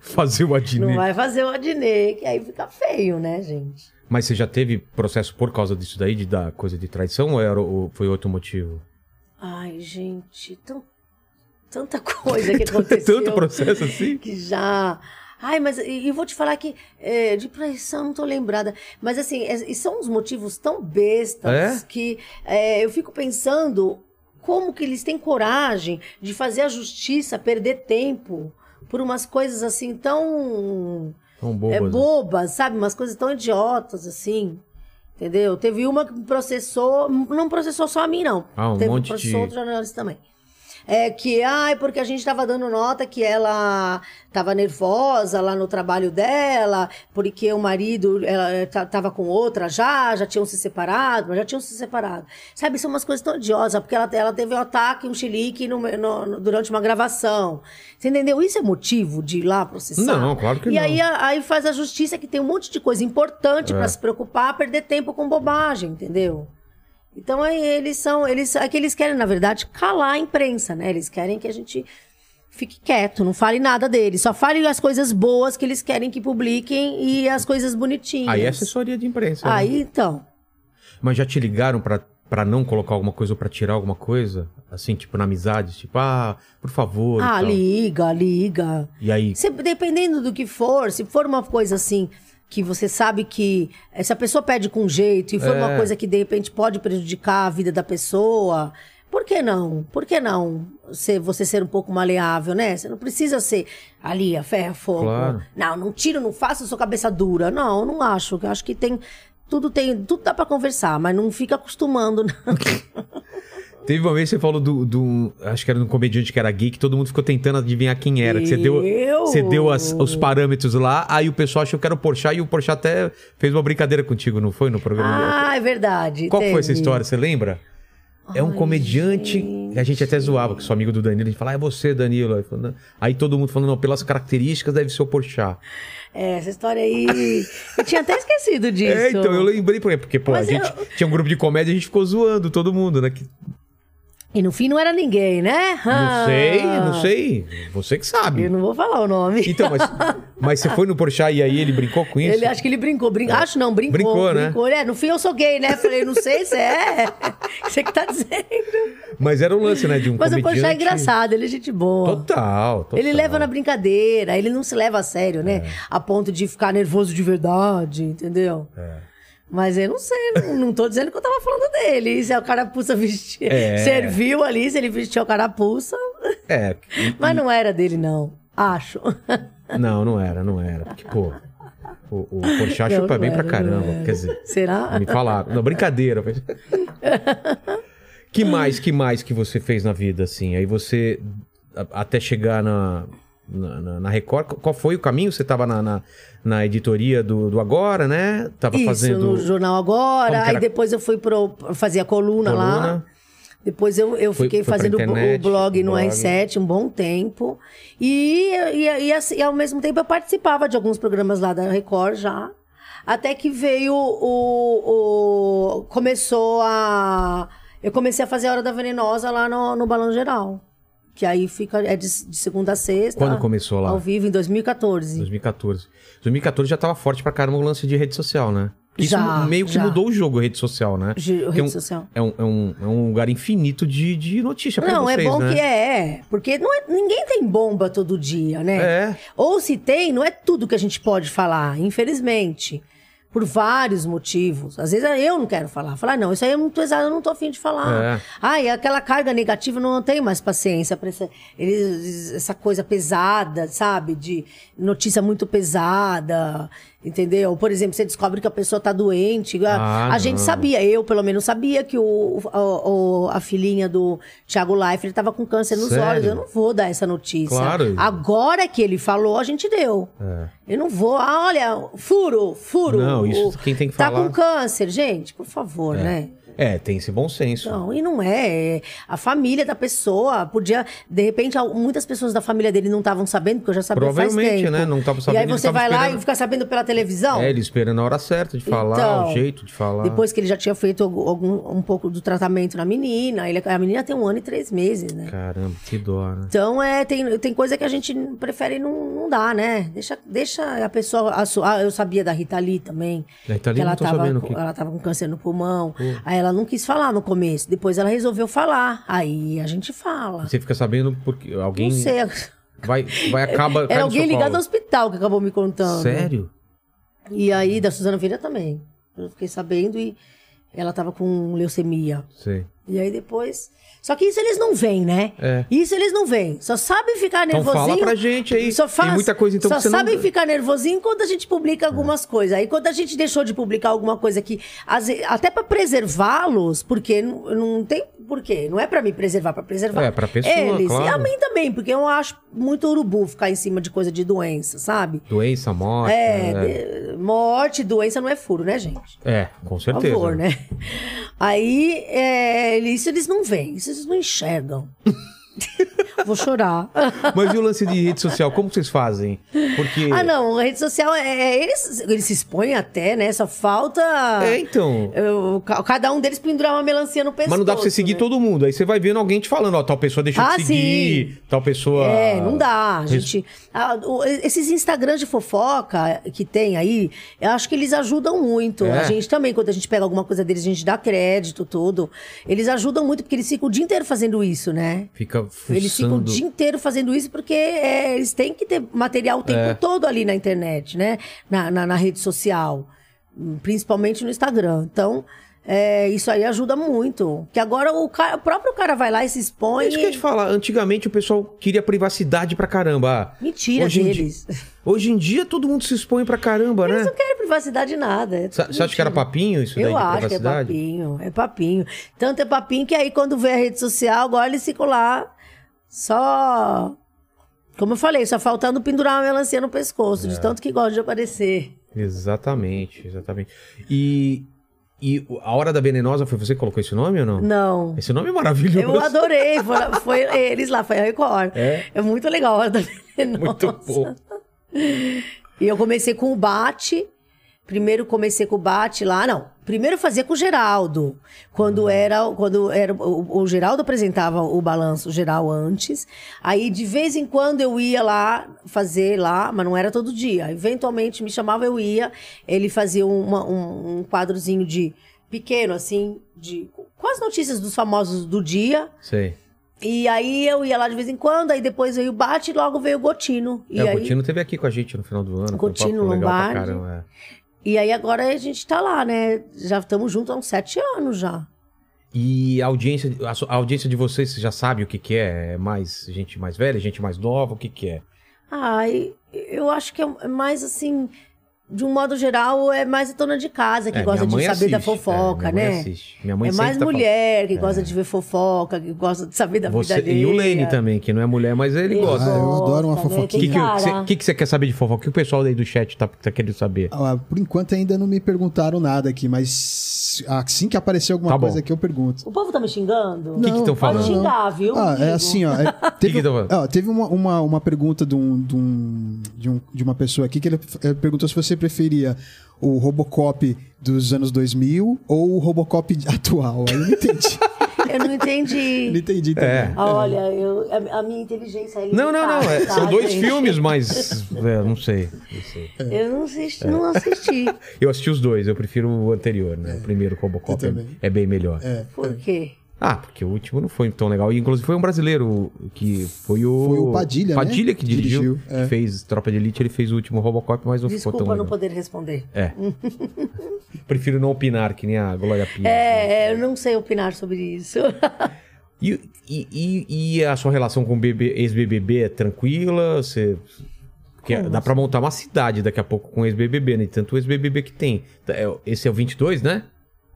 [SPEAKER 1] Fazer o
[SPEAKER 3] Não
[SPEAKER 1] adnet.
[SPEAKER 3] vai fazer o adnê, que aí fica feio, né, gente?
[SPEAKER 1] Mas você já teve processo por causa disso daí, de dar coisa de traição, ou, era, ou foi outro motivo?
[SPEAKER 3] Ai, gente, tão, tanta coisa que aconteceu.
[SPEAKER 1] Tanto processo assim?
[SPEAKER 3] que já. Ai, mas e e vou te falar que é, de pressão não tô lembrada. Mas assim, é- e são uns motivos tão bestas
[SPEAKER 1] É?
[SPEAKER 3] que é, eu fico pensando como que eles têm coragem de fazer a justiça perder tempo por umas coisas assim tão
[SPEAKER 1] Tão
[SPEAKER 3] é,
[SPEAKER 1] bobas. né?
[SPEAKER 3] bobas, sabe? Umas coisas tão idiotas assim. Entendeu? Teve uma que me processou, não processou só a mim, não.
[SPEAKER 1] Ah, um
[SPEAKER 3] Teve,
[SPEAKER 1] monte
[SPEAKER 3] processou
[SPEAKER 1] de-
[SPEAKER 3] outro jornalista também. É que, ai, porque a gente tava dando nota que ela tava nervosa lá no trabalho dela, porque o marido, ela eh, ta- tava com outra já, já tinham se separado, mas já tinham se separado. Sabe, são umas coisas tão idiotas, porque ela, ela teve um ataque, um chilique no- no- no- durante uma gravação. Você entendeu? Isso é motivo de ir lá processar?
[SPEAKER 1] Não, claro que
[SPEAKER 3] e
[SPEAKER 1] não. É.
[SPEAKER 3] aí a- aí faz a justiça que tem um monte de coisa importante pra se preocupar, perder tempo com bobagem, entendeu? Então aí eles são, eles, é que eles querem na verdade calar a imprensa, né? Eles querem que a gente fique quieto, não fale nada deles, só fale as coisas boas que eles querem que publiquem e as coisas bonitinhas.
[SPEAKER 1] Aí é assessoria de imprensa. né?
[SPEAKER 3] Aí então,
[SPEAKER 1] Mas já te ligaram pra, pra não colocar alguma coisa ou pra tirar alguma coisa? Assim, tipo, na amizade? Tipo, ah, por favor. e
[SPEAKER 3] ah,
[SPEAKER 1] tal.
[SPEAKER 3] liga, liga.
[SPEAKER 1] E aí?
[SPEAKER 3] Se- dependendo do que for, se for uma coisa assim que você sabe que essa pessoa pede com jeito e for
[SPEAKER 1] É.
[SPEAKER 3] uma coisa que de repente pode prejudicar a vida da pessoa, por que não? Por que não ser, você ser um pouco maleável, né? Você não precisa ser ali a ferro a fogo.
[SPEAKER 1] Claro.
[SPEAKER 3] Não, não tiro, não faço, eu sou cabeça dura. Não, não acho. Eu acho que tem tudo tem, tudo dá pra conversar, mas não fica acostumando. não.
[SPEAKER 1] Teve uma vez que você falou do, do- Acho que era de um comediante que era gay, que todo mundo ficou tentando adivinhar quem era. Que você deu,
[SPEAKER 3] Eu?
[SPEAKER 1] você deu as- os parâmetros lá, aí o pessoal achou que era o Porchat e o Porchat até fez uma brincadeira contigo, não foi? No programa.
[SPEAKER 3] Ah, é verdade.
[SPEAKER 1] Qual que foi essa
[SPEAKER 3] teve.
[SPEAKER 1] história? Você lembra? É um
[SPEAKER 3] Ai,
[SPEAKER 1] comediante.
[SPEAKER 3] gente.
[SPEAKER 1] A gente até zoava, que sou amigo do Danilo. A gente fala, ah, é você, Danilo. Aí, falou, "Não." Aí todo mundo falando, não, pelas características deve ser o Porchat.
[SPEAKER 3] É, essa história aí. Eu tinha até esquecido disso.
[SPEAKER 1] É, então eu lembrei, por quê? porque, pô,
[SPEAKER 3] Mas
[SPEAKER 1] a gente
[SPEAKER 3] eu-
[SPEAKER 1] tinha um grupo de comédia e a gente ficou zoando todo mundo, né? Que-
[SPEAKER 3] E no fim não era ninguém, né?
[SPEAKER 1] Não
[SPEAKER 3] Ah,
[SPEAKER 1] sei, não sei. Você que sabe.
[SPEAKER 3] Eu não vou falar o nome.
[SPEAKER 1] Então, mas, mas você foi no Porchat e aí ele brincou com isso? É.
[SPEAKER 3] Ele acho que ele brincou. Brin... Acho não, brincou.
[SPEAKER 1] Brincou, né?
[SPEAKER 3] É, no fim eu sou gay, né? Falei, não sei se é. Você que tá dizendo.
[SPEAKER 1] Mas era o lance, né, de um
[SPEAKER 3] Mas o
[SPEAKER 1] comediante...
[SPEAKER 3] Porchat é engraçado, ele é gente boa.
[SPEAKER 1] Total, total. É.
[SPEAKER 3] Ele leva na brincadeira, ele não se leva a sério, né? A ponto de ficar nervoso de verdade, entendeu?
[SPEAKER 1] É.
[SPEAKER 3] Mas eu não sei, não, não tô dizendo que eu tava falando dele. Se é o carapuça vestir,
[SPEAKER 1] É.
[SPEAKER 3] serviu ali, se ele vestiu a carapuça.
[SPEAKER 1] É,
[SPEAKER 3] Mas não era dele, não. Acho.
[SPEAKER 1] não, não era, não era. Porque, pô, o, o Porchat Tá
[SPEAKER 3] Não,
[SPEAKER 1] chupa
[SPEAKER 3] não
[SPEAKER 1] bem pra
[SPEAKER 3] era, não
[SPEAKER 1] caramba.
[SPEAKER 3] era.
[SPEAKER 1] Quer dizer,
[SPEAKER 3] Será?
[SPEAKER 1] me falaram. Não, brincadeira. mas- que mais, que mais que você fez na vida, assim? Aí você, a- até chegar na... Na, na- na Record, qual foi o caminho? Você tava na, na, na editoria do, do Agora, né? Tava
[SPEAKER 3] Isso,
[SPEAKER 1] fazendo.
[SPEAKER 3] no jornal
[SPEAKER 1] Como
[SPEAKER 3] agora.
[SPEAKER 1] que era?
[SPEAKER 3] Aí depois eu fui pro. fazia coluna,
[SPEAKER 1] Coluna.
[SPEAKER 3] lá. Depois eu, eu
[SPEAKER 1] Foi-
[SPEAKER 3] fiquei
[SPEAKER 1] foi pra
[SPEAKER 3] fazendo o-
[SPEAKER 1] internet,
[SPEAKER 3] o blog no
[SPEAKER 1] blog.
[SPEAKER 3] R7 um bom tempo. E, e, e, assim, e ao mesmo tempo eu participava de alguns programas lá da Record já. Até que veio o. o- começou a. Eu comecei a fazer a Hora da Venenosa lá no, no Balão Geral. Que aí fica. É de, de segunda a sexta.
[SPEAKER 1] Quando começou lá?
[SPEAKER 3] Ao vivo, em 2014.
[SPEAKER 1] 2014. 2014 já tava forte pra caramba o lance de rede social, né? Isso
[SPEAKER 3] Já,
[SPEAKER 1] mu- meio que
[SPEAKER 3] já.
[SPEAKER 1] mudou o jogo, a rede social, né?
[SPEAKER 3] Gi-
[SPEAKER 1] Tem
[SPEAKER 3] Rede
[SPEAKER 1] um-
[SPEAKER 3] social.
[SPEAKER 1] É um, é, um, é um lugar infinito de, de notícia pra
[SPEAKER 3] Não,
[SPEAKER 1] vocês,
[SPEAKER 3] é bom
[SPEAKER 1] né?
[SPEAKER 3] que é. Porque não é- ninguém tem bomba todo dia, né?
[SPEAKER 1] É.
[SPEAKER 3] Ou se tem, não é tudo que a gente pode falar, infelizmente. Por vários motivos. Às vezes eu não quero falar. Falar, não, isso aí eu não tô exato, eu não tô afim de falar.
[SPEAKER 1] É.
[SPEAKER 3] Ah, e aquela carga negativa eu não tem mais paciência para essa, eles- essa coisa pesada, sabe? De notícia muito pesada, entendeu? Por exemplo, você descobre que a pessoa tá doente.
[SPEAKER 1] Ah,
[SPEAKER 3] a a gente
[SPEAKER 1] não.
[SPEAKER 3] sabia, eu pelo menos sabia que o, o- o- a filhinha do Thiago Leifert tava com câncer nos
[SPEAKER 1] Sério?
[SPEAKER 3] olhos. Eu não vou dar essa notícia.
[SPEAKER 1] Claro.
[SPEAKER 3] Agora que ele falou, a gente deu.
[SPEAKER 1] É.
[SPEAKER 3] Eu não vou. Ah, olha, furo, furo.
[SPEAKER 1] Não, isso
[SPEAKER 3] O-
[SPEAKER 1] quem tem que
[SPEAKER 3] tá
[SPEAKER 1] falar-
[SPEAKER 3] com câncer, gente, por favor, né?
[SPEAKER 1] É, tem esse bom senso.
[SPEAKER 3] Não, e não é. é A família da pessoa podia. De repente, al- muitas pessoas da família dele não estavam sabendo, porque eu já sabia faz tempo.
[SPEAKER 1] Provavelmente, né? Não estavam
[SPEAKER 3] E
[SPEAKER 1] sabendo,
[SPEAKER 3] aí
[SPEAKER 1] eles
[SPEAKER 3] você
[SPEAKER 1] estavam
[SPEAKER 3] vai lá
[SPEAKER 1] esperando.
[SPEAKER 3] e fica sabendo pela televisão.
[SPEAKER 1] É, ele esperando a hora certa de falar,
[SPEAKER 3] Então,
[SPEAKER 1] o jeito de falar.
[SPEAKER 3] Depois que ele já tinha feito algum, algum- um pouco do tratamento na menina. Ele, a menina tem um ano e três meses, né?
[SPEAKER 1] Caramba, que dó, né?
[SPEAKER 3] Então, é, tem, tem coisa que a gente prefere não, não dar, né? Deixa, deixa a pessoa. a sua- ah, eu sabia da Rita Lee também.
[SPEAKER 1] Da Rita Lee É, tá
[SPEAKER 3] que
[SPEAKER 1] eu
[SPEAKER 3] ela
[SPEAKER 1] não tô
[SPEAKER 3] tava,
[SPEAKER 1] sabendo o
[SPEAKER 3] com-
[SPEAKER 1] que-
[SPEAKER 3] ela tava com câncer no pulmão. Aí ela não quis falar no começo. Depois ela resolveu falar. Aí a gente fala.
[SPEAKER 1] Você fica sabendo porque alguém
[SPEAKER 3] Não sei.
[SPEAKER 1] vai, vai acaba. cai
[SPEAKER 3] Era
[SPEAKER 1] no
[SPEAKER 3] alguém
[SPEAKER 1] seu
[SPEAKER 3] ligado ao
[SPEAKER 1] colo.
[SPEAKER 3] hospital que acabou me contando.
[SPEAKER 1] Sério?
[SPEAKER 3] E aí, da Suzana Vieira também. Eu fiquei sabendo e ela tava com leucemia.
[SPEAKER 1] Sei.
[SPEAKER 3] E aí depois. Só que isso eles não veem, né?
[SPEAKER 1] É.
[SPEAKER 3] Isso eles não veem. Só sabem ficar
[SPEAKER 1] Então
[SPEAKER 3] nervosinho.
[SPEAKER 1] fala pra gente aí.
[SPEAKER 3] Só
[SPEAKER 1] Tem
[SPEAKER 3] faz-
[SPEAKER 1] muita coisa, então,
[SPEAKER 3] Só
[SPEAKER 1] que você não- É.
[SPEAKER 3] sabem ficar nervosinho quando a gente publica algumas coisas. Aí quando a gente deixou de publicar alguma coisa que. às ve- Até pra preservá-los, porque não, não tem porquê. Não é pra me preservar, pra preservar.
[SPEAKER 1] É, pra pessoa,
[SPEAKER 3] Eles. E a
[SPEAKER 1] claro.
[SPEAKER 3] mim também, porque eu acho muito urubu ficar em cima de coisa de doença, sabe?
[SPEAKER 1] Doença, morte.
[SPEAKER 3] É,
[SPEAKER 1] né?
[SPEAKER 3] de- morte, doença não é furo, né, gente?
[SPEAKER 1] É, com
[SPEAKER 3] Por
[SPEAKER 1] certeza.
[SPEAKER 3] favor, né? Aí, é, ele- isso eles não veem, isso eles não enxergam. Vou chorar.
[SPEAKER 1] Mas e o lance de rede social? Como vocês fazem? Porque.
[SPEAKER 3] Ah, não, a rede social, é, é, eles, eles se expõem até, né? Só falta
[SPEAKER 1] É, então.
[SPEAKER 3] eu- ca- cada um deles pendurar uma melancia no pescoço.
[SPEAKER 1] Mas não dá pra você seguir
[SPEAKER 3] né?
[SPEAKER 1] todo mundo. Aí você vai vendo alguém te falando, ó, tal pessoa deixou
[SPEAKER 3] Ah,
[SPEAKER 1] de seguir, tal pessoa.
[SPEAKER 3] É, não dá. A
[SPEAKER 1] Res-
[SPEAKER 3] gente, Ah, o- esses Instagrams de fofoca que tem aí, eu acho que eles ajudam muito.
[SPEAKER 1] É.
[SPEAKER 3] A gente também, quando a gente pega alguma coisa deles, a gente dá crédito, tudo. Eles ajudam muito, porque eles ficam o dia inteiro fazendo isso, né?
[SPEAKER 1] Fica fuçando.
[SPEAKER 3] Eles ficam o dia inteiro fazendo isso porque é, eles têm que ter material o tempo
[SPEAKER 1] É.
[SPEAKER 3] todo ali na internet, né? Na, na, na rede social, hum, principalmente no Instagram. Então, é, isso aí ajuda muito. Que agora o, ca- o próprio cara vai lá e se expõe.
[SPEAKER 1] É isso que eu ia te falar. Antigamente o pessoal queria privacidade pra caramba. Ah,
[SPEAKER 3] Mentira
[SPEAKER 1] hoje em
[SPEAKER 3] deles.
[SPEAKER 1] Dia, hoje em dia todo mundo se expõe pra caramba,
[SPEAKER 3] Eles
[SPEAKER 1] né?
[SPEAKER 3] não querem privacidade nada. é
[SPEAKER 1] Sa-
[SPEAKER 3] tudo
[SPEAKER 1] Você acha que era
[SPEAKER 3] mentira.
[SPEAKER 1] papinho isso daí
[SPEAKER 3] Eu
[SPEAKER 1] de
[SPEAKER 3] acho que é
[SPEAKER 1] privacidade?
[SPEAKER 3] papinho, é papinho. Tanto é papinho que aí quando vê a rede social, agora eles ficam lá só. Como eu falei, só faltando pendurar uma melancia no pescoço,
[SPEAKER 1] É.
[SPEAKER 3] de tanto que gosta de aparecer.
[SPEAKER 1] Exatamente, exatamente. E, e o- a Hora da Venenosa foi você que colocou esse nome ou não?
[SPEAKER 3] Não.
[SPEAKER 1] Esse nome é maravilhoso.
[SPEAKER 3] Eu adorei, foi, foi eles lá, foi a Record.
[SPEAKER 1] É?
[SPEAKER 3] muito legal a hora da Venenosa.
[SPEAKER 1] Muito bom.
[SPEAKER 3] E eu comecei com o Bate. Primeiro comecei com o Bate lá, não. Primeiro eu fazia com o Geraldo. Quando
[SPEAKER 1] Uhum.
[SPEAKER 3] era, quando era o, o Geraldo apresentava o balanço geral antes. Aí de vez em quando eu ia lá fazer lá, mas não era todo dia. Eventualmente me chamava, eu ia. Ele fazia uma- um, um quadrozinho de pequeno assim, de com as notícias dos famosos do dia.
[SPEAKER 1] Sei.
[SPEAKER 3] E aí eu ia lá de vez em quando, aí depois veio o Bate e logo veio o Gotino. E
[SPEAKER 1] É, o
[SPEAKER 3] aí
[SPEAKER 1] Coutinho teve aqui com a gente no final do ano. foi um
[SPEAKER 3] Coutinho,
[SPEAKER 1] papo legal pra
[SPEAKER 3] Lombardi.
[SPEAKER 1] caramba, é.
[SPEAKER 3] E aí agora a gente tá lá, né? Já estamos juntos há uns sete anos já.
[SPEAKER 1] E a audiência, a, sua- a audiência de vocês, você já sabe o que que é? É mais gente mais velha, gente mais nova, o que que é?
[SPEAKER 3] Ai, eu acho que é mais assim, de um modo geral, é mais a dona de casa que
[SPEAKER 1] É,
[SPEAKER 3] gosta de
[SPEAKER 1] minha
[SPEAKER 3] saber
[SPEAKER 1] mãe
[SPEAKER 3] da
[SPEAKER 1] assiste, é, minha
[SPEAKER 3] fofoca,
[SPEAKER 1] mãe
[SPEAKER 3] né?
[SPEAKER 1] Assiste. Minha mãe
[SPEAKER 3] É
[SPEAKER 1] sempre
[SPEAKER 3] mais
[SPEAKER 1] tá falando.
[SPEAKER 3] mulher que
[SPEAKER 1] É.
[SPEAKER 3] gosta de ver fofoca, que gosta de saber da
[SPEAKER 1] Você-
[SPEAKER 3] vida dele.
[SPEAKER 1] E o Lene também, que não é mulher, mas ele
[SPEAKER 3] Ele
[SPEAKER 1] gosta.
[SPEAKER 2] Ah, eu adoro uma
[SPEAKER 3] né?
[SPEAKER 1] O
[SPEAKER 2] fofoquinha.
[SPEAKER 1] que,
[SPEAKER 3] Tem
[SPEAKER 1] que,
[SPEAKER 3] cara.
[SPEAKER 1] você- que, que você quer saber de fofoca? O que o pessoal aí do chat tá, tá querendo saber?
[SPEAKER 2] Ah, Por enquanto ainda não me perguntaram nada aqui, mas assim que aparecer alguma
[SPEAKER 1] Tá bom.
[SPEAKER 2] coisa aqui eu pergunto.
[SPEAKER 3] O povo tá me xingando?
[SPEAKER 1] que que tão
[SPEAKER 3] Pode
[SPEAKER 1] falando?
[SPEAKER 3] xingar, viu?
[SPEAKER 2] Ah, é
[SPEAKER 3] amigo?
[SPEAKER 2] assim, ó. é- teve
[SPEAKER 1] que tão falando?
[SPEAKER 2] ó, teve uma, uma, uma pergunta de, um, de, um, de, um- de uma pessoa aqui que ele eh, perguntou se você preferia o Robocop dos anos 2000 ou o Robocop atual. Aí eu não entendi.
[SPEAKER 3] Eu não
[SPEAKER 2] não
[SPEAKER 3] entendi.
[SPEAKER 2] entendi também.
[SPEAKER 1] É.
[SPEAKER 3] Ah, Olha, eu, a, a minha inteligência é
[SPEAKER 1] Não, não, não.
[SPEAKER 3] limitada,
[SPEAKER 1] é-
[SPEAKER 3] tá,
[SPEAKER 1] são dois
[SPEAKER 3] gente?
[SPEAKER 1] filmes, mas. é, não sei. não sei.
[SPEAKER 3] Eu não assisti, não assisti.
[SPEAKER 1] Eu assisti os dois, eu prefiro o anterior, né? O primeiro Robocop
[SPEAKER 2] Eu
[SPEAKER 1] é,
[SPEAKER 2] também.
[SPEAKER 1] é bem melhor.
[SPEAKER 3] Por quê?
[SPEAKER 1] Ah, porque o último não foi tão legal. E inclusive foi um brasileiro que foi o.
[SPEAKER 2] Foi o Padilha, né?
[SPEAKER 1] Padilha que dirigiu,
[SPEAKER 2] Dirigiu, é.
[SPEAKER 1] que fez Tropa de Elite, ele fez o último Robocop, mas não
[SPEAKER 3] Desculpa
[SPEAKER 1] ficou tão
[SPEAKER 3] não
[SPEAKER 1] legal.
[SPEAKER 3] poder responder.
[SPEAKER 1] Prefiro não opinar, que nem a Glória Pires.
[SPEAKER 3] É, eu não sei opinar sobre isso.
[SPEAKER 1] E, e- e- e a sua relação com o BB ex-BBB é tranquila? Você. porque dá
[SPEAKER 3] assim?
[SPEAKER 1] pra montar uma cidade daqui a pouco com ex-BBB, né? Tanto ex-BBB que tem. É, Esse é o 22, né?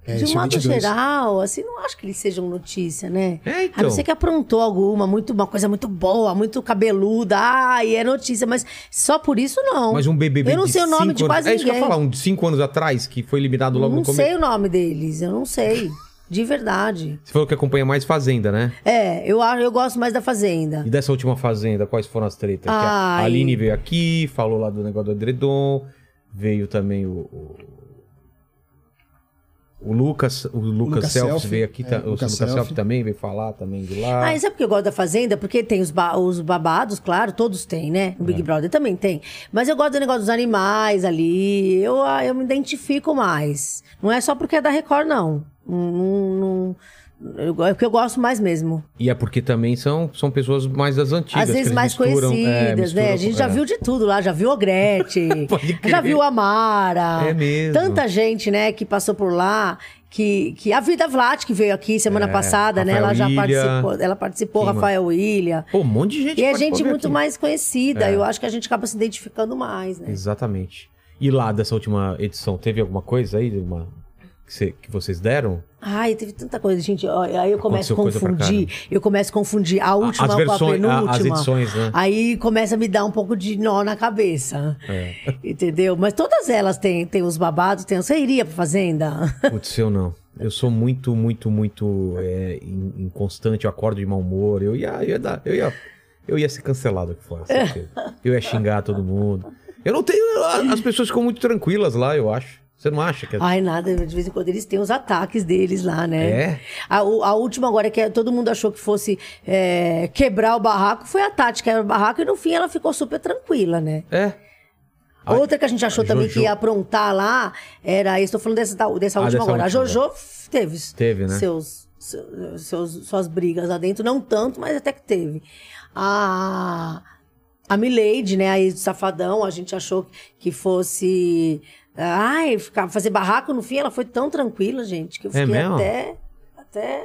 [SPEAKER 2] É,
[SPEAKER 3] De
[SPEAKER 2] esse
[SPEAKER 3] um
[SPEAKER 2] é o
[SPEAKER 3] modo
[SPEAKER 2] 22.
[SPEAKER 3] geral, assim, não acho que eles sejam notícia, né?
[SPEAKER 1] É,
[SPEAKER 3] A
[SPEAKER 1] então.
[SPEAKER 3] não ser que aprontou alguma, muito, uma coisa muito boa, muito cabeluda, ai, é notícia, mas só por isso não.
[SPEAKER 1] Mas um BBB
[SPEAKER 3] Eu não
[SPEAKER 1] de
[SPEAKER 3] sei o nome
[SPEAKER 1] cinco
[SPEAKER 3] de
[SPEAKER 1] anos-
[SPEAKER 3] quase
[SPEAKER 1] É isso que eu ia
[SPEAKER 3] ninguém.
[SPEAKER 1] falar, um de cinco anos atrás, que foi eliminado logo
[SPEAKER 3] não
[SPEAKER 1] no começo.
[SPEAKER 3] sei o nome deles, eu não sei. De verdade.
[SPEAKER 1] Você falou que acompanha mais Fazenda, né?
[SPEAKER 3] É, eu, a- eu gosto mais da Fazenda.
[SPEAKER 1] E dessa última Fazenda, quais foram as tretas? Que a
[SPEAKER 3] Ai.
[SPEAKER 1] Aline veio aqui, falou lá do negócio do edredom, veio também o... o... o Lucas, o Lucas,
[SPEAKER 2] Lucas
[SPEAKER 1] Selfs
[SPEAKER 2] Selfie,
[SPEAKER 1] veio aqui,
[SPEAKER 2] é,
[SPEAKER 1] tá- o
[SPEAKER 2] Lucas
[SPEAKER 1] Lucas, Selfie
[SPEAKER 2] Selfie.
[SPEAKER 1] também veio falar também de lá.
[SPEAKER 3] Ah, e sabe por que eu gosto da Fazenda? Porque tem os, ba- os babados, claro, todos têm, né? O Big
[SPEAKER 1] É.
[SPEAKER 3] Brother também tem. Mas eu gosto do negócio dos animais ali. Eu, ah, eu me identifico mais. Não é só porque é da Record, não. Não- não- eu- é porque eu gosto mais mesmo.
[SPEAKER 1] E é porque também são, são pessoas mais das antigas.
[SPEAKER 3] Às
[SPEAKER 1] que
[SPEAKER 3] vezes
[SPEAKER 1] eles
[SPEAKER 3] mais
[SPEAKER 1] misturam, é,
[SPEAKER 3] conhecidas, né?
[SPEAKER 1] misturam
[SPEAKER 3] A gente
[SPEAKER 1] com-
[SPEAKER 3] já
[SPEAKER 1] é.
[SPEAKER 3] viu de tudo lá. Já viu o Gretchen,
[SPEAKER 1] Pode crer.
[SPEAKER 3] já viu a Mara.
[SPEAKER 1] É mesmo.
[SPEAKER 3] Tanta gente, né, que passou por lá. Que, que a Vida Vlad, que veio aqui semana
[SPEAKER 1] É,
[SPEAKER 3] passada, né? Ela
[SPEAKER 1] Rafael
[SPEAKER 3] já
[SPEAKER 1] Ilha.
[SPEAKER 3] participou. Ela participou,
[SPEAKER 1] Quem mais?
[SPEAKER 3] Rafael Ilha.
[SPEAKER 1] Pô, um monte de gente.
[SPEAKER 3] E é
[SPEAKER 1] participou
[SPEAKER 3] gente
[SPEAKER 1] daqui.
[SPEAKER 3] muito mais conhecida.
[SPEAKER 1] É.
[SPEAKER 3] Eu acho que a gente acaba se identificando mais, né?
[SPEAKER 1] Exatamente. E lá dessa última edição, teve alguma coisa aí? Uma... Que, cê- que vocês deram?
[SPEAKER 3] Ai, teve tanta coisa, gente. ó, Aí eu começo
[SPEAKER 1] Aconteceu coisa
[SPEAKER 3] a
[SPEAKER 1] pra
[SPEAKER 3] confundir. Eu começo a confundir a última
[SPEAKER 1] as
[SPEAKER 3] com a
[SPEAKER 1] versões, a-
[SPEAKER 3] penúltima.
[SPEAKER 1] as edições, né?
[SPEAKER 3] Aí começa a me dar um pouco de nó na cabeça.
[SPEAKER 1] É.
[SPEAKER 3] Entendeu? Mas todas elas têm, têm os babados, tem. Você iria pra fazenda?
[SPEAKER 1] Putz, eu não. Eu sou muito, muito, muito é, in- inconstante. Eu acordo de mau humor. Eu ia, eu ia, dar- eu ia, eu ia ser cancelado aqui fora, certeza. Eu ia xingar todo mundo. Eu não tenho. a- As pessoas ficam muito tranquilas lá, eu acho. Você não acha que é.
[SPEAKER 3] Ai, nada. De vez em quando eles têm os ataques deles lá, né?
[SPEAKER 1] É?
[SPEAKER 3] A, o- a última agora que é, todo mundo achou que fosse é, quebrar o barraco foi a Tati, quebra o barraco, e no fim ela ficou super tranquila, né?
[SPEAKER 1] É? Ai,
[SPEAKER 3] Outra que a gente achou
[SPEAKER 1] a
[SPEAKER 3] também
[SPEAKER 1] Jojo.
[SPEAKER 3] que ia aprontar lá era. Estou falando dessa, da- dessa
[SPEAKER 1] Ah,
[SPEAKER 3] última
[SPEAKER 1] dessa última.
[SPEAKER 3] agora.
[SPEAKER 1] é.
[SPEAKER 3] A Jojo f- teve, s-
[SPEAKER 1] Teve, né?
[SPEAKER 3] seus, seu- seus- suas brigas lá dentro. Não tanto, mas até que teve. A, a Milady, né? A ex do Safadão, a gente achou que fosse. Ai, ficar, fazer barraco no fim. Ela foi tão tranquila, gente, que eu
[SPEAKER 1] É
[SPEAKER 3] fiquei
[SPEAKER 1] mesmo?
[SPEAKER 3] até. Até.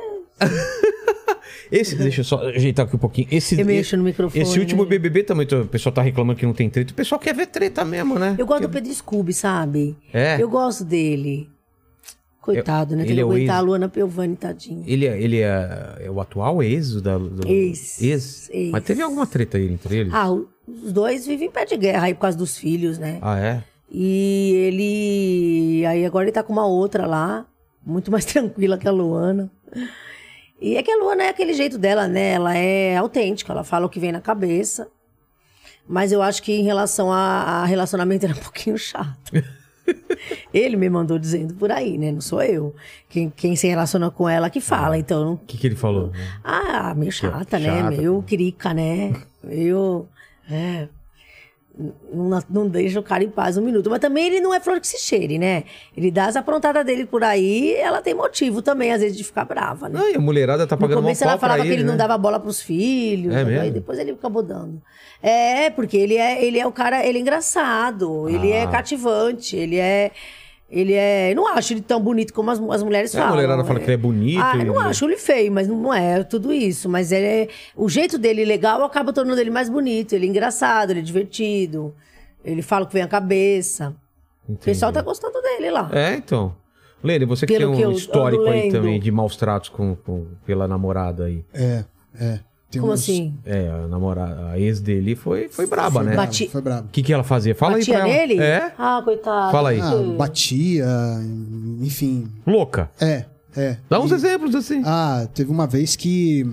[SPEAKER 1] Esse, deixa eu só ajeitar aqui um pouquinho. Esse,
[SPEAKER 3] Eu mexo
[SPEAKER 1] esse-
[SPEAKER 3] no microfone,
[SPEAKER 1] Esse último
[SPEAKER 3] É né?
[SPEAKER 1] BBB também, o pessoal tá reclamando que não tem treta. O pessoal quer ver treta mesmo, né?
[SPEAKER 3] Eu gosto do Pedro Scooby, sabe?
[SPEAKER 1] É.
[SPEAKER 3] Eu gosto dele. Coitado, né?
[SPEAKER 1] ele
[SPEAKER 3] Tem que
[SPEAKER 1] é o
[SPEAKER 3] aguentar
[SPEAKER 1] ex-
[SPEAKER 3] a Luana Piovani, tadinho.
[SPEAKER 1] Ele, é, ele é, é o atual ex da, do...
[SPEAKER 3] Ex.
[SPEAKER 1] ex.
[SPEAKER 3] Ex.
[SPEAKER 1] Mas teve alguma treta aí entre eles?
[SPEAKER 3] Ah, o- os dois vivem em pé de guerra aí por causa dos filhos, né?
[SPEAKER 1] Ah, é?
[SPEAKER 3] E ele. Aí agora ele tá com uma outra lá, muito mais tranquila que a Luana. E é que a Luana é aquele jeito dela, né? Ela é autêntica, ela fala o que vem na cabeça. Mas eu acho que em relação a, a relacionamento era um pouquinho chato. ele me mandou dizendo por aí, né? Não sou eu. Quem, quem se relaciona com ela que fala, então eu não
[SPEAKER 1] O que, que ele falou?
[SPEAKER 3] ah, meio chata, né?
[SPEAKER 1] Chata.
[SPEAKER 3] Meio crica, né? Meio. É. Não, não deixa o cara em paz um minuto. Mas também ele não é flor que se cheire, né? Ele dá as aprontadas dele por aí, ela tem motivo também, às vezes, de ficar brava, né?
[SPEAKER 1] Não, e a mulherada tá
[SPEAKER 3] No
[SPEAKER 1] pagando uma
[SPEAKER 3] começo ela falava que ele, não
[SPEAKER 1] né?
[SPEAKER 3] dava bola pros filhos,
[SPEAKER 1] É
[SPEAKER 3] aí
[SPEAKER 1] mesmo?
[SPEAKER 3] depois ele acabou dando. É, porque ele é, ele é o cara, ele é engraçado, ele é
[SPEAKER 1] Ah.
[SPEAKER 3] cativante, ele é. Ele é. Eu não acho ele tão bonito como as, mu- as mulheres
[SPEAKER 1] É, a
[SPEAKER 3] falam.
[SPEAKER 1] mulherada fala que ele é bonito
[SPEAKER 3] Ah,
[SPEAKER 1] e-
[SPEAKER 3] eu não acho ele feio, mas não é tudo isso. Mas ele é, o jeito dele legal acaba tornando ele mais bonito. Ele é engraçado, ele é divertido. Ele fala o que vem à cabeça. O pessoal tá gostando dele lá.
[SPEAKER 1] É, então. Lene, você que
[SPEAKER 3] Pelo
[SPEAKER 1] tem
[SPEAKER 3] que
[SPEAKER 1] um
[SPEAKER 3] eu ando
[SPEAKER 1] histórico aí
[SPEAKER 3] lendo.
[SPEAKER 1] também de maus tratos com, com- pela namorada aí.
[SPEAKER 2] É, é. Tem
[SPEAKER 3] como
[SPEAKER 2] uns-
[SPEAKER 3] assim?
[SPEAKER 1] É, a namorada, a ex dele foi, foi braba,
[SPEAKER 2] Foi
[SPEAKER 1] né?
[SPEAKER 2] brabo,
[SPEAKER 3] Bati-
[SPEAKER 2] Foi brabo.
[SPEAKER 1] O que, que ela fazia? Fala
[SPEAKER 3] Batia
[SPEAKER 1] aí pra
[SPEAKER 3] nele?
[SPEAKER 1] ela. É?
[SPEAKER 3] Ah, coitado.
[SPEAKER 1] Fala aí.
[SPEAKER 3] que-
[SPEAKER 2] Ah, batia, enfim.
[SPEAKER 1] Louca.
[SPEAKER 2] É, é.
[SPEAKER 1] Dá uns
[SPEAKER 2] E-
[SPEAKER 1] exemplos assim.
[SPEAKER 2] Ah, teve uma vez que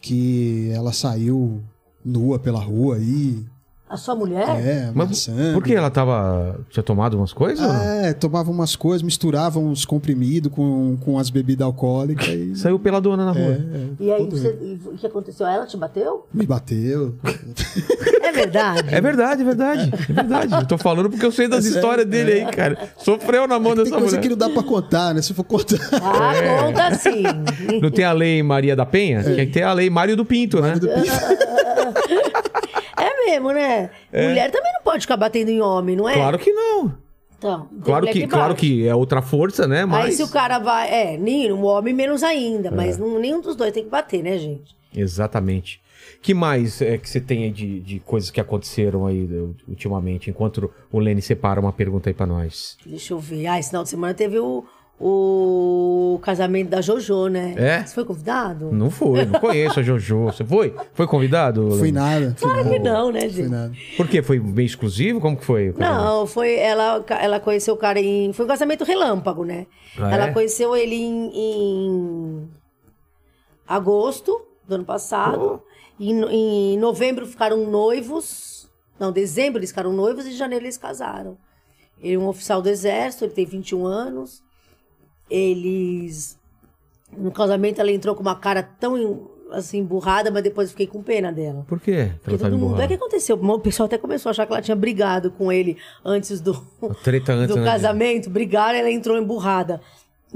[SPEAKER 2] que ela saiu nua pela rua aí.
[SPEAKER 3] A sua mulher?
[SPEAKER 2] É,
[SPEAKER 1] Mas
[SPEAKER 2] amassando.
[SPEAKER 1] por que ela tava. Tinha tomado umas coisas? ou não?
[SPEAKER 2] É, tomava umas coisas, misturava uns comprimidos com, com as bebidas alcoólicas e
[SPEAKER 1] Saiu pela dona na
[SPEAKER 2] É.
[SPEAKER 1] rua.
[SPEAKER 3] E aí, você- e o que aconteceu? Ela te bateu?
[SPEAKER 2] me bateu.
[SPEAKER 3] É verdade.
[SPEAKER 1] É verdade, é verdade. É verdade. Eu tô falando porque eu sei das histórias dele aí, cara. Sofreu na mão
[SPEAKER 2] Tem
[SPEAKER 1] dessa
[SPEAKER 2] coisa
[SPEAKER 1] mulher.
[SPEAKER 2] que não dá pra contar, né? Se for contar.
[SPEAKER 3] Ah,
[SPEAKER 1] É.
[SPEAKER 3] conta sim.
[SPEAKER 1] Não tem a lei Maria da Penha? Tinha que ter a lei Mário do Pinto, né?
[SPEAKER 3] É mesmo, né? Mulher também não pode ficar batendo em homem, não é?
[SPEAKER 1] Claro que não.
[SPEAKER 3] Então, tem
[SPEAKER 1] Claro
[SPEAKER 3] mulher
[SPEAKER 1] que, claro
[SPEAKER 3] bate.
[SPEAKER 1] que é outra força, né? Mas.
[SPEAKER 3] Aí se o cara vai. É, nem um homem menos
[SPEAKER 1] É.
[SPEAKER 3] ainda, mas não- nenhum dos dois tem que bater, né, gente?
[SPEAKER 1] Exatamente. que mais é que você tem aí de, de coisas que aconteceram aí do- ultimamente? Enquanto o Lene separa uma pergunta aí pra nós.
[SPEAKER 3] Deixa eu ver. Ah, esse final de semana teve o, o casamento da Jojo, né?
[SPEAKER 1] É?
[SPEAKER 3] Você foi convidado?
[SPEAKER 1] Não foi, não conheço a Jojo. Você foi? Foi convidado?
[SPEAKER 2] Foi
[SPEAKER 1] Lene?
[SPEAKER 2] nada. Foi
[SPEAKER 3] Claro
[SPEAKER 2] nada.
[SPEAKER 3] que não, né,
[SPEAKER 2] Foi
[SPEAKER 3] gente?
[SPEAKER 2] nada.
[SPEAKER 1] Por quê? Foi meio exclusivo? Como que foi? o casamento?
[SPEAKER 3] Não, foi. Ela, ela conheceu o cara em. Foi um casamento relâmpago, né?
[SPEAKER 1] Ah,
[SPEAKER 3] ela
[SPEAKER 1] é?
[SPEAKER 3] conheceu ele em, em agosto do ano passado. E no- em novembro ficaram noivos. Não, dezembro eles ficaram noivos e em janeiro eles casaram. Ele é um oficial do exército, ele tem 21 anos. Eles. No casamento ela entrou com uma cara tão assim, burrada, mas depois eu fiquei com pena dela.
[SPEAKER 1] Por quê? que
[SPEAKER 3] Porque
[SPEAKER 1] ela tá
[SPEAKER 3] todo mundo. É
[SPEAKER 1] emburrada?
[SPEAKER 3] o que aconteceu. O pessoal até começou a achar que ela tinha brigado com ele antes do,
[SPEAKER 1] A treta antes,
[SPEAKER 3] do
[SPEAKER 1] né?
[SPEAKER 3] casamento. Brigaram, ela entrou emburrada.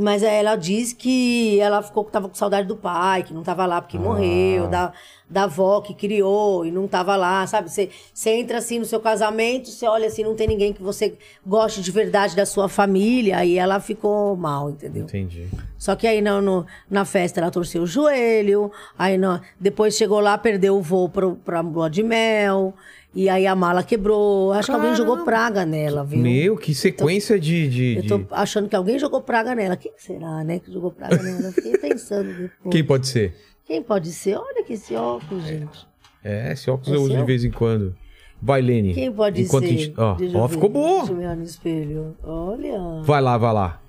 [SPEAKER 3] Mas aí ela diz que ela ficou que tava com saudade do pai, que não tava lá porque
[SPEAKER 1] Ah.
[SPEAKER 3] morreu, da, da avó que criou e não tava lá, sabe? Você você entra assim no seu casamento, você olha assim, não tem ninguém que você goste de verdade da sua família, aí ela ficou mal, entendeu?
[SPEAKER 1] Entendi.
[SPEAKER 3] Só que aí na, no- na festa ela torceu o joelho, aí na- depois chegou lá, perdeu o voo pro, pra lua de mel, e aí a mala quebrou. Acho que alguém jogou praga nela, viu?
[SPEAKER 1] Meu, que sequência de. de-
[SPEAKER 3] Eu
[SPEAKER 1] de-
[SPEAKER 3] tô achando que alguém jogou praga nela. Quem será, né, que jogou praga nela? Eu Fiquei pensando depois.
[SPEAKER 1] Quem pode ser?
[SPEAKER 3] Quem pode ser? Olha que esse óculos, gente.
[SPEAKER 1] É, esse óculos
[SPEAKER 3] É
[SPEAKER 1] eu uso de
[SPEAKER 3] seu?
[SPEAKER 1] vez em quando. Vai, Lene.
[SPEAKER 3] Quem pode
[SPEAKER 1] Enquanto a
[SPEAKER 3] ser?
[SPEAKER 1] gente- Ó,
[SPEAKER 3] Deixa eu
[SPEAKER 1] ó
[SPEAKER 3] ver,
[SPEAKER 1] ficou bom.
[SPEAKER 3] Deixa eu me olhar no espelho. Olha.
[SPEAKER 1] Vai lá, vai lá.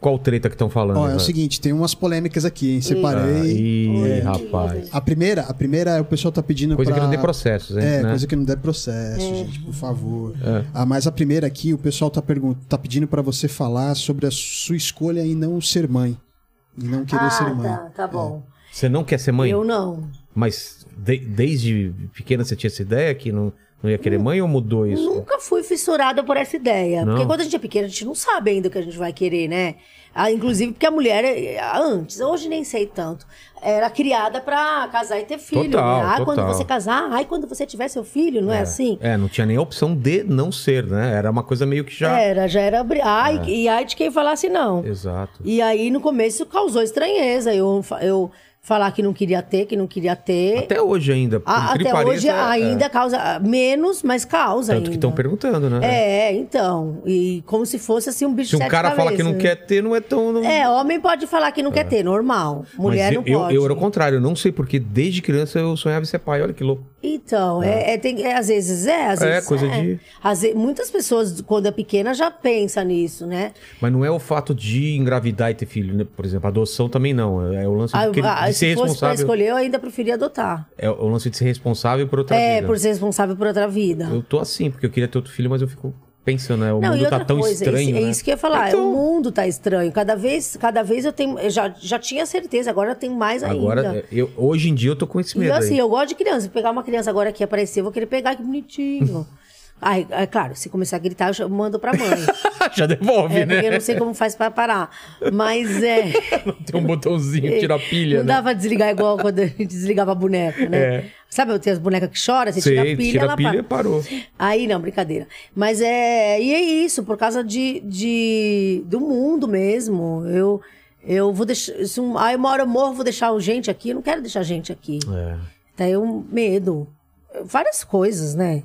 [SPEAKER 1] Qual treta que estão falando?
[SPEAKER 2] Ó, é
[SPEAKER 1] né?
[SPEAKER 2] o seguinte, tem umas polêmicas aqui, hein?
[SPEAKER 1] Ah,
[SPEAKER 2] Separei.
[SPEAKER 1] Ih, rapaz.
[SPEAKER 2] A primeira, a primeira o pessoal tá pedindo
[SPEAKER 1] Coisa
[SPEAKER 2] pra...
[SPEAKER 1] que não tem processos, hein,
[SPEAKER 2] É,
[SPEAKER 1] né? É.
[SPEAKER 2] coisa que não der processo,
[SPEAKER 3] É.
[SPEAKER 2] gente, por favor. Ah, mas a primeira aqui, o pessoal tá, pergun- tá pedindo pra você falar sobre a sua escolha em não ser mãe. E não querer
[SPEAKER 3] ah,
[SPEAKER 2] ser mãe.
[SPEAKER 3] tá, tá bom.
[SPEAKER 1] Você não quer ser É. mãe?
[SPEAKER 3] Eu não.
[SPEAKER 1] Mas de- desde pequena você tinha essa ideia que não, não ia querer mãe ou mudou isso?
[SPEAKER 3] Nunca fui fissurada por essa ideia.
[SPEAKER 1] Não?
[SPEAKER 3] Porque quando a gente é pequena, a gente não sabe ainda o que a gente vai querer, né? Ah, inclusive porque a mulher, eh, antes, hoje nem sei tanto, era criada pra casar e ter filho.
[SPEAKER 1] Total,
[SPEAKER 3] né? Ah,
[SPEAKER 1] total.
[SPEAKER 3] quando você casar, ai, quando você tiver seu filho, não é, assim?
[SPEAKER 1] É, não tinha nem a opção de não ser, né? Era uma coisa meio que já. É.
[SPEAKER 3] Era, já era. bri- Ai, E ai de quem falasse não.
[SPEAKER 1] Exato.
[SPEAKER 3] E aí, no começo, causou estranheza. Eu, fa- eu falar que não queria ter, que não queria ter.
[SPEAKER 1] Até hoje ainda. por
[SPEAKER 3] A-
[SPEAKER 1] incrível que
[SPEAKER 3] até hoje
[SPEAKER 1] pareça, é-
[SPEAKER 3] ainda causa menos, mas causa
[SPEAKER 1] Tanto que
[SPEAKER 3] ainda.
[SPEAKER 1] estão perguntando, né?
[SPEAKER 3] É, então. E como se fosse assim um bicho
[SPEAKER 1] Se um
[SPEAKER 3] sete
[SPEAKER 1] cara fala que
[SPEAKER 3] cabeças,
[SPEAKER 1] não
[SPEAKER 3] né?
[SPEAKER 1] quer ter, não é tão. não-
[SPEAKER 3] É, homem pode falar que não quer ter, normal. Mulher
[SPEAKER 1] Mas
[SPEAKER 3] não
[SPEAKER 1] eu,
[SPEAKER 3] pode.
[SPEAKER 1] eu, eu era o contrário, eu não sei porque desde criança eu sonhava em ser pai, olha que louco.
[SPEAKER 3] Então, é. é, tem, é, às vezes é, às
[SPEAKER 1] É,
[SPEAKER 3] vezes
[SPEAKER 1] coisa de-
[SPEAKER 3] Às ve- muitas pessoas, quando é pequena, já pensa nisso, né?
[SPEAKER 1] Mas não é o fato de engravidar e ter filho, né? Por exemplo, adoção também não. É o lance
[SPEAKER 3] Ah,
[SPEAKER 1] de, que-
[SPEAKER 3] ah,
[SPEAKER 1] de ser
[SPEAKER 3] se fosse pra
[SPEAKER 1] responsável.
[SPEAKER 3] escolher, eu ainda preferia adotar.
[SPEAKER 1] É o lance de ser responsável por outra
[SPEAKER 3] é,
[SPEAKER 1] vida.
[SPEAKER 3] por ser responsável por outra vida.
[SPEAKER 1] Eu tô assim, porque eu queria ter outro filho, mas eu fico pensando, né? O
[SPEAKER 3] Não, e
[SPEAKER 1] mundo
[SPEAKER 3] outra
[SPEAKER 1] tá tão
[SPEAKER 3] coisa, é
[SPEAKER 1] estranho.
[SPEAKER 3] isso- é,
[SPEAKER 1] né?
[SPEAKER 3] isso que eu ia falar.
[SPEAKER 1] Então,
[SPEAKER 3] O mundo tá estranho. Cada vez, cada vez eu tenho. Eu já, já tinha certeza, agora eu tenho mais ainda.
[SPEAKER 1] agora, é, eu, hoje em dia eu tô com esse
[SPEAKER 3] E
[SPEAKER 1] medo.
[SPEAKER 3] assim,
[SPEAKER 1] aí.
[SPEAKER 3] eu gosto de criança. Se pegar uma criança agora que aparecer, eu vou querer pegar, que bonitinho. Aí, é claro, se começar a gritar, eu já mando pra mãe.
[SPEAKER 1] Já devolve,
[SPEAKER 3] É,
[SPEAKER 1] né?
[SPEAKER 3] porque eu não sei como faz pra parar. Mas é.
[SPEAKER 1] Tem um botãozinho, tira a pilha,
[SPEAKER 3] Não
[SPEAKER 1] né?
[SPEAKER 3] dava dá pra desligar igual quando a gente desligava a boneca, né?
[SPEAKER 1] É.
[SPEAKER 3] Sabe, eu tenho as bonecas que choram, você tira
[SPEAKER 1] Sei,
[SPEAKER 3] a pilha,
[SPEAKER 1] tira
[SPEAKER 3] ela
[SPEAKER 1] a pilha e
[SPEAKER 3] para.
[SPEAKER 1] parou.
[SPEAKER 3] Aí não, brincadeira. Mas é. E é isso, por causa de, de- do mundo mesmo. Eu, eu vou deixar. Se um, aí uma hora eu morro, vou deixar gente aqui. Eu não quero deixar gente aqui.
[SPEAKER 1] É.
[SPEAKER 3] Tá aí um medo. Várias coisas, né?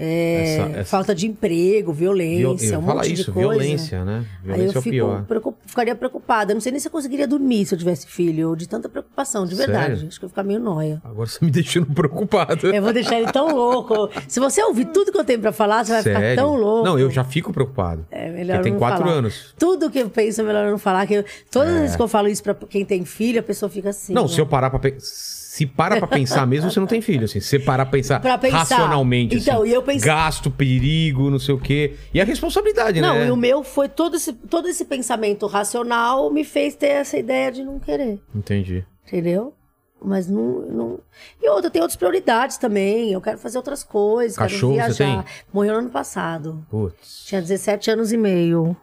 [SPEAKER 3] É,
[SPEAKER 1] Essa- essa-
[SPEAKER 3] Falta de emprego,
[SPEAKER 1] Viol-
[SPEAKER 3] violência, um
[SPEAKER 1] Fala
[SPEAKER 3] monte
[SPEAKER 1] isso,
[SPEAKER 3] de coisa.
[SPEAKER 1] violência, né?
[SPEAKER 3] Aí eu
[SPEAKER 1] Violência é o
[SPEAKER 3] fico,
[SPEAKER 1] pior.
[SPEAKER 3] preocup- ficaria preocupada. Eu Não sei nem se eu conseguiria dormir se eu tivesse filho, de tanta preocupação, de verdade.
[SPEAKER 1] Sério?
[SPEAKER 3] Acho que eu ia ficar meio noia.
[SPEAKER 1] Agora você me deixando preocupado.
[SPEAKER 3] Eu vou deixar ele tão louco. Se você ouvir tudo que eu tenho pra falar, você vai ficar
[SPEAKER 1] Sério?
[SPEAKER 3] tão louco.
[SPEAKER 1] Não, eu já fico preocupado.
[SPEAKER 3] É melhor
[SPEAKER 1] Porque tem
[SPEAKER 3] não
[SPEAKER 1] quatro
[SPEAKER 3] falar.
[SPEAKER 1] anos. É.
[SPEAKER 3] Tudo que eu penso é melhor eu não falar. Que eu- Todas as vezes que eu falo isso pra quem tem filho, a pessoa fica assim.
[SPEAKER 1] não,
[SPEAKER 3] né?
[SPEAKER 1] se eu parar pra pensar. Se para pra pensar mesmo, você não tem filho, assim. Se você parar pra pensar,
[SPEAKER 3] Pra pensar.
[SPEAKER 1] racionalmente,
[SPEAKER 3] Então,
[SPEAKER 1] assim,
[SPEAKER 3] e eu pensei-
[SPEAKER 1] Gasto, perigo, não sei o quê. E a responsabilidade,
[SPEAKER 3] Não,
[SPEAKER 1] né?
[SPEAKER 3] e o meu foi todo esse, todo esse pensamento racional me fez ter essa ideia de não querer,
[SPEAKER 1] Entendi.
[SPEAKER 3] entendeu? Mas não, não. E outra, tem outras prioridades também. Eu quero fazer outras coisas.
[SPEAKER 1] Cachorro
[SPEAKER 3] quero
[SPEAKER 1] você
[SPEAKER 3] viajar. Morreu no ano passado.
[SPEAKER 1] Putz.
[SPEAKER 3] Tinha 17 anos e meio.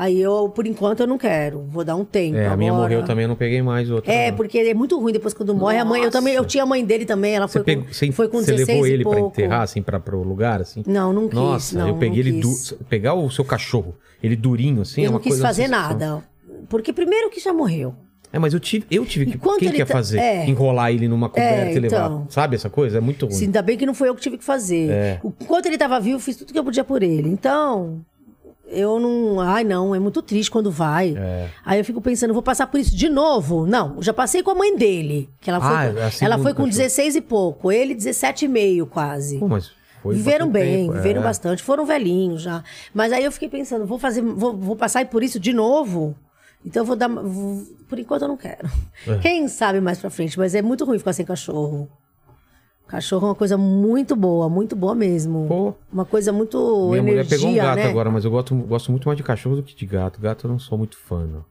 [SPEAKER 3] Aí eu, por enquanto, eu não quero. Vou dar um tempo.
[SPEAKER 1] É, a minha
[SPEAKER 3] agora.
[SPEAKER 1] morreu também, eu não peguei mais outra.
[SPEAKER 3] É,
[SPEAKER 1] não.
[SPEAKER 3] porque é muito ruim depois quando morre a mãe. Eu também, eu tinha a mãe dele também, ela
[SPEAKER 1] Você,
[SPEAKER 3] foi,
[SPEAKER 1] pegou,
[SPEAKER 3] com,
[SPEAKER 1] você,
[SPEAKER 3] foi com
[SPEAKER 1] você
[SPEAKER 3] 16
[SPEAKER 1] levou
[SPEAKER 3] e
[SPEAKER 1] ele pra
[SPEAKER 3] pouco.
[SPEAKER 1] enterrar, assim, pra, pro lugar, assim?
[SPEAKER 3] Não, não quis.
[SPEAKER 1] Nossa,
[SPEAKER 3] não,
[SPEAKER 1] eu peguei
[SPEAKER 3] não
[SPEAKER 1] ele. Du...
[SPEAKER 3] quis.
[SPEAKER 1] Pegar o seu cachorro, ele durinho, assim, é
[SPEAKER 3] Eu
[SPEAKER 1] uma
[SPEAKER 3] não quis
[SPEAKER 1] coisa-
[SPEAKER 3] fazer
[SPEAKER 1] uma sensação.
[SPEAKER 3] nada. Porque primeiro que já morreu.
[SPEAKER 1] É, mas eu tive, eu tive que.
[SPEAKER 3] Enquanto
[SPEAKER 1] Quem
[SPEAKER 3] ele
[SPEAKER 1] quer
[SPEAKER 3] tá-
[SPEAKER 1] fazer?
[SPEAKER 3] é.
[SPEAKER 1] Enrolar ele numa coberta
[SPEAKER 3] É,
[SPEAKER 1] e levar.
[SPEAKER 3] então.
[SPEAKER 1] Sabe essa coisa? É muito ruim.
[SPEAKER 3] Se ainda bem que não foi eu que tive que fazer.
[SPEAKER 1] É.
[SPEAKER 3] O- Enquanto ele estava vivo, eu fiz tudo que eu podia por ele. Então, eu não. Ai, não, é muito triste quando vai.
[SPEAKER 1] É.
[SPEAKER 3] Aí eu fico pensando, vou passar por isso de novo? Não, já passei com a mãe dele. Que ela foi,
[SPEAKER 1] Ah,
[SPEAKER 3] com,
[SPEAKER 1] é a segunda
[SPEAKER 3] ela foi com
[SPEAKER 1] cachorro.
[SPEAKER 3] 16 e pouco, ele 17 e meio quase.
[SPEAKER 1] Pô, mas foi
[SPEAKER 3] viveram
[SPEAKER 1] bastante
[SPEAKER 3] bem,
[SPEAKER 1] tempo,
[SPEAKER 3] viveram
[SPEAKER 1] é.
[SPEAKER 3] bastante, foram velhinhos já. Mas aí eu fiquei pensando, vou fazer, vou, vou passar por isso de novo? Então eu vou dar. vou- por enquanto eu não quero.
[SPEAKER 1] É.
[SPEAKER 3] Quem sabe mais pra frente, mas é muito ruim ficar sem cachorro. Cachorro é uma coisa muito boa, muito boa mesmo.
[SPEAKER 1] Pô.
[SPEAKER 3] Uma coisa muito.
[SPEAKER 1] Minha mulher
[SPEAKER 3] energia,
[SPEAKER 1] pegou um gato
[SPEAKER 3] né?
[SPEAKER 1] agora, mas eu gosto, gosto muito mais de cachorro do que de gato. Gato eu não sou muito fã, não.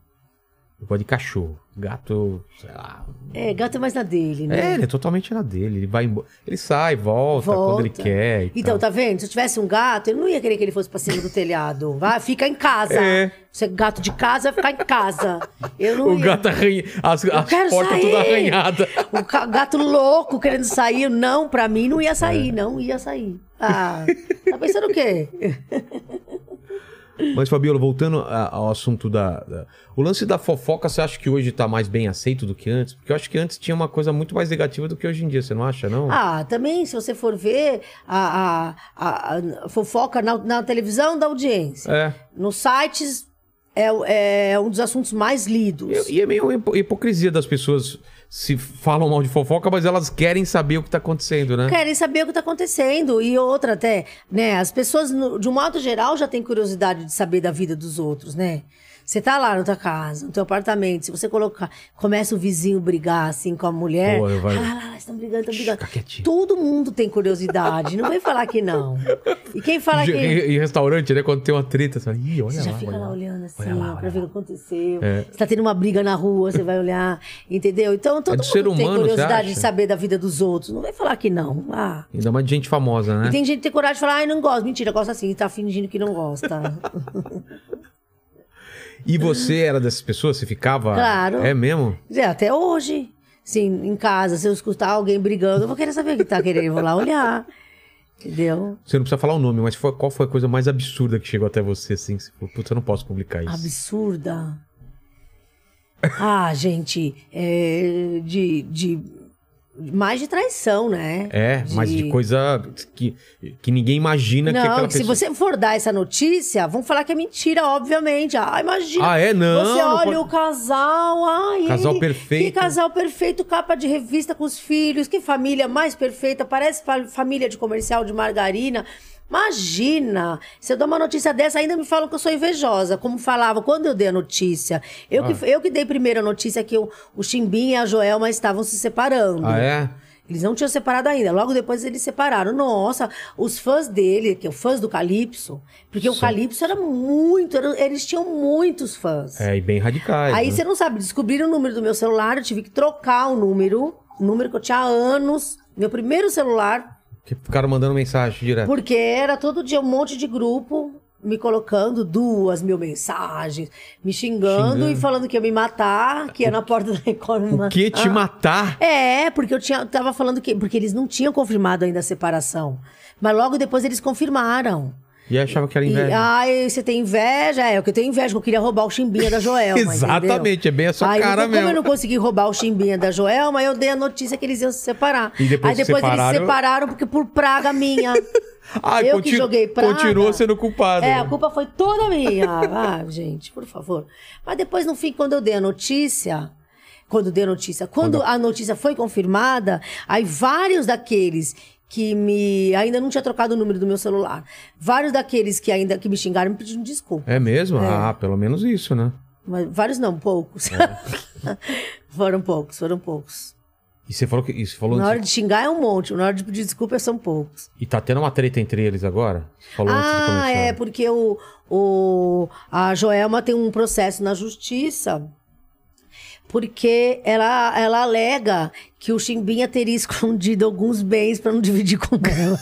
[SPEAKER 1] Eu gosto de cachorro. Gato, eu- sei lá.
[SPEAKER 3] É, gato é mais na dele,
[SPEAKER 1] É,
[SPEAKER 3] né?
[SPEAKER 1] ele é totalmente na dele. Ele vai embora. Ele sai, volta, quando ele
[SPEAKER 3] Volta.
[SPEAKER 1] quer. e
[SPEAKER 3] Então,
[SPEAKER 1] tal.
[SPEAKER 3] tá vendo? Se eu tivesse um gato, eu não ia querer que ele fosse pra cima do telhado. Vai, fica em casa.
[SPEAKER 1] É.
[SPEAKER 3] Você é gato de casa, vai ficar em casa. Eu não
[SPEAKER 1] O
[SPEAKER 3] ia.
[SPEAKER 1] gato arranha. As, as
[SPEAKER 3] quero
[SPEAKER 1] portas
[SPEAKER 3] sair!
[SPEAKER 1] todas arranhadas.
[SPEAKER 3] O ca- gato louco querendo sair. Não, pra mim não ia sair, não ia sair. Ah, tá pensando o quê?
[SPEAKER 1] Mas, Fabiola, voltando a- ao assunto da, da- O lance da fofoca, você acha que hoje tá mais bem aceito do que antes? Porque eu acho que antes tinha uma coisa muito mais negativa do que hoje em dia, você não acha, não?
[SPEAKER 3] Ah, também, se você for ver a, a- a- a fofoca na, na televisão da audiência,
[SPEAKER 1] É.
[SPEAKER 3] nos sites é, o- é um dos assuntos mais lidos.
[SPEAKER 1] E- E é meio hipo- hipocrisia das pessoas se falam mal de fofoca, mas elas querem saber o que tá acontecendo, né?
[SPEAKER 3] Querem saber o que está acontecendo. E outra até, né? As pessoas, no- de um modo geral, já têm curiosidade de saber da vida dos outros, né? Você tá lá na tua casa, no teu apartamento, se você colocar, começa o vizinho brigar assim com a mulher,
[SPEAKER 1] Pô, vai-
[SPEAKER 3] ah, lá, lá, lá, estão brigando, estão
[SPEAKER 1] Shh,
[SPEAKER 3] brigando.
[SPEAKER 1] fica quietinho.
[SPEAKER 3] Todo mundo tem curiosidade, não vem falar que não. E quem fala
[SPEAKER 1] Em,
[SPEAKER 3] que
[SPEAKER 1] em- em restaurante, né? Quando tem uma treta, você fala, Ih, olha
[SPEAKER 3] você já
[SPEAKER 1] lá,
[SPEAKER 3] fica
[SPEAKER 1] olha
[SPEAKER 3] lá
[SPEAKER 1] lá."
[SPEAKER 3] olhando assim,
[SPEAKER 1] olha lá,
[SPEAKER 3] ó, pra
[SPEAKER 1] olha
[SPEAKER 3] ver o
[SPEAKER 1] lá. É.
[SPEAKER 3] que aconteceu. Você tá tendo uma briga na rua, você vai olhar, entendeu? Então todo
[SPEAKER 1] do É
[SPEAKER 3] mundo
[SPEAKER 1] ser
[SPEAKER 3] tem
[SPEAKER 1] humano, você
[SPEAKER 3] curiosidade
[SPEAKER 1] acha?
[SPEAKER 3] de saber da vida dos outros. Não vem falar que não. Ah.
[SPEAKER 1] Ainda mais de gente famosa, né?
[SPEAKER 3] E tem gente que tem coragem de falar, ai, não gosto. Mentira, gosta assim, tá fingindo que não gosta.
[SPEAKER 1] E você era dessas pessoas? Você ficava.
[SPEAKER 3] Claro.
[SPEAKER 1] É mesmo?
[SPEAKER 3] Quer dizer, até hoje, sim, em casa, se eu escutar alguém brigando, eu vou querer saber o que tá querendo, eu vou lá olhar. Entendeu?
[SPEAKER 1] Você não precisa falar o nome, mas foi- qual foi a coisa mais absurda que chegou até você, assim? que Você falou, puta, eu não posso publicar isso.
[SPEAKER 3] Absurda. Ah, gente, é, de, de- Mais de traição, né?
[SPEAKER 1] É, mas de coisa que, que ninguém imagina né, que
[SPEAKER 3] Não,
[SPEAKER 1] aquela
[SPEAKER 3] que se
[SPEAKER 1] pessoa...
[SPEAKER 3] você for dar essa notícia, vão falar que é mentira, obviamente. Ah, imagina.
[SPEAKER 1] Ah, é? Não,
[SPEAKER 3] Você
[SPEAKER 1] não
[SPEAKER 3] olha
[SPEAKER 1] pode-
[SPEAKER 3] o casal, ai,
[SPEAKER 1] Casal
[SPEAKER 3] ele- Que
[SPEAKER 1] perfeito.
[SPEAKER 3] casal perfeito, capa de revista com os filhos, que família mais perfeita, parece fa- família de comercial de margarina. Imagina, se eu dou uma notícia dessa, ainda me falam que eu sou invejosa. Como falava, quando eu dei a notícia, eu,
[SPEAKER 1] Ah.
[SPEAKER 3] que, eu que dei primeiro a notícia que o, o Chimbinha e a Joelma estavam se separando.
[SPEAKER 1] Ah, é?
[SPEAKER 3] Eles não tinham separado ainda. Logo depois eles separaram. Nossa, os fãs dele, que é o fãs do Calypso, porque o Calypso era muito, era- eles tinham muitos fãs.
[SPEAKER 1] É, e bem radicais.
[SPEAKER 3] Aí
[SPEAKER 1] né?
[SPEAKER 3] você não sabe, descobriram o número do meu celular, eu tive que trocar o número, número que eu tinha há anos, meu primeiro celular,
[SPEAKER 1] Que ficaram mandando mensagem direto.
[SPEAKER 3] porque era todo dia um monte de grupo me colocando duas mil mensagens, me xingando,
[SPEAKER 1] Xingando.
[SPEAKER 3] e falando que ia me matar, que ia na porta da Record me
[SPEAKER 1] O que te
[SPEAKER 3] matar.
[SPEAKER 1] matar?
[SPEAKER 3] É, porque eu tinha, eu tava falando que. Porque eles não tinham confirmado ainda a separação. Mas logo depois eles confirmaram.
[SPEAKER 1] E aí achava que era
[SPEAKER 3] E, ah,
[SPEAKER 1] inveja.
[SPEAKER 3] ai, você tem inveja? É, eu que tenho inveja, que eu queria roubar o chimbinha da Joelma.
[SPEAKER 1] Exatamente,
[SPEAKER 3] entendeu?
[SPEAKER 1] é bem a sua
[SPEAKER 3] Aí, então,
[SPEAKER 1] cara
[SPEAKER 3] como
[SPEAKER 1] mesmo.
[SPEAKER 3] eu não consegui roubar o chimbinha da Joelma, eu dei a notícia que eles iam se separar.
[SPEAKER 1] E depois
[SPEAKER 3] aí
[SPEAKER 1] que
[SPEAKER 3] depois
[SPEAKER 1] separaram-
[SPEAKER 3] eles separaram porque por praga minha.
[SPEAKER 1] Ah,
[SPEAKER 3] eu
[SPEAKER 1] conti-
[SPEAKER 3] que joguei praga.
[SPEAKER 1] Continuou sendo culpado.
[SPEAKER 3] É, a culpa foi toda minha. Ah, gente, por favor. Mas depois, no fim, quando eu dei a notícia. Quando dei a notícia. Quando, a notícia foi confirmada, aí vários daqueles que me. Ainda não tinha trocado o número do meu celular. Vários daqueles que ainda que me xingaram me pediram desculpa.
[SPEAKER 1] É mesmo? Ah, pelo menos isso, né?
[SPEAKER 3] Mas vários não, poucos.
[SPEAKER 1] É.
[SPEAKER 3] foram poucos, foram poucos.
[SPEAKER 1] E você falou que. e você falou
[SPEAKER 3] Na hora
[SPEAKER 1] antes-
[SPEAKER 3] de xingar é um monte, na hora de pedir desculpa são poucos.
[SPEAKER 1] E tá tendo uma treta entre eles agora? Você falou antes de
[SPEAKER 3] Ah,
[SPEAKER 1] começar.
[SPEAKER 3] é, porque o, o, a Joelma tem um processo na justiça porque ela, ela alega que o Chimbinha teria escondido alguns bens pra não dividir com ela.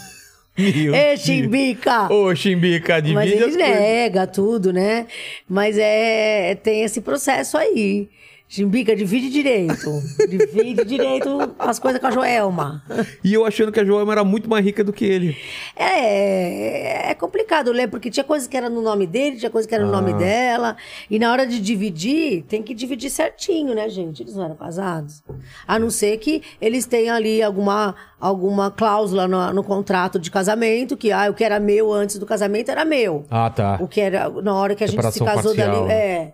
[SPEAKER 1] Meu
[SPEAKER 3] Ei,
[SPEAKER 1] Deus.
[SPEAKER 3] Chimbica!
[SPEAKER 1] Ô, Chimbica, divide
[SPEAKER 3] Mas
[SPEAKER 1] as
[SPEAKER 3] ele
[SPEAKER 1] coisas.
[SPEAKER 3] nega tudo, né? Mas é, tem esse processo aí. Chimbica, divide direito. divide direito as coisas com a Joelma.
[SPEAKER 1] E eu achando que a Joelma era muito mais rica do que ele.
[SPEAKER 3] É, é complicado ler, porque tinha coisa que era no nome dele, tinha coisa que era no
[SPEAKER 1] Ah.
[SPEAKER 3] nome dela. E na hora de dividir, tem que dividir certinho, né, gente? Eles não eram casados. A não ser que eles tenham ali alguma, alguma cláusula no, no contrato de casamento, que ah, o que era meu antes do casamento era meu.
[SPEAKER 1] Ah, tá.
[SPEAKER 3] O que era na hora que a gente se
[SPEAKER 1] Separação
[SPEAKER 3] casou
[SPEAKER 1] parcial,
[SPEAKER 3] dali.
[SPEAKER 1] né?
[SPEAKER 3] É.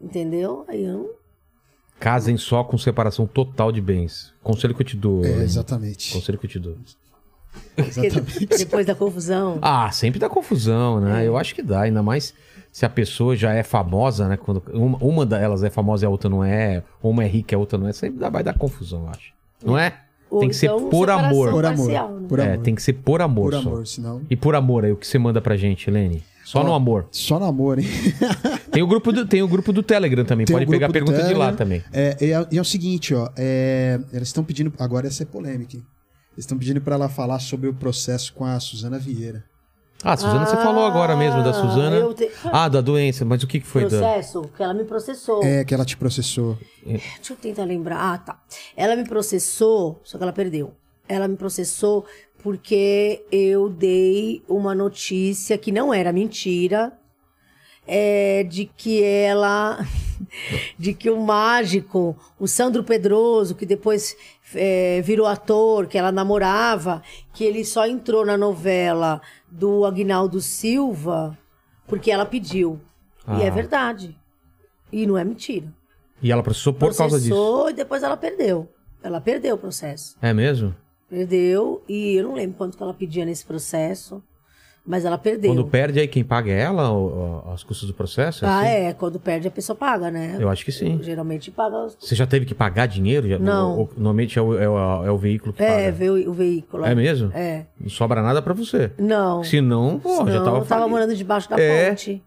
[SPEAKER 3] Entendeu? Aí eu não
[SPEAKER 1] Casem só com separação total de bens. Conselho que eu te dou.
[SPEAKER 2] É,
[SPEAKER 1] Aline.
[SPEAKER 2] exatamente.
[SPEAKER 1] Conselho que eu te dou.
[SPEAKER 3] porque
[SPEAKER 1] Tá
[SPEAKER 3] depois da confusão.
[SPEAKER 1] Ah, sempre dá confusão, né?
[SPEAKER 2] É.
[SPEAKER 1] Eu acho que dá, ainda mais se a pessoa já é famosa, né? Quando uma, uma delas é famosa e a outra não é, ou uma é rica e a outra não é, sempre dá, vai dar confusão, eu acho. Não é?
[SPEAKER 3] Ou
[SPEAKER 1] tem que ser
[SPEAKER 3] então,
[SPEAKER 1] por
[SPEAKER 3] separação
[SPEAKER 1] amor.
[SPEAKER 2] Por amor.
[SPEAKER 3] Parcial, né?
[SPEAKER 2] Por amor.
[SPEAKER 1] É, tem que ser por amor.
[SPEAKER 2] Por
[SPEAKER 1] só.
[SPEAKER 2] amor, senão.
[SPEAKER 1] E por amor aí, o que você manda pra gente, Helene? Só no
[SPEAKER 2] Ó,
[SPEAKER 1] amor.
[SPEAKER 2] Só no amor, hein?
[SPEAKER 1] Tem o grupo do, tem o grupo do Telegram também,
[SPEAKER 2] Tem o
[SPEAKER 1] pode
[SPEAKER 2] grupo
[SPEAKER 1] pegar
[SPEAKER 2] do
[SPEAKER 1] pergunta de lá
[SPEAKER 2] Telegram.
[SPEAKER 1] também.
[SPEAKER 2] É, e é, e é o seguinte, ó. é, eles estão pedindo. Agora essa é polêmica, hein? Eles estão pedindo pra ela falar sobre o processo com a Suzana Vieira.
[SPEAKER 1] Ah, Suzana, você falou agora mesmo da Suzana.
[SPEAKER 3] Ah, eu te-
[SPEAKER 1] Ah, da doença, mas o que, que foi da.
[SPEAKER 3] processo, que ela me processou.
[SPEAKER 2] É, que ela te processou.
[SPEAKER 3] Deixa eu tentar lembrar. Ah, tá. Ela me processou, só que ela perdeu. Ela me processou porque eu dei uma notícia que não era mentira, é, de que ela. de que o mágico, o Sandro Pedroso, que depois é, virou ator, que ela namorava, que ele só entrou na novela do Agnaldo Silva porque ela pediu.
[SPEAKER 1] Ah.
[SPEAKER 3] E é verdade. E não é mentira
[SPEAKER 1] E ela processou por causa disso.
[SPEAKER 3] processou e depois ela perdeu. Ela perdeu o processo.
[SPEAKER 1] É mesmo?
[SPEAKER 3] Perdeu e eu não lembro quanto que ela pedia nesse processo, mas ela perdeu.
[SPEAKER 1] Quando perde, aí quem paga é ela, o- o- as custas do processo?
[SPEAKER 3] ah,
[SPEAKER 1] assim?
[SPEAKER 3] é, quando perde a pessoa paga, né?
[SPEAKER 1] Eu acho que sim.
[SPEAKER 3] Geralmente paga. os-
[SPEAKER 1] Você já teve que pagar dinheiro? Já-
[SPEAKER 3] Não.
[SPEAKER 1] o- o- normalmente é o, é o- é o veículo que
[SPEAKER 3] É,
[SPEAKER 1] paga.
[SPEAKER 3] vê o, o veículo.
[SPEAKER 1] É mesmo?
[SPEAKER 3] É.
[SPEAKER 1] Não sobra nada pra você.
[SPEAKER 3] Não.
[SPEAKER 1] Se não, pô, já
[SPEAKER 3] Senão
[SPEAKER 1] tava,
[SPEAKER 3] eu tava
[SPEAKER 1] falido.
[SPEAKER 3] morando debaixo da
[SPEAKER 1] É.
[SPEAKER 3] ponte.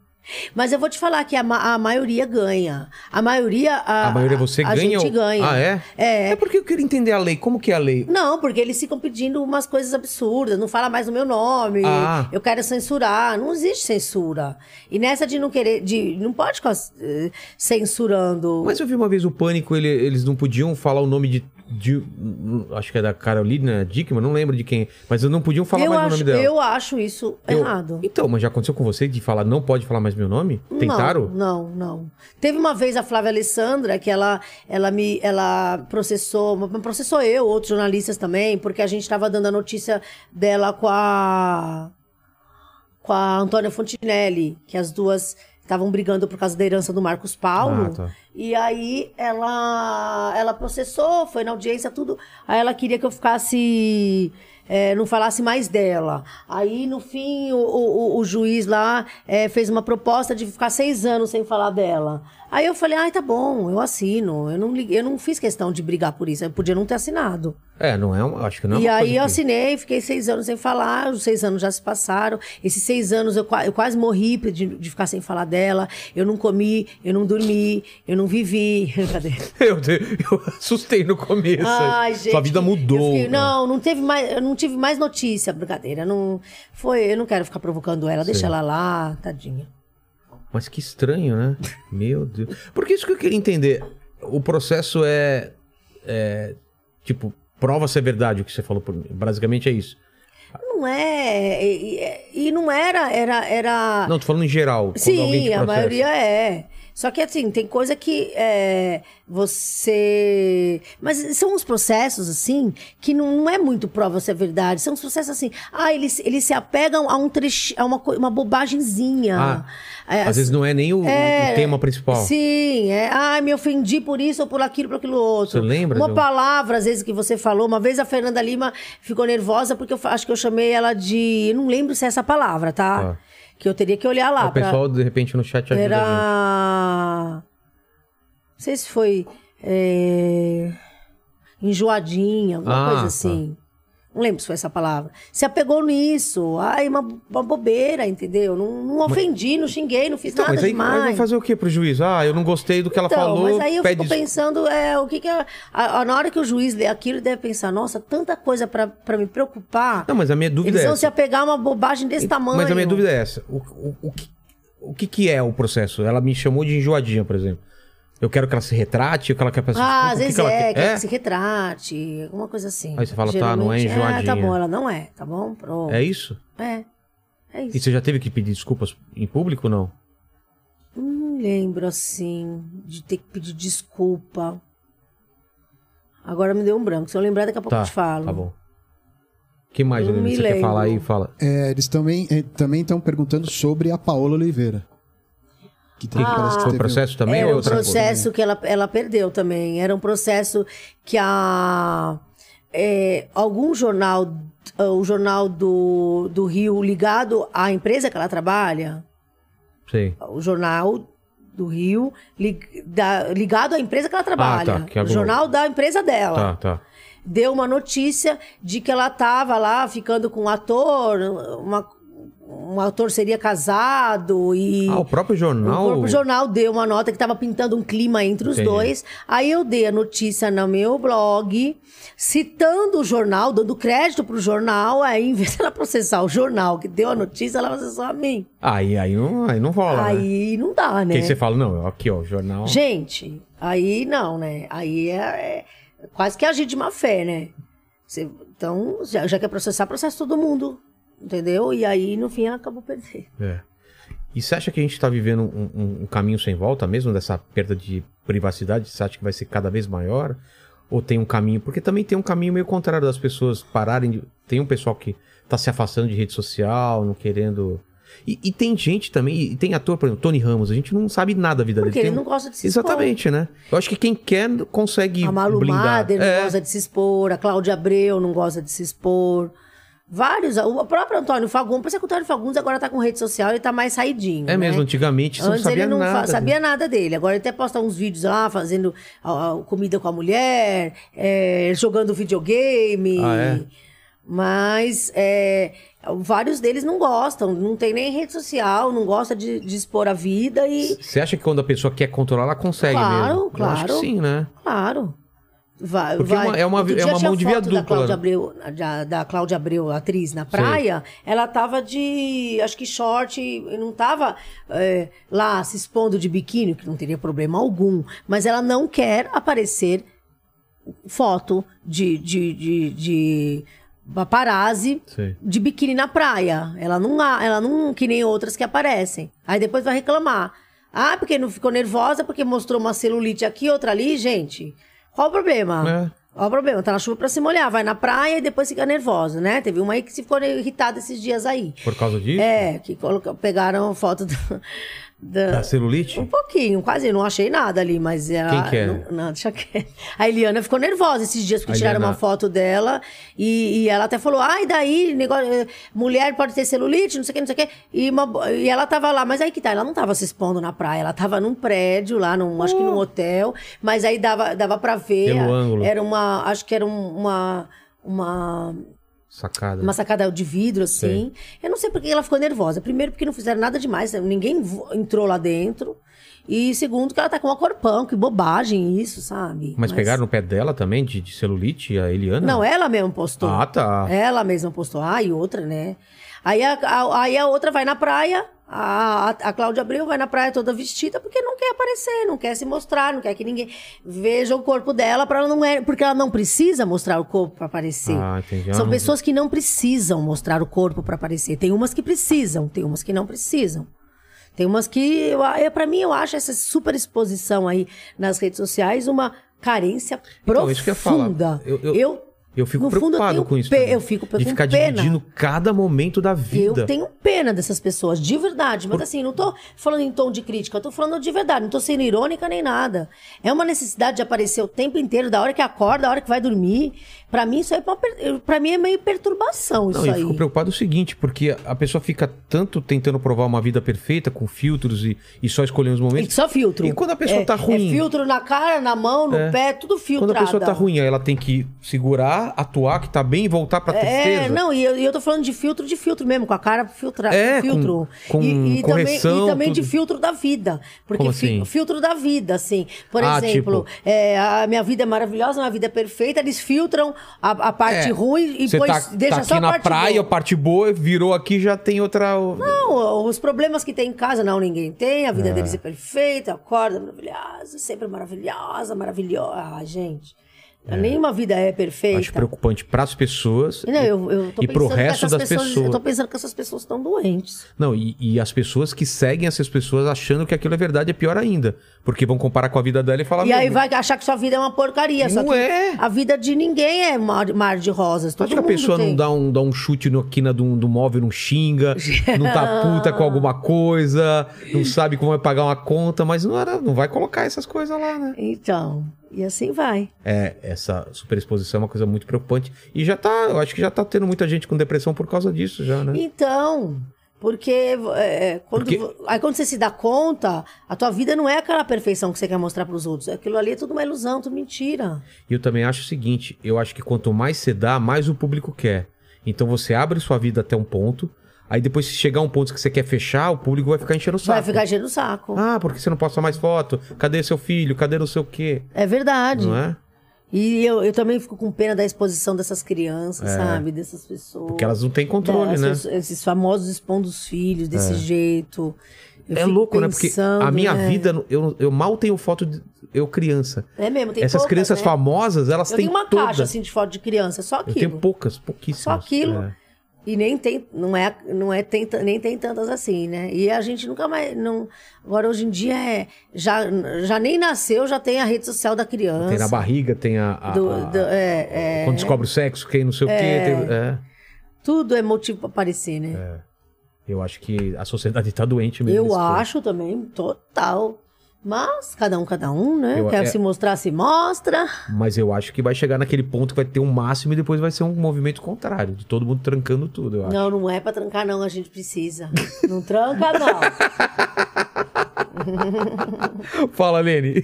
[SPEAKER 3] Mas eu vou te falar que a, ma- a maioria ganha. A maioria. A,
[SPEAKER 1] A maioria você
[SPEAKER 3] a
[SPEAKER 1] ganha?
[SPEAKER 3] gente
[SPEAKER 1] ou-
[SPEAKER 3] ganha.
[SPEAKER 1] Ah, é?
[SPEAKER 3] É.
[SPEAKER 1] É porque eu queria entender a lei. Como que é a lei?
[SPEAKER 3] Não, porque eles ficam pedindo umas coisas absurdas, não fala mais o meu nome,
[SPEAKER 1] Ah.
[SPEAKER 3] eu quero censurar. Não existe censura. E nessa de não querer, de não pode ficar eh, censurando.
[SPEAKER 1] Mas eu vi uma vez o Pânico, ele- eles não podiam falar o nome de Di- acho que é da Carolina Dickman, não lembro de quem, mas eu não podiam falar
[SPEAKER 3] eu,
[SPEAKER 1] mais o
[SPEAKER 3] acho,
[SPEAKER 1] nome dela.
[SPEAKER 3] eu acho isso
[SPEAKER 1] Eu-
[SPEAKER 3] errado.
[SPEAKER 1] Então, mas já aconteceu com você de falar não pode falar mais meu nome? Tentaram?
[SPEAKER 3] Não, não, não. Teve uma vez a Flávia Alessandra que ela, ela me ela processou, processou eu, outros jornalistas também, porque a gente estava dando a notícia dela com a com a Antônia Fontinelli, que as duas estavam brigando por causa da herança do Marcos Paulo.
[SPEAKER 1] Ah, tá.
[SPEAKER 3] E aí ela ela processou, foi na audiência, tudo. Aí ela queria que eu ficasse. eh, não falasse mais dela. Aí, no fim, o, o- o juiz lá eh, fez uma proposta de ficar seis anos sem falar dela. Aí eu falei, ai, tá bom, eu assino. Eu não, liguei- eu não fiz questão de brigar por isso. Eu podia não ter assinado
[SPEAKER 1] É, não é uma, acho que não é
[SPEAKER 3] e
[SPEAKER 1] uma
[SPEAKER 3] aí eu
[SPEAKER 1] coisa que-
[SPEAKER 3] assinei, fiquei seis anos sem falar, os seis anos já se passaram. Esses seis anos eu, qua- eu quase morri de, de ficar sem falar dela. Eu não comi, eu não dormi, eu não vivi. Cadê?
[SPEAKER 1] Eu, eu assustei no começo.
[SPEAKER 3] Ai, gente.
[SPEAKER 1] Sua vida
[SPEAKER 3] eu
[SPEAKER 1] mudou.
[SPEAKER 3] fiquei-
[SPEAKER 1] né?
[SPEAKER 3] não, não teve mais, eu não tive mais notícia, brincadeira. Não, foi, eu não quero ficar provocando ela, deixa ela lá, tadinha.
[SPEAKER 1] Mas que estranho, né? Meu Deus. Porque isso que eu queria entender. O processo é. é, tipo, prova se é verdade o que você falou por mim. Basicamente é isso.
[SPEAKER 3] Não é. E, e- e não era, era, era.
[SPEAKER 1] Não, tô falando em geral. quando alguém te
[SPEAKER 3] Ah. Sim, a
[SPEAKER 1] processa.
[SPEAKER 3] maioria é. Só que assim, tem coisa que é, você. Mas são uns processos, assim, que não, não é muito prova se é verdade. São uns processos assim. Ah, eles, eles se apegam a um trecho, a uma, co- uma bobagenzinha.
[SPEAKER 1] Ah,
[SPEAKER 3] É,
[SPEAKER 1] Às vezes um não é nem o, o
[SPEAKER 3] É,
[SPEAKER 1] tema principal.
[SPEAKER 3] Sim, é. Ai, me ofendi por isso ou por aquilo, por aquilo outro.
[SPEAKER 1] Você lembra
[SPEAKER 3] Uma
[SPEAKER 1] de um-
[SPEAKER 3] palavra, às vezes, que você falou. Uma vez a Fernanda Lima ficou nervosa porque eu fa- acho que eu chamei ela de. eu Não lembro se é essa palavra, tá?
[SPEAKER 1] Tá.
[SPEAKER 3] Que eu teria que olhar lá.
[SPEAKER 1] é o
[SPEAKER 3] Ah, pra-
[SPEAKER 1] pessoal, de repente, no chat ajuda. né? a gente.
[SPEAKER 3] Era. Não sei se foi. é, Enjoadinha, alguma
[SPEAKER 1] Ah,
[SPEAKER 3] coisa
[SPEAKER 1] tá.
[SPEAKER 3] assim. Não lembro se foi essa palavra. Se apegou nisso. Ai, uma, uma bobeira, entendeu? Não, não ofendi, não xinguei, não fiz
[SPEAKER 1] Então,
[SPEAKER 3] nada
[SPEAKER 1] mas aí, aí vai
[SPEAKER 3] demais.
[SPEAKER 1] fazer o que pro juiz? Ah, eu não gostei do que ela
[SPEAKER 3] Então,
[SPEAKER 1] falou.
[SPEAKER 3] mas aí eu
[SPEAKER 1] pede
[SPEAKER 3] fico
[SPEAKER 1] desculpa.
[SPEAKER 3] pensando é, o que que... é- a- a- na hora que o juiz lê aquilo, ele deve pensar, nossa, tanta coisa pra pra me preocupar.
[SPEAKER 1] Não, mas a minha dúvida
[SPEAKER 3] Eles
[SPEAKER 1] é
[SPEAKER 3] vão
[SPEAKER 1] essa.
[SPEAKER 3] se apegar a uma bobagem desse tamanho.
[SPEAKER 1] Mas a minha dúvida é essa. O, o, o que, o que que é o processo? Ela me chamou de enjoadinha, por exemplo. Eu quero que ela se retrate, eu quero que ela quer peça desculpa,
[SPEAKER 3] Ah, às
[SPEAKER 1] o que
[SPEAKER 3] vezes
[SPEAKER 1] que ela quer?
[SPEAKER 3] é, quer que se retrate, alguma coisa assim.
[SPEAKER 1] Aí você fala, tá, não é
[SPEAKER 3] Geralmente, É, tá
[SPEAKER 1] enjoadinha.
[SPEAKER 3] bom, ela não é, tá bom? Pronto.
[SPEAKER 1] É? é isso?
[SPEAKER 3] É, é
[SPEAKER 1] E
[SPEAKER 3] isso.
[SPEAKER 1] você já teve que pedir desculpas em público ou não?
[SPEAKER 3] Não lembro, assim, de ter que pedir desculpa. Agora me deu um branco. Se eu lembrar, daqui a pouco
[SPEAKER 1] Tá,
[SPEAKER 3] eu te falo.
[SPEAKER 1] tá bom. O que mais,
[SPEAKER 3] Não
[SPEAKER 1] Helena,
[SPEAKER 3] me
[SPEAKER 1] você quer
[SPEAKER 3] lembro.
[SPEAKER 1] falar aí? Fala.
[SPEAKER 2] É, eles também é, também estão perguntando sobre a Paola Oliveira. Que
[SPEAKER 1] O que que
[SPEAKER 2] parece que
[SPEAKER 1] Ah. foi
[SPEAKER 2] teve um-
[SPEAKER 1] processo também ou
[SPEAKER 3] Era Ah, um
[SPEAKER 1] outra coisa?
[SPEAKER 3] processo que ela, ela perdeu também. Era um processo que a. é, algum jornal, o jornal do, do Rio ligado à empresa que ela trabalha,
[SPEAKER 1] Sei.
[SPEAKER 3] o jornal do Rio lig- da- ligado à empresa que ela trabalha.
[SPEAKER 1] Ah, tá, que
[SPEAKER 3] o
[SPEAKER 1] aglomerou.
[SPEAKER 3] jornal da empresa dela.
[SPEAKER 1] Tá, tá.
[SPEAKER 3] Deu uma notícia de que ela tava lá ficando com um ator, uma- um ator seria casado e.
[SPEAKER 1] Ah, o próprio jornal.
[SPEAKER 3] O próprio jornal deu uma nota que estava pintando um clima entre os
[SPEAKER 1] Entendi.
[SPEAKER 3] dois. Aí eu dei a notícia no meu blog, citando o jornal, dando crédito pro jornal. Aí, em vez de ela processar o jornal que deu a notícia, ela processou a mim.
[SPEAKER 1] Aí, aí, não, aí não rola. né?
[SPEAKER 3] Aí não dá, né?
[SPEAKER 1] Porque aí você fala, não, aqui, ó, o jornal.
[SPEAKER 3] Gente, aí não, né? Aí é, é quase que agir de má fé, né? Você- então, já, já quer processar, processa todo mundo. Entendeu? E aí, no fim, ela acabou perdendo.
[SPEAKER 1] É. E você acha que a gente está vivendo um, um- um caminho sem volta mesmo, dessa perda de privacidade? Você acha que vai ser cada vez maior? Ou tem um caminho? Porque também tem um caminho meio contrário das pessoas pararem. de- Tem um pessoal que tá se afastando de rede social, não querendo. E, e tem gente também, e tem ator, por exemplo, Tony Ramos, a gente não sabe nada da vida
[SPEAKER 3] Porque
[SPEAKER 1] dele. Tem
[SPEAKER 3] ele não
[SPEAKER 1] um-
[SPEAKER 3] gosta de se expor.
[SPEAKER 1] Exatamente, né? Eu acho que quem quer consegue.
[SPEAKER 3] A Malu
[SPEAKER 1] blindar.
[SPEAKER 3] Mader assim, não
[SPEAKER 1] É,
[SPEAKER 3] gosta de se expor, a Cláudia Abreu não gosta de se expor. Vários, o próprio Antônio Fagundes, parece que o Antônio Fagundes agora tá com rede social e tá mais saidinho.
[SPEAKER 1] é
[SPEAKER 3] né?
[SPEAKER 1] mesmo, antigamente você
[SPEAKER 3] Antes
[SPEAKER 1] não sabia
[SPEAKER 3] ele não fa-
[SPEAKER 1] nada.
[SPEAKER 3] sabia nada dele. Agora ele até posta uns vídeos lá fazendo a- a comida com a mulher, é, jogando videogame.
[SPEAKER 1] Ah, é?
[SPEAKER 3] Mas é, vários deles não gostam, não tem nem rede social, não gosta de, de expor a vida e,
[SPEAKER 1] Você acha que quando a pessoa quer controlar, ela consegue
[SPEAKER 3] Claro,
[SPEAKER 1] mesmo? Eu
[SPEAKER 3] claro.
[SPEAKER 1] acho que sim, né?
[SPEAKER 3] Claro. Vai,
[SPEAKER 1] Porque
[SPEAKER 3] vai.
[SPEAKER 1] uma- é uma-
[SPEAKER 3] Outro
[SPEAKER 1] é
[SPEAKER 3] dia
[SPEAKER 1] uma
[SPEAKER 3] tinha um
[SPEAKER 1] mão de
[SPEAKER 3] foto
[SPEAKER 1] via dupla,
[SPEAKER 3] Da Cláudia,
[SPEAKER 1] né?
[SPEAKER 3] Abreu, da, da Cláudia Abreu, atriz, na praia, ela tava de, acho que short, e não tava é, lá se expondo de biquíni, que não teria problema algum, mas ela não quer aparecer foto de, de, de, de paparazzi
[SPEAKER 1] Sei.
[SPEAKER 3] de biquíni na praia. Ela não, há- ela não, que nem outras que aparecem. Aí depois vai reclamar. Ah, porque não ficou nervosa, porque mostrou uma celulite aqui, outra ali, gente. Qual o
[SPEAKER 1] É.
[SPEAKER 3] problema? Qual o problema? Tá na chuva pra se molhar, vai na praia e depois fica nervosa, né? Teve uma aí que se ficou irritada esses dias aí.
[SPEAKER 1] Por causa disso?
[SPEAKER 3] É, que coloca- pegaram foto do, da-
[SPEAKER 1] Da celulite?
[SPEAKER 3] um pouquinho, quase não achei nada ali, mas ela.
[SPEAKER 1] Quem que é?
[SPEAKER 3] Não, não, deixa quieto. A Eliana ficou nervosa esses dias,
[SPEAKER 1] A
[SPEAKER 3] porque tiraram
[SPEAKER 1] Eliana-
[SPEAKER 3] uma foto dela e, e ela até falou: ai, daí, negócio, eh, mulher pode ter celulite, não sei o que, não sei o que. E, uma bo- e ela tava lá, mas aí que tá, ela não tava se expondo na praia, ela tava num prédio lá, num, acho que num hotel, mas aí dava, dava pra ver.
[SPEAKER 1] Uh. Pelo ângulo.
[SPEAKER 3] Era uma. Acho que era um- uma. Uma
[SPEAKER 1] Sacada.
[SPEAKER 3] uma sacada de vidro, assim. Eu não sei porque ela ficou nervosa. Primeiro, porque não fizeram nada demais, né? ninguém vo- entrou lá dentro. E segundo, que ela tá com uma corpão, que bobagem isso, sabe?
[SPEAKER 1] Mas pegaram no pé dela também, de, de celulite, a Eliana?
[SPEAKER 3] Não, é ela mesma postou.
[SPEAKER 1] Ah, tá.
[SPEAKER 3] Ela mesma postou. Ah, e outra, né? Aí a, a- aí a outra vai na praia, a, a, a Cláudia Abreu vai na praia toda vestida porque não quer aparecer, não quer se mostrar, não quer que ninguém veja o corpo dela, pra ela não é, porque ela não precisa mostrar o corpo pra aparecer.
[SPEAKER 1] Ah, entendi. Ela
[SPEAKER 3] São
[SPEAKER 1] não-
[SPEAKER 3] pessoas que não precisam mostrar o corpo pra aparecer. Tem umas que precisam, tem umas que não precisam. Tem umas que, eu, eu, pra mim, eu acho essa super exposição aí nas redes sociais uma carência
[SPEAKER 1] Então,
[SPEAKER 3] profunda.
[SPEAKER 1] isso que eu ia falar. Eu- eu- Eu fico
[SPEAKER 3] no fundo, eu
[SPEAKER 1] preocupado
[SPEAKER 3] tenho
[SPEAKER 1] com isso.
[SPEAKER 3] pe-
[SPEAKER 1] também.
[SPEAKER 3] eu fico
[SPEAKER 1] De
[SPEAKER 3] com
[SPEAKER 1] ficar
[SPEAKER 3] pena.
[SPEAKER 1] dividindo cada momento da vida.
[SPEAKER 3] Eu tenho pena dessas pessoas, de verdade. Mas assim, não tô falando em tom de crítica, eu tô falando de verdade, não tô sendo irônica nem nada. É uma necessidade de aparecer o tempo inteiro, da hora que acorda, da hora que vai dormir. Pra mim, isso é uma per- pra mim é meio perturbação isso
[SPEAKER 1] Não, eu
[SPEAKER 3] aí.
[SPEAKER 1] fico preocupado o seguinte, porque a pessoa fica tanto tentando provar uma vida perfeita com filtros e, e só escolhendo os
[SPEAKER 3] E
[SPEAKER 1] momentos.
[SPEAKER 3] só filtro.
[SPEAKER 1] E quando a pessoa
[SPEAKER 3] é,
[SPEAKER 1] tá ruim?
[SPEAKER 3] É filtro na cara, na mão, no
[SPEAKER 1] É.
[SPEAKER 3] pé, tudo filtrado.
[SPEAKER 1] Quando a pessoa tá ruim, aí ela tem que segurar, atuar que tá bem e voltar pra tristeza.
[SPEAKER 3] É, não, e eu, e eu tô falando de filtro de filtro mesmo, com a cara filtra,
[SPEAKER 1] É,
[SPEAKER 3] filtro.
[SPEAKER 1] com- com
[SPEAKER 3] e, e também,
[SPEAKER 1] correção,
[SPEAKER 3] e também de
[SPEAKER 1] tudo.
[SPEAKER 3] filtro da vida. Porque
[SPEAKER 1] Como
[SPEAKER 3] fi-
[SPEAKER 1] assim?
[SPEAKER 3] filtro da vida, assim. Por
[SPEAKER 1] Ah,
[SPEAKER 3] exemplo, é, a minha vida é maravilhosa, minha vida é perfeita, eles filtram a, a parte
[SPEAKER 1] É.
[SPEAKER 3] ruim e
[SPEAKER 1] Você
[SPEAKER 3] depois
[SPEAKER 1] tá,
[SPEAKER 3] deixa
[SPEAKER 1] tá
[SPEAKER 3] só
[SPEAKER 1] aqui
[SPEAKER 3] a
[SPEAKER 1] na
[SPEAKER 3] parte
[SPEAKER 1] praia,
[SPEAKER 3] boa.
[SPEAKER 1] a parte boa, virou aqui já tem outra.
[SPEAKER 3] Não, os problemas que tem em casa, não, ninguém tem. A vida deles é perfeita, acorda maravilhosa, sempre maravilhosa, maravilhosa. Ah, gente, nenhuma vida é perfeita.
[SPEAKER 1] Acho preocupante pras pessoas.
[SPEAKER 3] Não, eu, eu tô
[SPEAKER 1] e pro
[SPEAKER 3] pensando que
[SPEAKER 1] resto
[SPEAKER 3] essas
[SPEAKER 1] das pessoas.
[SPEAKER 3] Eu tô pensando que essas pessoas estão doentes.
[SPEAKER 1] Não, e, e as pessoas que seguem essas pessoas achando que aquilo é verdade é pior ainda. Porque vão comparar com a vida dela e falar.
[SPEAKER 3] e aí
[SPEAKER 1] "Meu,
[SPEAKER 3] vai achar que sua vida é uma porcaria. só
[SPEAKER 1] Não
[SPEAKER 3] que
[SPEAKER 1] é.
[SPEAKER 3] A vida de ninguém é mar, mar de rosas.
[SPEAKER 1] Tu
[SPEAKER 3] tá Todo
[SPEAKER 1] acha que a
[SPEAKER 3] mundo
[SPEAKER 1] pessoa
[SPEAKER 3] tem.
[SPEAKER 1] não dá um, dá um chute no, aqui na do, do móvel, não xinga, não tá puta com alguma coisa, não sabe como vai pagar uma conta, mas não, era, não vai colocar essas coisas lá, né?
[SPEAKER 3] Então, e assim vai.
[SPEAKER 1] É, essa superexposição é uma coisa muito preocupante. E já tá, eu acho que já tá tendo muita gente com depressão por causa disso já, né?
[SPEAKER 3] Então, porque, é, quando,
[SPEAKER 1] Porque-
[SPEAKER 3] vo- aí quando você se dá conta, a tua vida não é aquela perfeição que você quer mostrar pros outros. Aquilo ali é tudo uma ilusão, tudo mentira.
[SPEAKER 1] E eu também acho o seguinte: eu acho que quanto mais você dá, mais o público quer. Então você abre sua vida até um ponto, aí depois se chegar um ponto que você quer fechar, o público vai ficar enchendo o saco.
[SPEAKER 3] Vai ficar cheio do saco.
[SPEAKER 1] Ah, porque você não posta mais foto? Cadê seu filho? Cadê não sei o quê?
[SPEAKER 3] É verdade.
[SPEAKER 1] Não é?
[SPEAKER 3] E eu, eu também fico com pena da exposição dessas crianças, sabe? Dessas pessoas.
[SPEAKER 1] É. Porque elas não têm controle,
[SPEAKER 3] Delas,
[SPEAKER 1] né?
[SPEAKER 3] esses- Esses famosos expondo os filhos desse jeito. Eu
[SPEAKER 1] É
[SPEAKER 3] fico
[SPEAKER 1] louco, né? Porque a
[SPEAKER 3] pensando,
[SPEAKER 1] minha
[SPEAKER 3] né?
[SPEAKER 1] vida, eu, eu mal tenho foto de eu criança.
[SPEAKER 3] É mesmo, tem
[SPEAKER 1] Essas
[SPEAKER 3] poucas,
[SPEAKER 1] crianças
[SPEAKER 3] né?
[SPEAKER 1] famosas, elas
[SPEAKER 3] Eu
[SPEAKER 1] têm
[SPEAKER 3] tenho uma
[SPEAKER 1] todas.
[SPEAKER 3] caixa assim de foto de criança, só
[SPEAKER 1] eu
[SPEAKER 3] aquilo.
[SPEAKER 1] tenho poucas, pouquíssimas.
[SPEAKER 3] Só aquilo.
[SPEAKER 1] É.
[SPEAKER 3] E nem tem, não é, não é tem, ta- nem tem tantas assim, né? E a gente nunca mais, não, agora hoje em dia é, já, já nem nasceu, já tem a rede social da criança.
[SPEAKER 1] Tem na barriga, tem a. a-
[SPEAKER 3] Do-
[SPEAKER 1] a-
[SPEAKER 3] do- é, é.
[SPEAKER 1] Quando descobre o sexo, quem não sei o quê. tem- é.
[SPEAKER 3] Tudo é motivo pra aparecer, né?
[SPEAKER 1] Eu acho que a sociedade tá doente É, mesmo.
[SPEAKER 3] Eu
[SPEAKER 1] nesse ponto.
[SPEAKER 3] acho também, total. Mas cada um, cada um, né?
[SPEAKER 1] Eu-
[SPEAKER 3] Quer
[SPEAKER 1] é-
[SPEAKER 3] se mostrar, se mostra.
[SPEAKER 1] Mas eu acho que vai chegar naquele ponto que vai ter um máximo e depois vai ser um movimento contrário, de todo mundo trancando tudo, eu acho.
[SPEAKER 3] Não, não é pra trancar, não. A gente precisa. Não tranca, não.
[SPEAKER 1] Fala, Lene.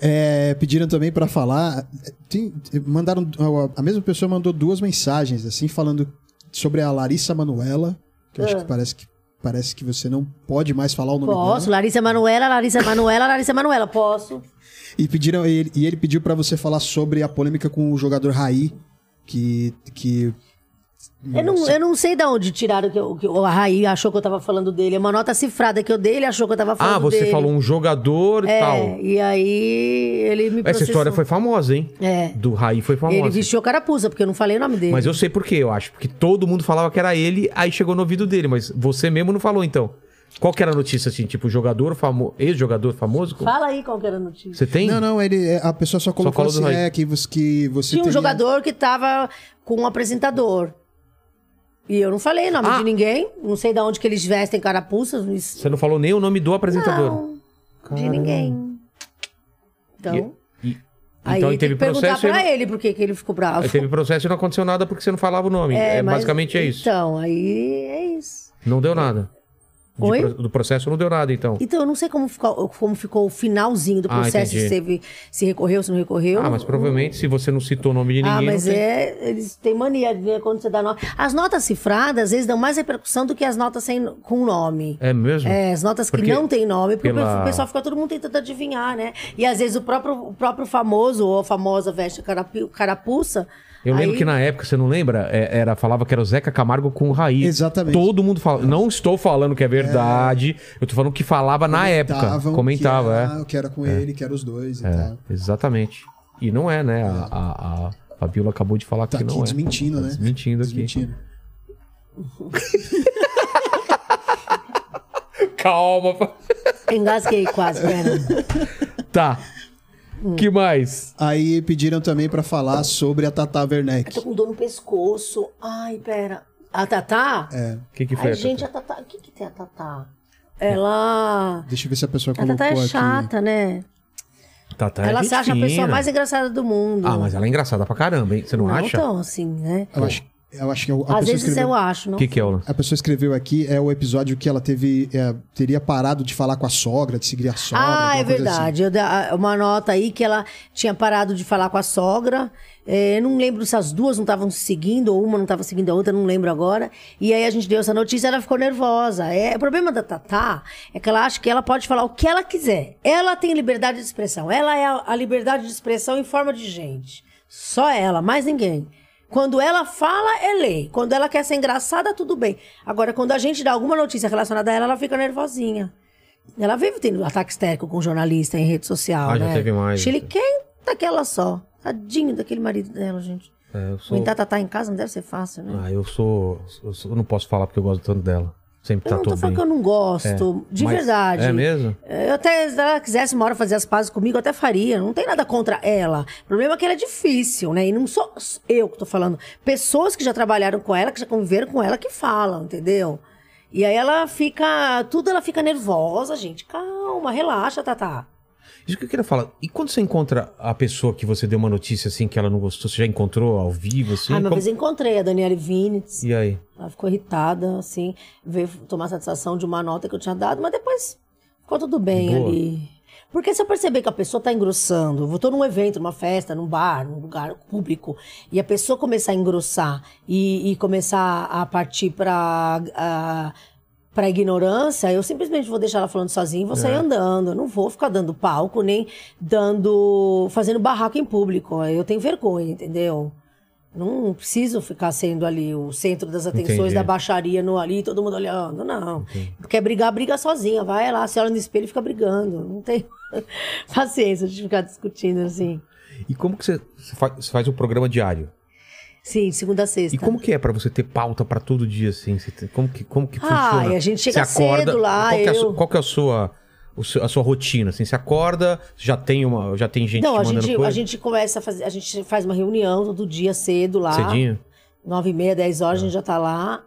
[SPEAKER 2] É, pediram também pra falar. tem- mandaram a mesma pessoa mandou duas mensagens assim falando sobre a Larissa Manuela, que eu
[SPEAKER 3] É.
[SPEAKER 2] acho que parece que parece que você não pode mais falar o nome
[SPEAKER 3] Posso?
[SPEAKER 2] dela.
[SPEAKER 3] Larissa Manuela, Larissa Manuela, Larissa Manuela. Posso?
[SPEAKER 2] E pediram e ele, e ele pediu pra você falar sobre a polêmica com o jogador Raí, que que
[SPEAKER 3] Eu não, eu não sei de onde tiraram que, eu, que o Raí achou que eu tava falando dele. É uma nota cifrada que eu dei, ele achou que eu tava falando
[SPEAKER 1] Ah, você
[SPEAKER 3] dele.
[SPEAKER 1] falou um jogador e
[SPEAKER 3] É,
[SPEAKER 1] tal.
[SPEAKER 3] e aí ele me
[SPEAKER 1] Essa
[SPEAKER 3] processou.
[SPEAKER 1] história foi famosa, hein?
[SPEAKER 3] É.
[SPEAKER 1] Do Raí foi famosa.
[SPEAKER 3] Ele vestiu carapuça, porque eu não falei o nome dele.
[SPEAKER 1] Mas eu sei por quê, eu acho. Porque todo mundo falava que era ele, aí chegou no ouvido dele, mas você mesmo não falou, então. Qual que era a notícia, assim? Tipo, jogador famoso... Ex-jogador famoso?
[SPEAKER 3] Fala aí qual que era a notícia.
[SPEAKER 1] Você tem?
[SPEAKER 2] Não, não, ele, é, a pessoa só colocou
[SPEAKER 1] falou do
[SPEAKER 2] assim,
[SPEAKER 1] Raí.
[SPEAKER 2] é, que você, que você
[SPEAKER 3] Tinha um
[SPEAKER 2] teria-
[SPEAKER 3] jogador que tava com um apresentador. E eu não falei o nome
[SPEAKER 1] Ah.
[SPEAKER 3] de ninguém. Não sei de onde que eles vestem carapuças. não s-
[SPEAKER 1] Você não falou nem o nome do apresentador.
[SPEAKER 3] Não, de ninguém. Então,
[SPEAKER 1] E- e-
[SPEAKER 3] aí
[SPEAKER 1] então
[SPEAKER 3] tem
[SPEAKER 1] ele teve
[SPEAKER 3] que perguntar
[SPEAKER 1] processo e
[SPEAKER 3] pra
[SPEAKER 1] não-
[SPEAKER 3] ele por que que ele ficou bravo.
[SPEAKER 1] Aí teve processo e não aconteceu nada porque você não falava o nome. É,
[SPEAKER 3] mas-
[SPEAKER 1] basicamente é isso.
[SPEAKER 3] Então, aí é isso.
[SPEAKER 1] Não deu nada. De
[SPEAKER 3] Oi?
[SPEAKER 1] pro- do processo não deu nada, então.
[SPEAKER 3] Então, eu não sei como ficou, como ficou o finalzinho do
[SPEAKER 1] Ah,
[SPEAKER 3] processo,
[SPEAKER 1] entendi.
[SPEAKER 3] se, teve, se recorreu, se não recorreu.
[SPEAKER 1] ah, mas provavelmente se você não citou o nome de ninguém.
[SPEAKER 3] Ah, mas
[SPEAKER 1] não tem-
[SPEAKER 3] é. Eles têm mania de ver quando você dá nota. As notas cifradas, às vezes, dão mais repercussão do que as notas sem, com nome.
[SPEAKER 1] É mesmo?
[SPEAKER 3] É, as notas que
[SPEAKER 1] Porque
[SPEAKER 3] não tem nome, porque
[SPEAKER 1] pela-
[SPEAKER 3] o pessoal fica todo mundo tentando adivinhar, né? E às vezes o próprio, o próprio famoso ou a famosa veste carapi- carapuça.
[SPEAKER 1] Eu lembro
[SPEAKER 3] aí-
[SPEAKER 1] que na época, você não lembra? É, Era, falava que era o Zeca Camargo com o Raí.
[SPEAKER 2] Exatamente.
[SPEAKER 1] Todo mundo fala. Não estou falando que é verdade. Eu tô falando que falava na época.
[SPEAKER 2] comentavam
[SPEAKER 1] Comentava,
[SPEAKER 2] que era, que era com ele, que era os dois e tal.
[SPEAKER 1] é. Exatamente. E não é, né? A, a, a Fabiola acabou de falar
[SPEAKER 2] Tá
[SPEAKER 1] que
[SPEAKER 2] aqui
[SPEAKER 1] não é.
[SPEAKER 2] desmentindo,
[SPEAKER 1] Tá
[SPEAKER 2] né?
[SPEAKER 1] Desmentindo aqui.
[SPEAKER 2] Desmentindo.
[SPEAKER 1] Calma. fa-
[SPEAKER 3] Engasguei quase, né?
[SPEAKER 1] Tá.
[SPEAKER 3] Hum.
[SPEAKER 1] Que mais?
[SPEAKER 2] Aí pediram também pra falar sobre a Tata Werneck.
[SPEAKER 3] Tô com dor no pescoço. Ai, pera. Ah, tá, A Tatá?
[SPEAKER 2] É,
[SPEAKER 1] O que, que foi?
[SPEAKER 3] Ai,
[SPEAKER 1] essa?
[SPEAKER 3] gente, a Tatá. O que, que tem a Tatá? Ela.
[SPEAKER 2] deixa eu ver se a pessoa
[SPEAKER 3] A
[SPEAKER 2] colocou
[SPEAKER 3] Tatá é
[SPEAKER 2] aqui.
[SPEAKER 3] chata, né?
[SPEAKER 1] Tatá é
[SPEAKER 3] ela se
[SPEAKER 1] gente
[SPEAKER 3] acha a pessoa
[SPEAKER 1] fina.
[SPEAKER 3] mais engraçada do mundo.
[SPEAKER 1] Ah, mas ela é engraçada pra caramba, hein? Você não,
[SPEAKER 3] não
[SPEAKER 1] acha?
[SPEAKER 3] tão assim, né?
[SPEAKER 2] Eu acho, eu acho que é a, a
[SPEAKER 3] Às
[SPEAKER 2] pessoa
[SPEAKER 3] vezes
[SPEAKER 2] escreveu...
[SPEAKER 3] eu acho,
[SPEAKER 1] O
[SPEAKER 3] não?
[SPEAKER 1] que, que é, Ola?
[SPEAKER 2] A pessoa escreveu aqui é o episódio que ela teve é, teria parado de falar com a sogra, de seguir a sogra.
[SPEAKER 3] Ah, é
[SPEAKER 2] alguma coisa assim.
[SPEAKER 3] verdade. Eu dei uma nota aí que ela tinha parado de falar com a sogra. É, eu não lembro se as duas não estavam se seguindo, ou uma não estava seguindo a outra, não lembro agora. E aí a gente deu essa notícia ela ficou nervosa. É, o problema da Tatá é que ela acha que ela pode falar o que ela quiser. Ela tem liberdade de expressão. Ela é a, a liberdade de expressão em forma de gente. Só ela, mais ninguém. Quando ela fala, é lei. Quando ela quer ser engraçada, tudo bem. Agora, quando a gente dá alguma notícia relacionada a ela, ela fica nervosinha. Ela vive tendo ataque histérico com jornalista em rede social,
[SPEAKER 1] Ah, já
[SPEAKER 3] né?
[SPEAKER 1] teve mais.
[SPEAKER 3] Chile quem daquela só. Tadinho daquele marido dela, gente.
[SPEAKER 1] É, eu sou-
[SPEAKER 3] Aguentar Tatá em casa não deve ser fácil, né?
[SPEAKER 1] Ah, eu sou, eu sou- eu não posso falar porque eu gosto tanto dela. Sempre
[SPEAKER 3] eu
[SPEAKER 1] tá
[SPEAKER 3] não tô
[SPEAKER 1] tudo
[SPEAKER 3] falando
[SPEAKER 1] bem. É,
[SPEAKER 3] que eu não gosto, de
[SPEAKER 1] Mas-
[SPEAKER 3] verdade.
[SPEAKER 1] É mesmo?
[SPEAKER 3] Eu até, se ela quisesse uma hora fazer as pazes comigo, eu até faria. Não tem nada contra ela. O problema é que ela é difícil, né? E não sou eu que tô falando. Pessoas que já trabalharam com ela, que já conviveram com ela, que falam, entendeu? E aí ela fica. Tudo ela fica nervosa, gente. Calma, relaxa, Tatá.
[SPEAKER 1] Isso que eu queria falar. E quando você encontra a pessoa que você deu uma notícia assim que ela não gostou, você já encontrou ao vivo, assim?
[SPEAKER 3] ah, uma
[SPEAKER 1] Como-
[SPEAKER 3] vez eu encontrei a Daniele Vinitz.
[SPEAKER 1] E aí?
[SPEAKER 3] Ela ficou irritada, assim, veio tomar satisfação de uma nota que eu tinha dado, mas depois ficou tudo bem
[SPEAKER 1] Boa.
[SPEAKER 3] ali. Porque se eu perceber que a pessoa tá engrossando, eu vou tô num evento, numa festa, num bar, num lugar público, e a pessoa começar a engrossar e, e começar a partir pra. a- pra ignorância, eu simplesmente vou deixar ela falando sozinha e vou
[SPEAKER 1] É.
[SPEAKER 3] sair andando. Eu não vou ficar dando palco, nem dando. fazendo barraco em público. Eu tenho vergonha, entendeu? Não preciso ficar sendo ali o centro das atenções
[SPEAKER 1] Entendi.
[SPEAKER 3] da baixaria no ali, todo mundo olhando. Não. Quer brigar, briga sozinha. Vai lá, se olha no espelho e fica brigando. Não tem paciência de ficar discutindo assim.
[SPEAKER 1] E como que você, você fa- você faz um programa diário?
[SPEAKER 3] Sim, de segunda a sexta.
[SPEAKER 1] E como que é pra você ter pauta pra todo dia, assim? Você tem- como que, como que
[SPEAKER 3] Ah,
[SPEAKER 1] funciona?
[SPEAKER 3] e a gente chega
[SPEAKER 1] Você acorda,
[SPEAKER 3] cedo lá,
[SPEAKER 1] Qual que é a, su-
[SPEAKER 3] eu-
[SPEAKER 1] qual que é a sua, o seu- a sua rotina, assim? Você acorda, já tem, uma, já tem gente
[SPEAKER 3] Não,
[SPEAKER 1] te
[SPEAKER 3] a
[SPEAKER 1] mandando
[SPEAKER 3] gente,
[SPEAKER 1] coisa?
[SPEAKER 3] a gente começa a fazer, a gente faz uma reunião todo dia cedo lá.
[SPEAKER 1] Cedinho?
[SPEAKER 3] nove e meia, dez horas,
[SPEAKER 1] É.
[SPEAKER 3] a gente já tá lá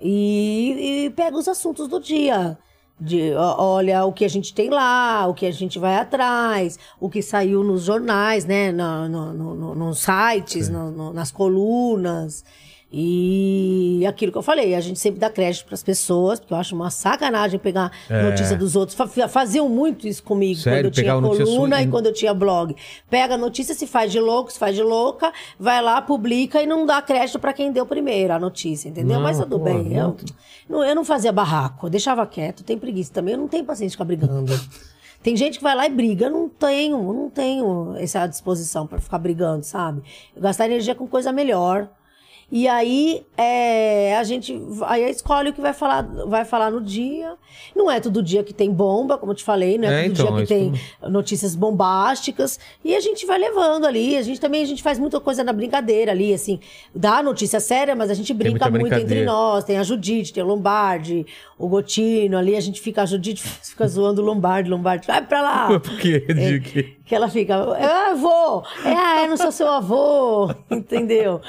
[SPEAKER 3] e, e pega os assuntos do dia. De, ó, olha o que a gente tem lá, o que a gente vai atrás, o que saiu nos jornais, né? na- no- no- no- nos sites, no- no- nas colunas. E aquilo que eu falei, a gente sempre dá crédito pras pessoas, porque eu acho uma sacanagem pegar notícia dos outros. Fa- fa- Faziam muito isso comigo
[SPEAKER 1] É. Sério?
[SPEAKER 3] quando eu tinha
[SPEAKER 1] Pegava notícia sua
[SPEAKER 3] coluna
[SPEAKER 1] e-
[SPEAKER 3] e quando eu tinha blog. Pega a notícia, se faz de louco, se faz de louca, vai lá, publica e não dá crédito pra quem deu primeiro a notícia, entendeu?
[SPEAKER 1] Não,
[SPEAKER 3] Mas tudo
[SPEAKER 1] pô,
[SPEAKER 3] bem. Eu
[SPEAKER 1] não-
[SPEAKER 3] não, eu não fazia barraco, eu deixava quieto, tem preguiça também, eu não tenho paciência de ficar brigando. Tem gente que vai lá e briga, eu não tenho, eu não tenho essa disposição pra ficar brigando, sabe? Eu gastar energia com coisa melhor. E aí é, a gente aí escolhe o que vai falar, vai falar no dia. Não é todo dia que tem bomba, como eu te falei, não é,
[SPEAKER 1] É,
[SPEAKER 3] todo
[SPEAKER 1] então,
[SPEAKER 3] dia que
[SPEAKER 1] isso
[SPEAKER 3] tem notícias bombásticas. E a gente vai levando ali. A gente também a gente faz muita coisa na brincadeira ali, assim. Dá a notícia séria, mas a gente brinca
[SPEAKER 1] muita
[SPEAKER 3] muito entre
[SPEAKER 1] brincadeira.
[SPEAKER 3] nós. Tem a Judite, tem o Lombardi, o Gotino ali. A gente fica, a Judite fica zoando o Lombardi, Lombardi. Vai pra lá!
[SPEAKER 1] Por quê?
[SPEAKER 3] é.
[SPEAKER 1] De quê?
[SPEAKER 3] Que ela fica, ah, avô, é, ah, eu não sou seu avô, entendeu?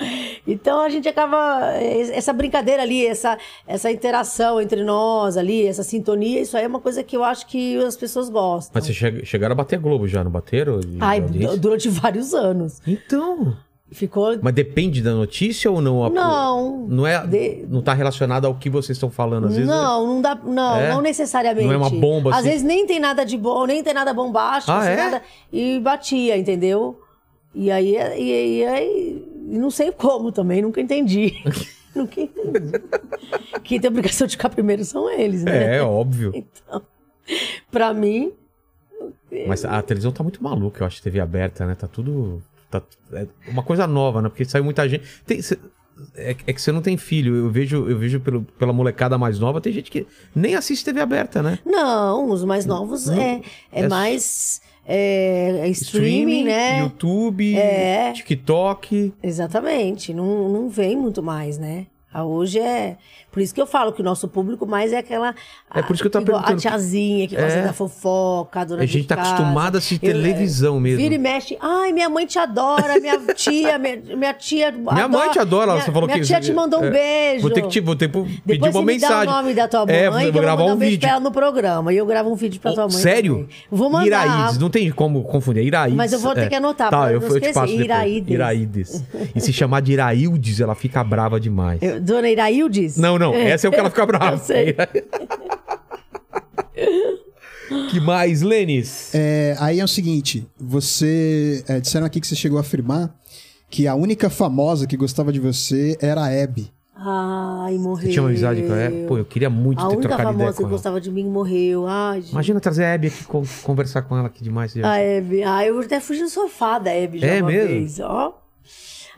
[SPEAKER 3] Então a gente acaba, es- essa brincadeira ali, essa, essa interação entre nós ali, essa sintonia, isso aí é uma coisa que eu acho que as pessoas gostam.
[SPEAKER 1] Mas vocês che- chegaram a bater Globo já, não bateram? De- de
[SPEAKER 3] Ai,
[SPEAKER 1] audiência?
[SPEAKER 3] du- durante vários anos.
[SPEAKER 1] Então.
[SPEAKER 3] Ficou.
[SPEAKER 1] Mas depende da notícia ou não? A-
[SPEAKER 3] Não.
[SPEAKER 1] Não, é,
[SPEAKER 3] De-
[SPEAKER 1] não tá relacionado ao que vocês estão falando, às vezes. né?
[SPEAKER 3] Não, não dá. Não,
[SPEAKER 1] É?
[SPEAKER 3] não necessariamente.
[SPEAKER 1] Não é uma bomba,
[SPEAKER 3] Às
[SPEAKER 1] assim?
[SPEAKER 3] vezes nem tem nada de bom, nem tem nada bombástico,
[SPEAKER 1] Ah,
[SPEAKER 3] sem
[SPEAKER 1] é?
[SPEAKER 3] nada. E batia, entendeu? E aí, e, e aí. e Não sei como também, nunca entendi. nunca entendi. Quem tem a obrigação de ficar primeiro são eles, né?
[SPEAKER 1] É, óbvio.
[SPEAKER 3] Pra mim,
[SPEAKER 1] Mas a televisão tá muito maluca, eu acho, TV aberta, né? Tá tudo. Tá, é uma coisa nova, né? Porque saiu muita gente. Tem- cê- é, é que você não tem filho. Eu vejo, eu vejo pelo- pela molecada mais nova, tem gente que nem assiste TV aberta, né?
[SPEAKER 3] não, os mais novos é, é,
[SPEAKER 1] É
[SPEAKER 3] mais. É, é streaming, né?
[SPEAKER 1] YouTube,
[SPEAKER 3] É.
[SPEAKER 1] TikTok.
[SPEAKER 3] Exatamente, não, não vem muito mais, né? Ah, Hoje é. Por isso que eu falo que o nosso público mais é aquela.
[SPEAKER 1] É por isso que eu tava
[SPEAKER 3] igual
[SPEAKER 1] perguntando.
[SPEAKER 3] A tiazinha que gosta
[SPEAKER 1] É.
[SPEAKER 3] da fofoca, a dona
[SPEAKER 1] a
[SPEAKER 3] de
[SPEAKER 1] gente tá
[SPEAKER 3] casa.
[SPEAKER 1] acostumada a assistir
[SPEAKER 3] Eu- é,
[SPEAKER 1] televisão mesmo.
[SPEAKER 3] Vira e mexe. Ai, minha mãe te adora, minha tia, minha, minha tia.
[SPEAKER 1] Minha mãe te adora,
[SPEAKER 3] minha,
[SPEAKER 1] você falou
[SPEAKER 3] minha
[SPEAKER 1] que-
[SPEAKER 3] Minha tia te mandou um
[SPEAKER 1] é,
[SPEAKER 3] beijo.
[SPEAKER 1] Vou ter que te, vou ter que pedir
[SPEAKER 3] Depois
[SPEAKER 1] uma
[SPEAKER 3] você me
[SPEAKER 1] mensagem.
[SPEAKER 3] dá o nome da tua mãe,
[SPEAKER 1] é,
[SPEAKER 3] que eu
[SPEAKER 1] vou
[SPEAKER 3] vou
[SPEAKER 1] gravar
[SPEAKER 3] mandar
[SPEAKER 1] um
[SPEAKER 3] beijo
[SPEAKER 1] vídeo. Oh,
[SPEAKER 3] pra ela no programa. E eu gravo um vídeo pra tua mãe.
[SPEAKER 1] Sério?
[SPEAKER 3] também. Vou mandar.
[SPEAKER 1] Iraídes, não tem como confundir. É Iraídes.
[SPEAKER 3] Mas eu vou ter que anotar,
[SPEAKER 1] Tá,
[SPEAKER 3] pra
[SPEAKER 1] eu,
[SPEAKER 3] não
[SPEAKER 1] eu te
[SPEAKER 3] esquecer.
[SPEAKER 1] passo depois.
[SPEAKER 3] Iraídes.
[SPEAKER 1] Iraídes. E se chamar de Iraildes, ela fica brava demais.
[SPEAKER 3] Eu- Dona Iraildes?
[SPEAKER 1] Não, não. Essa é o que ela fica brava.
[SPEAKER 3] Eu sei.
[SPEAKER 1] que mais, Lênis?
[SPEAKER 2] É, aí é o seguinte, você. é, disseram aqui que você chegou a afirmar que a única famosa que gostava de você era a Abby.
[SPEAKER 3] Ai, morreu.
[SPEAKER 1] Você tinha uma amizade com ela? Pô, eu queria muito
[SPEAKER 3] A
[SPEAKER 1] ter
[SPEAKER 3] única
[SPEAKER 1] trocado ideia
[SPEAKER 3] famosa
[SPEAKER 1] com
[SPEAKER 3] que
[SPEAKER 1] ela.
[SPEAKER 3] gostava de mim morreu. Ai, gente.
[SPEAKER 1] Imagina trazer a Abby aqui con- conversar com ela aqui demais.
[SPEAKER 3] A Hebe. Ah, eu até fugi do sofá da Hebe já
[SPEAKER 1] É
[SPEAKER 3] uma
[SPEAKER 1] mesmo?
[SPEAKER 3] vez. Ó.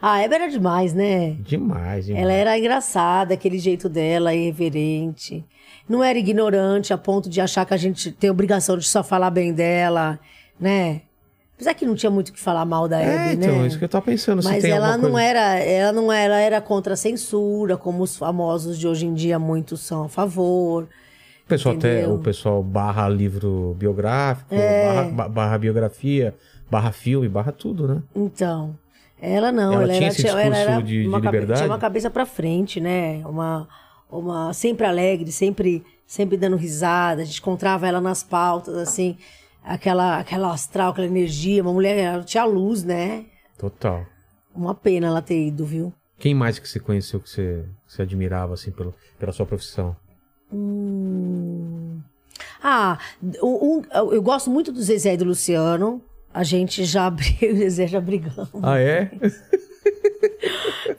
[SPEAKER 3] A Hebe era demais, né?
[SPEAKER 1] Demais, demais.
[SPEAKER 3] Ela era engraçada, aquele jeito dela, irreverente. Não era ignorante a ponto de achar que a gente tem obrigação de só falar bem dela, né? Apesar que não tinha muito o que falar mal da Hebe,
[SPEAKER 1] É, então,
[SPEAKER 3] né?
[SPEAKER 1] isso que eu tava pensando. se
[SPEAKER 3] Mas
[SPEAKER 1] tem
[SPEAKER 3] ela
[SPEAKER 1] alguma
[SPEAKER 3] não
[SPEAKER 1] coisa-
[SPEAKER 3] era, ela não era, era contra a censura, como os famosos de hoje em dia muitos são a favor.
[SPEAKER 1] O pessoal, até,
[SPEAKER 3] é, Entendeu? É.
[SPEAKER 1] o pessoal barra livro biográfico, barra, ba- barra biografia, barra filme, barra tudo, né?
[SPEAKER 3] Então, ela não,
[SPEAKER 1] Ela
[SPEAKER 3] ela,
[SPEAKER 1] tinha
[SPEAKER 3] era,
[SPEAKER 1] esse
[SPEAKER 3] tinha- ela
[SPEAKER 1] discurso
[SPEAKER 3] era
[SPEAKER 1] de- de
[SPEAKER 3] uma cabe-
[SPEAKER 1] liberdade?
[SPEAKER 3] tinha uma cabeça pra frente, né? Uma, uma sempre alegre, sempre, sempre dando risada. A gente encontrava ela nas pautas, assim, aquela, aquela astral, aquela energia. Uma mulher, ela tinha luz, né?
[SPEAKER 1] Total.
[SPEAKER 3] Uma pena ela ter ido, viu?
[SPEAKER 1] Quem mais que você conheceu que você, que você admirava, assim, pelo, pela sua profissão?
[SPEAKER 3] Hum. Ah, um- um- eu gosto muito do Zezé e do Luciano. A gente já abriu, o Zezé já brigamos.
[SPEAKER 1] Ah, é?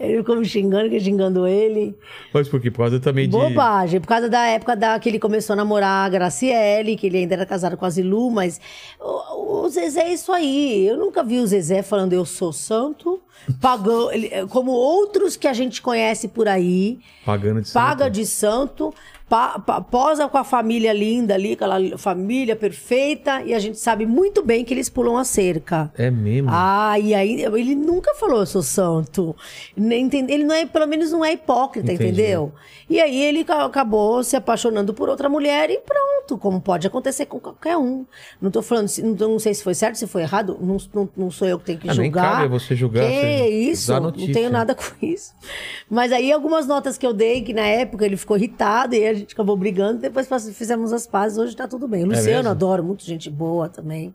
[SPEAKER 3] Ele ficou me xingando, que eu xingando ele.
[SPEAKER 1] Mas por quê? Por causa também de...
[SPEAKER 3] Bobagem, por causa da época da, que ele começou a namorar a Graciele, que ele ainda era casado com a Zilu, mas o, o Zezé é isso aí. Eu nunca vi o Zezé falando eu sou santo, pagão, ele- como outros que a gente conhece por aí,
[SPEAKER 1] Pagando de
[SPEAKER 3] paga
[SPEAKER 1] santo.
[SPEAKER 3] de santo, pa- pa- posa com a família linda ali, aquela família perfeita, e a gente sabe muito bem que eles pulam a cerca.
[SPEAKER 1] É mesmo?
[SPEAKER 3] Ah, e aí ele nunca falou eu sou santo. Nem entende- Ele não é, pelo menos não é hipócrita,
[SPEAKER 1] Entendi.
[SPEAKER 3] entendeu? E aí ele ca- acabou se apaixonando por outra mulher e pronto, como pode acontecer com qualquer um. Não tô falando, se- não, tô- não sei se foi certo, se foi errado, não, não- não sou eu que tenho que
[SPEAKER 1] Ah, nem
[SPEAKER 3] julgar.
[SPEAKER 1] cabe a você julgar,
[SPEAKER 3] Que
[SPEAKER 1] você
[SPEAKER 3] isso?
[SPEAKER 1] dá
[SPEAKER 3] Não
[SPEAKER 1] notícia.
[SPEAKER 3] tenho nada com isso. Mas aí algumas notas que eu dei, que na época ele ficou irritado e a gente acabou brigando, depois faz- fizemos as pazes, hoje tá tudo bem. O Luciano
[SPEAKER 1] É mesmo?
[SPEAKER 3] adoro, muito gente boa também.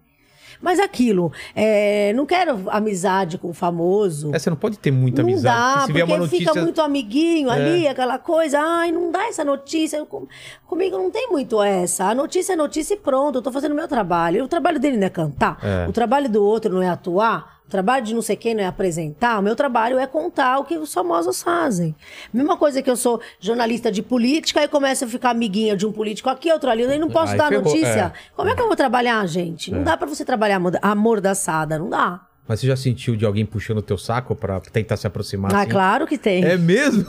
[SPEAKER 3] Mas aquilo, é, não quero amizade com o famoso.
[SPEAKER 1] É, você não pode ter muita
[SPEAKER 3] não
[SPEAKER 1] amizade.
[SPEAKER 3] dá,
[SPEAKER 1] porque se vier uma
[SPEAKER 3] porque
[SPEAKER 1] notícia... É.
[SPEAKER 3] fica muito amiguinho ali, aquela coisa. Ai, não dá essa notícia. Eu com- Comigo não tem muito essa. A notícia é notícia e pronto. Eu tô fazendo o meu trabalho. O trabalho dele não é cantar.
[SPEAKER 1] É.
[SPEAKER 3] O trabalho do outro não é atuar. O trabalho de não sei quem não é apresentar. O meu trabalho é contar o que os famosos fazem. Mesma coisa que eu sou jornalista de política e começo a ficar amiguinha de um político aqui, outro ali. Eu não posso
[SPEAKER 1] Aí
[SPEAKER 3] dar
[SPEAKER 1] ferrou,
[SPEAKER 3] notícia.
[SPEAKER 1] é.
[SPEAKER 3] Como é que eu vou trabalhar, gente? Não dá pra você trabalhar amorda- amordaçada. Não dá.
[SPEAKER 1] Mas você já sentiu de alguém puxando o teu saco pra tentar se aproximar?
[SPEAKER 3] Ah,
[SPEAKER 1] assim?
[SPEAKER 3] claro que tem.
[SPEAKER 1] É mesmo?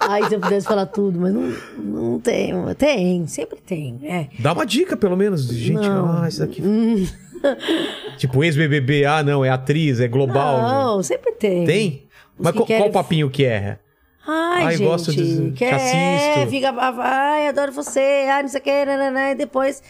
[SPEAKER 3] Ai, se eu pudesse falar tudo, mas não, não tem. Tem, sempre tem, né?
[SPEAKER 1] Dá uma dica, pelo menos. de Gente, ah, isso daqui.
[SPEAKER 3] Hum.
[SPEAKER 1] tipo, ex-BBB, ah, não, é atriz, é global. né?
[SPEAKER 3] não, sempre tem.
[SPEAKER 1] Tem?
[SPEAKER 3] Os
[SPEAKER 1] Mas
[SPEAKER 3] que
[SPEAKER 1] qual,
[SPEAKER 3] querem-
[SPEAKER 1] qual papinho que é?
[SPEAKER 3] Ai,
[SPEAKER 1] Ai,
[SPEAKER 3] gente,
[SPEAKER 1] gosto de- te
[SPEAKER 3] quer,
[SPEAKER 1] assisto.
[SPEAKER 3] fica, ah, ai, adoro você, ai, não sei o que, nananã, né, e depois,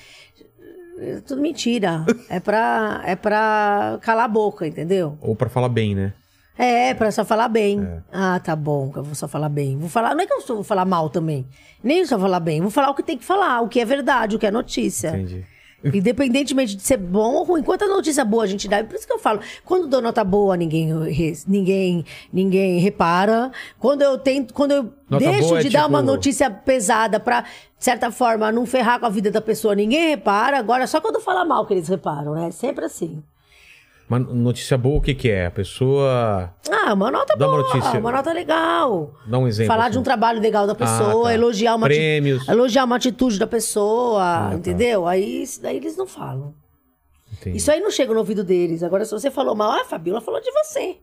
[SPEAKER 3] é tudo mentira, é pra, é pra calar a boca, entendeu?
[SPEAKER 1] Ou pra falar bem, né?
[SPEAKER 3] É, é pra só falar bem.
[SPEAKER 1] É.
[SPEAKER 3] Ah, tá bom, eu vou só falar bem. Vou falar, não é que eu só vou falar mal também, nem só falar bem, vou falar o que tem que falar, o que é verdade, o que é notícia.
[SPEAKER 1] Entendi.
[SPEAKER 3] Independentemente de ser bom ou ruim, quanta notícia boa a gente dá. é Por isso que eu falo, quando dou nota boa, ninguém, re- ninguém, ninguém repara. Quando eu tento, quando eu
[SPEAKER 1] Nota
[SPEAKER 3] deixo
[SPEAKER 1] boa é
[SPEAKER 3] de dar
[SPEAKER 1] tipo-
[SPEAKER 3] uma notícia pesada pra, de certa forma, não ferrar com a vida da pessoa, ninguém repara. Agora, só quando eu falar mal que eles reparam, né? É Sempre assim.
[SPEAKER 1] Mas notícia boa, o que que é? A pessoa...
[SPEAKER 3] Ah, uma nota
[SPEAKER 1] Dá uma
[SPEAKER 3] boa,
[SPEAKER 1] notícia.
[SPEAKER 3] uma nota legal.
[SPEAKER 1] Dá um exemplo.
[SPEAKER 3] Falar
[SPEAKER 1] assim.
[SPEAKER 3] de um trabalho legal da pessoa,
[SPEAKER 1] tá.
[SPEAKER 3] elogiar, uma ati-
[SPEAKER 1] Prêmios.
[SPEAKER 3] elogiar uma atitude da pessoa,
[SPEAKER 1] tá.
[SPEAKER 3] entendeu? Aí isso daí eles não falam.
[SPEAKER 1] Entendi.
[SPEAKER 3] Isso aí não chega no ouvido deles. Agora, se você falou mal, ah, a Fabiola falou de você.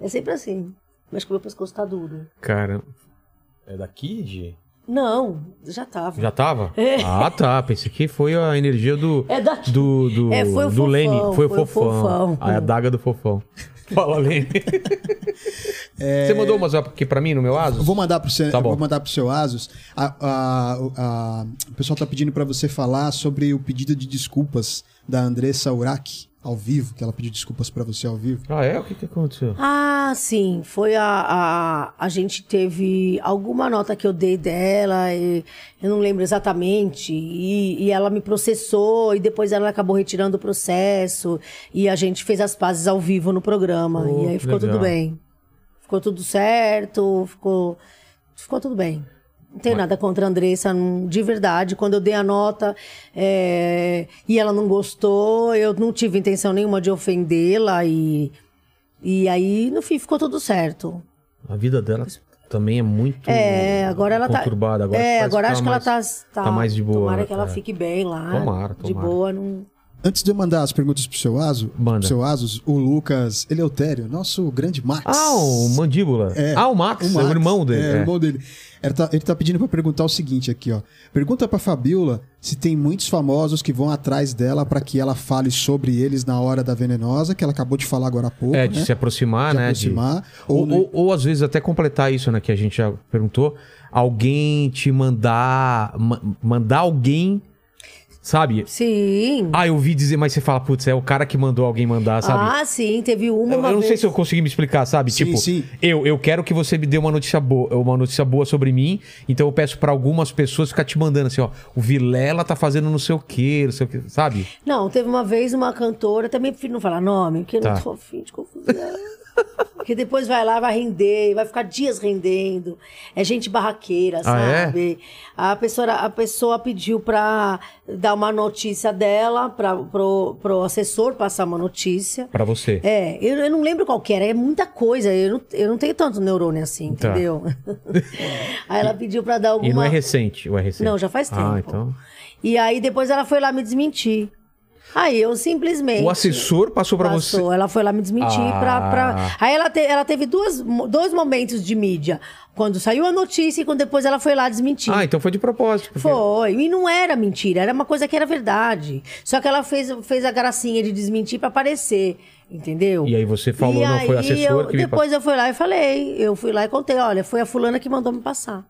[SPEAKER 3] é sempre assim. Mas que o meu pescoço tá duro.
[SPEAKER 1] Cara... É daqui, de...
[SPEAKER 3] Não, já tava.
[SPEAKER 1] Já tava? Ah, tá. Pensei que foi a energia do...
[SPEAKER 3] É daqui.
[SPEAKER 1] Do, do,
[SPEAKER 3] É, foi o
[SPEAKER 1] do
[SPEAKER 3] fofão,
[SPEAKER 1] Lene. Foi o
[SPEAKER 3] foi
[SPEAKER 1] fofão.
[SPEAKER 3] o fofão.
[SPEAKER 1] A adaga do fofão. Fala, Lene. Você mandou umas aqui pra mim no meu aso?
[SPEAKER 2] Eu Vou mandar pro seu,
[SPEAKER 1] Tá
[SPEAKER 2] eu
[SPEAKER 1] bom.
[SPEAKER 2] vou mandar pro seu Asus. A- a- o- a- o pessoal tá pedindo para você falar sobre o pedido de desculpas da Andressa Urach ao vivo, que ela pediu desculpas para você ao vivo.
[SPEAKER 1] Ah, é? O que que aconteceu?
[SPEAKER 3] Ah, sim. Foi a, a. A gente teve alguma nota que eu dei dela, e eu não lembro exatamente. E, e ela me processou, e depois ela acabou retirando o processo. E a gente fez as pazes ao vivo no programa.
[SPEAKER 1] Oh,
[SPEAKER 3] e aí
[SPEAKER 1] que
[SPEAKER 3] ficou tudo
[SPEAKER 1] legal.
[SPEAKER 3] bem. Ficou tudo certo, ficou. Ficou tudo bem. Não tenho nada contra a Andressa, não- de verdade. Quando eu dei a nota é, e ela não gostou, eu não tive intenção nenhuma de ofendê-la e. E aí, no fim, ficou tudo certo.
[SPEAKER 1] A vida dela também é muito
[SPEAKER 3] É, agora ela tá.
[SPEAKER 1] conturbada. Agora
[SPEAKER 3] é,
[SPEAKER 1] parece
[SPEAKER 3] agora acho que ela tá,
[SPEAKER 1] mais- tá mais de boa,
[SPEAKER 3] Tomara que ela
[SPEAKER 1] é.
[SPEAKER 3] fique bem lá.
[SPEAKER 1] Tomara,
[SPEAKER 3] De
[SPEAKER 1] tomara.
[SPEAKER 3] boa, não.
[SPEAKER 2] Antes de eu mandar as perguntas pro seu Asus,
[SPEAKER 1] Manda.
[SPEAKER 2] pro seu Asus, o Lucas Eleutério, nosso grande Max.
[SPEAKER 1] Ah, o Mandíbula.
[SPEAKER 2] É.
[SPEAKER 1] ah, o Max,
[SPEAKER 2] Max,
[SPEAKER 1] o irmão dele.
[SPEAKER 2] É, o
[SPEAKER 1] é.
[SPEAKER 2] irmão dele. Ele tá, ele tá pedindo pra perguntar o seguinte aqui, ó. Pergunta pra Fabiola se tem muitos famosos que vão atrás dela pra que ela fale sobre eles na hora da venenosa, que ela acabou de falar agora há pouco.
[SPEAKER 1] É, de
[SPEAKER 2] né?
[SPEAKER 1] se aproximar,
[SPEAKER 2] De
[SPEAKER 1] né? de-
[SPEAKER 2] aproximar.
[SPEAKER 1] Ou,
[SPEAKER 2] Ou,
[SPEAKER 1] ou- ou, às vezes até completar isso, né? Que a gente já perguntou. Alguém te mandar. ma- mandar alguém. Sabe?
[SPEAKER 3] Sim.
[SPEAKER 1] Ah, eu ouvi dizer, mas você fala, putz, é o cara que mandou alguém mandar, sabe?
[SPEAKER 3] Ah, sim, teve uma.
[SPEAKER 1] eu, eu
[SPEAKER 3] uma
[SPEAKER 1] não sei
[SPEAKER 3] vez-
[SPEAKER 1] se eu consegui me explicar, sabe?
[SPEAKER 2] Sim,
[SPEAKER 1] tipo,
[SPEAKER 2] sim.
[SPEAKER 1] Eu, eu quero que você me dê uma notícia boa, uma notícia boa sobre mim, então eu peço pra algumas pessoas ficar te mandando assim, ó, o Vilela tá fazendo não sei o quê, não sei o quê, sabe?
[SPEAKER 3] Não, teve uma vez uma cantora, também prefiro não falar nome, porque eu
[SPEAKER 1] Tá.
[SPEAKER 3] não tô afim de confusão. porque depois vai lá, vai render, vai ficar dias rendendo. É gente barraqueira,
[SPEAKER 1] é?
[SPEAKER 3] sabe? A, pessoa, a pessoa pediu pra dar uma notícia dela, pra, pro, pro assessor passar uma notícia.
[SPEAKER 1] Pra você.
[SPEAKER 3] É, eu, eu não lembro qual que era, é muita coisa, eu não, eu não tenho tanto neurônio assim,
[SPEAKER 1] Tá.
[SPEAKER 3] entendeu? Aí ela pediu pra dar alguma...
[SPEAKER 1] E não é recente, ou é recente?
[SPEAKER 3] Não, já faz tempo.
[SPEAKER 1] Ah, então.
[SPEAKER 3] E aí depois ela foi lá me desmentir. Aí eu simplesmente.
[SPEAKER 1] O assessor passou pra você.
[SPEAKER 3] É Passou, ela foi lá me desmentir
[SPEAKER 1] Ah.
[SPEAKER 3] pra, pra- Aí ela, te- ela teve duas, dois momentos de mídia. Quando saiu a notícia e quando depois ela foi lá desmentir.
[SPEAKER 1] Ah, então foi de propósito. porque-
[SPEAKER 3] Foi, e não era mentira, era uma coisa que era verdade. Só que ela fez, fez a gracinha de desmentir pra aparecer, entendeu?
[SPEAKER 1] E aí você falou,
[SPEAKER 3] E
[SPEAKER 1] não foi o
[SPEAKER 3] aí
[SPEAKER 1] assessor
[SPEAKER 3] eu-
[SPEAKER 1] que me
[SPEAKER 3] Depois eu fui lá e falei, eu fui lá e contei, olha, foi a fulana que mandou me passar.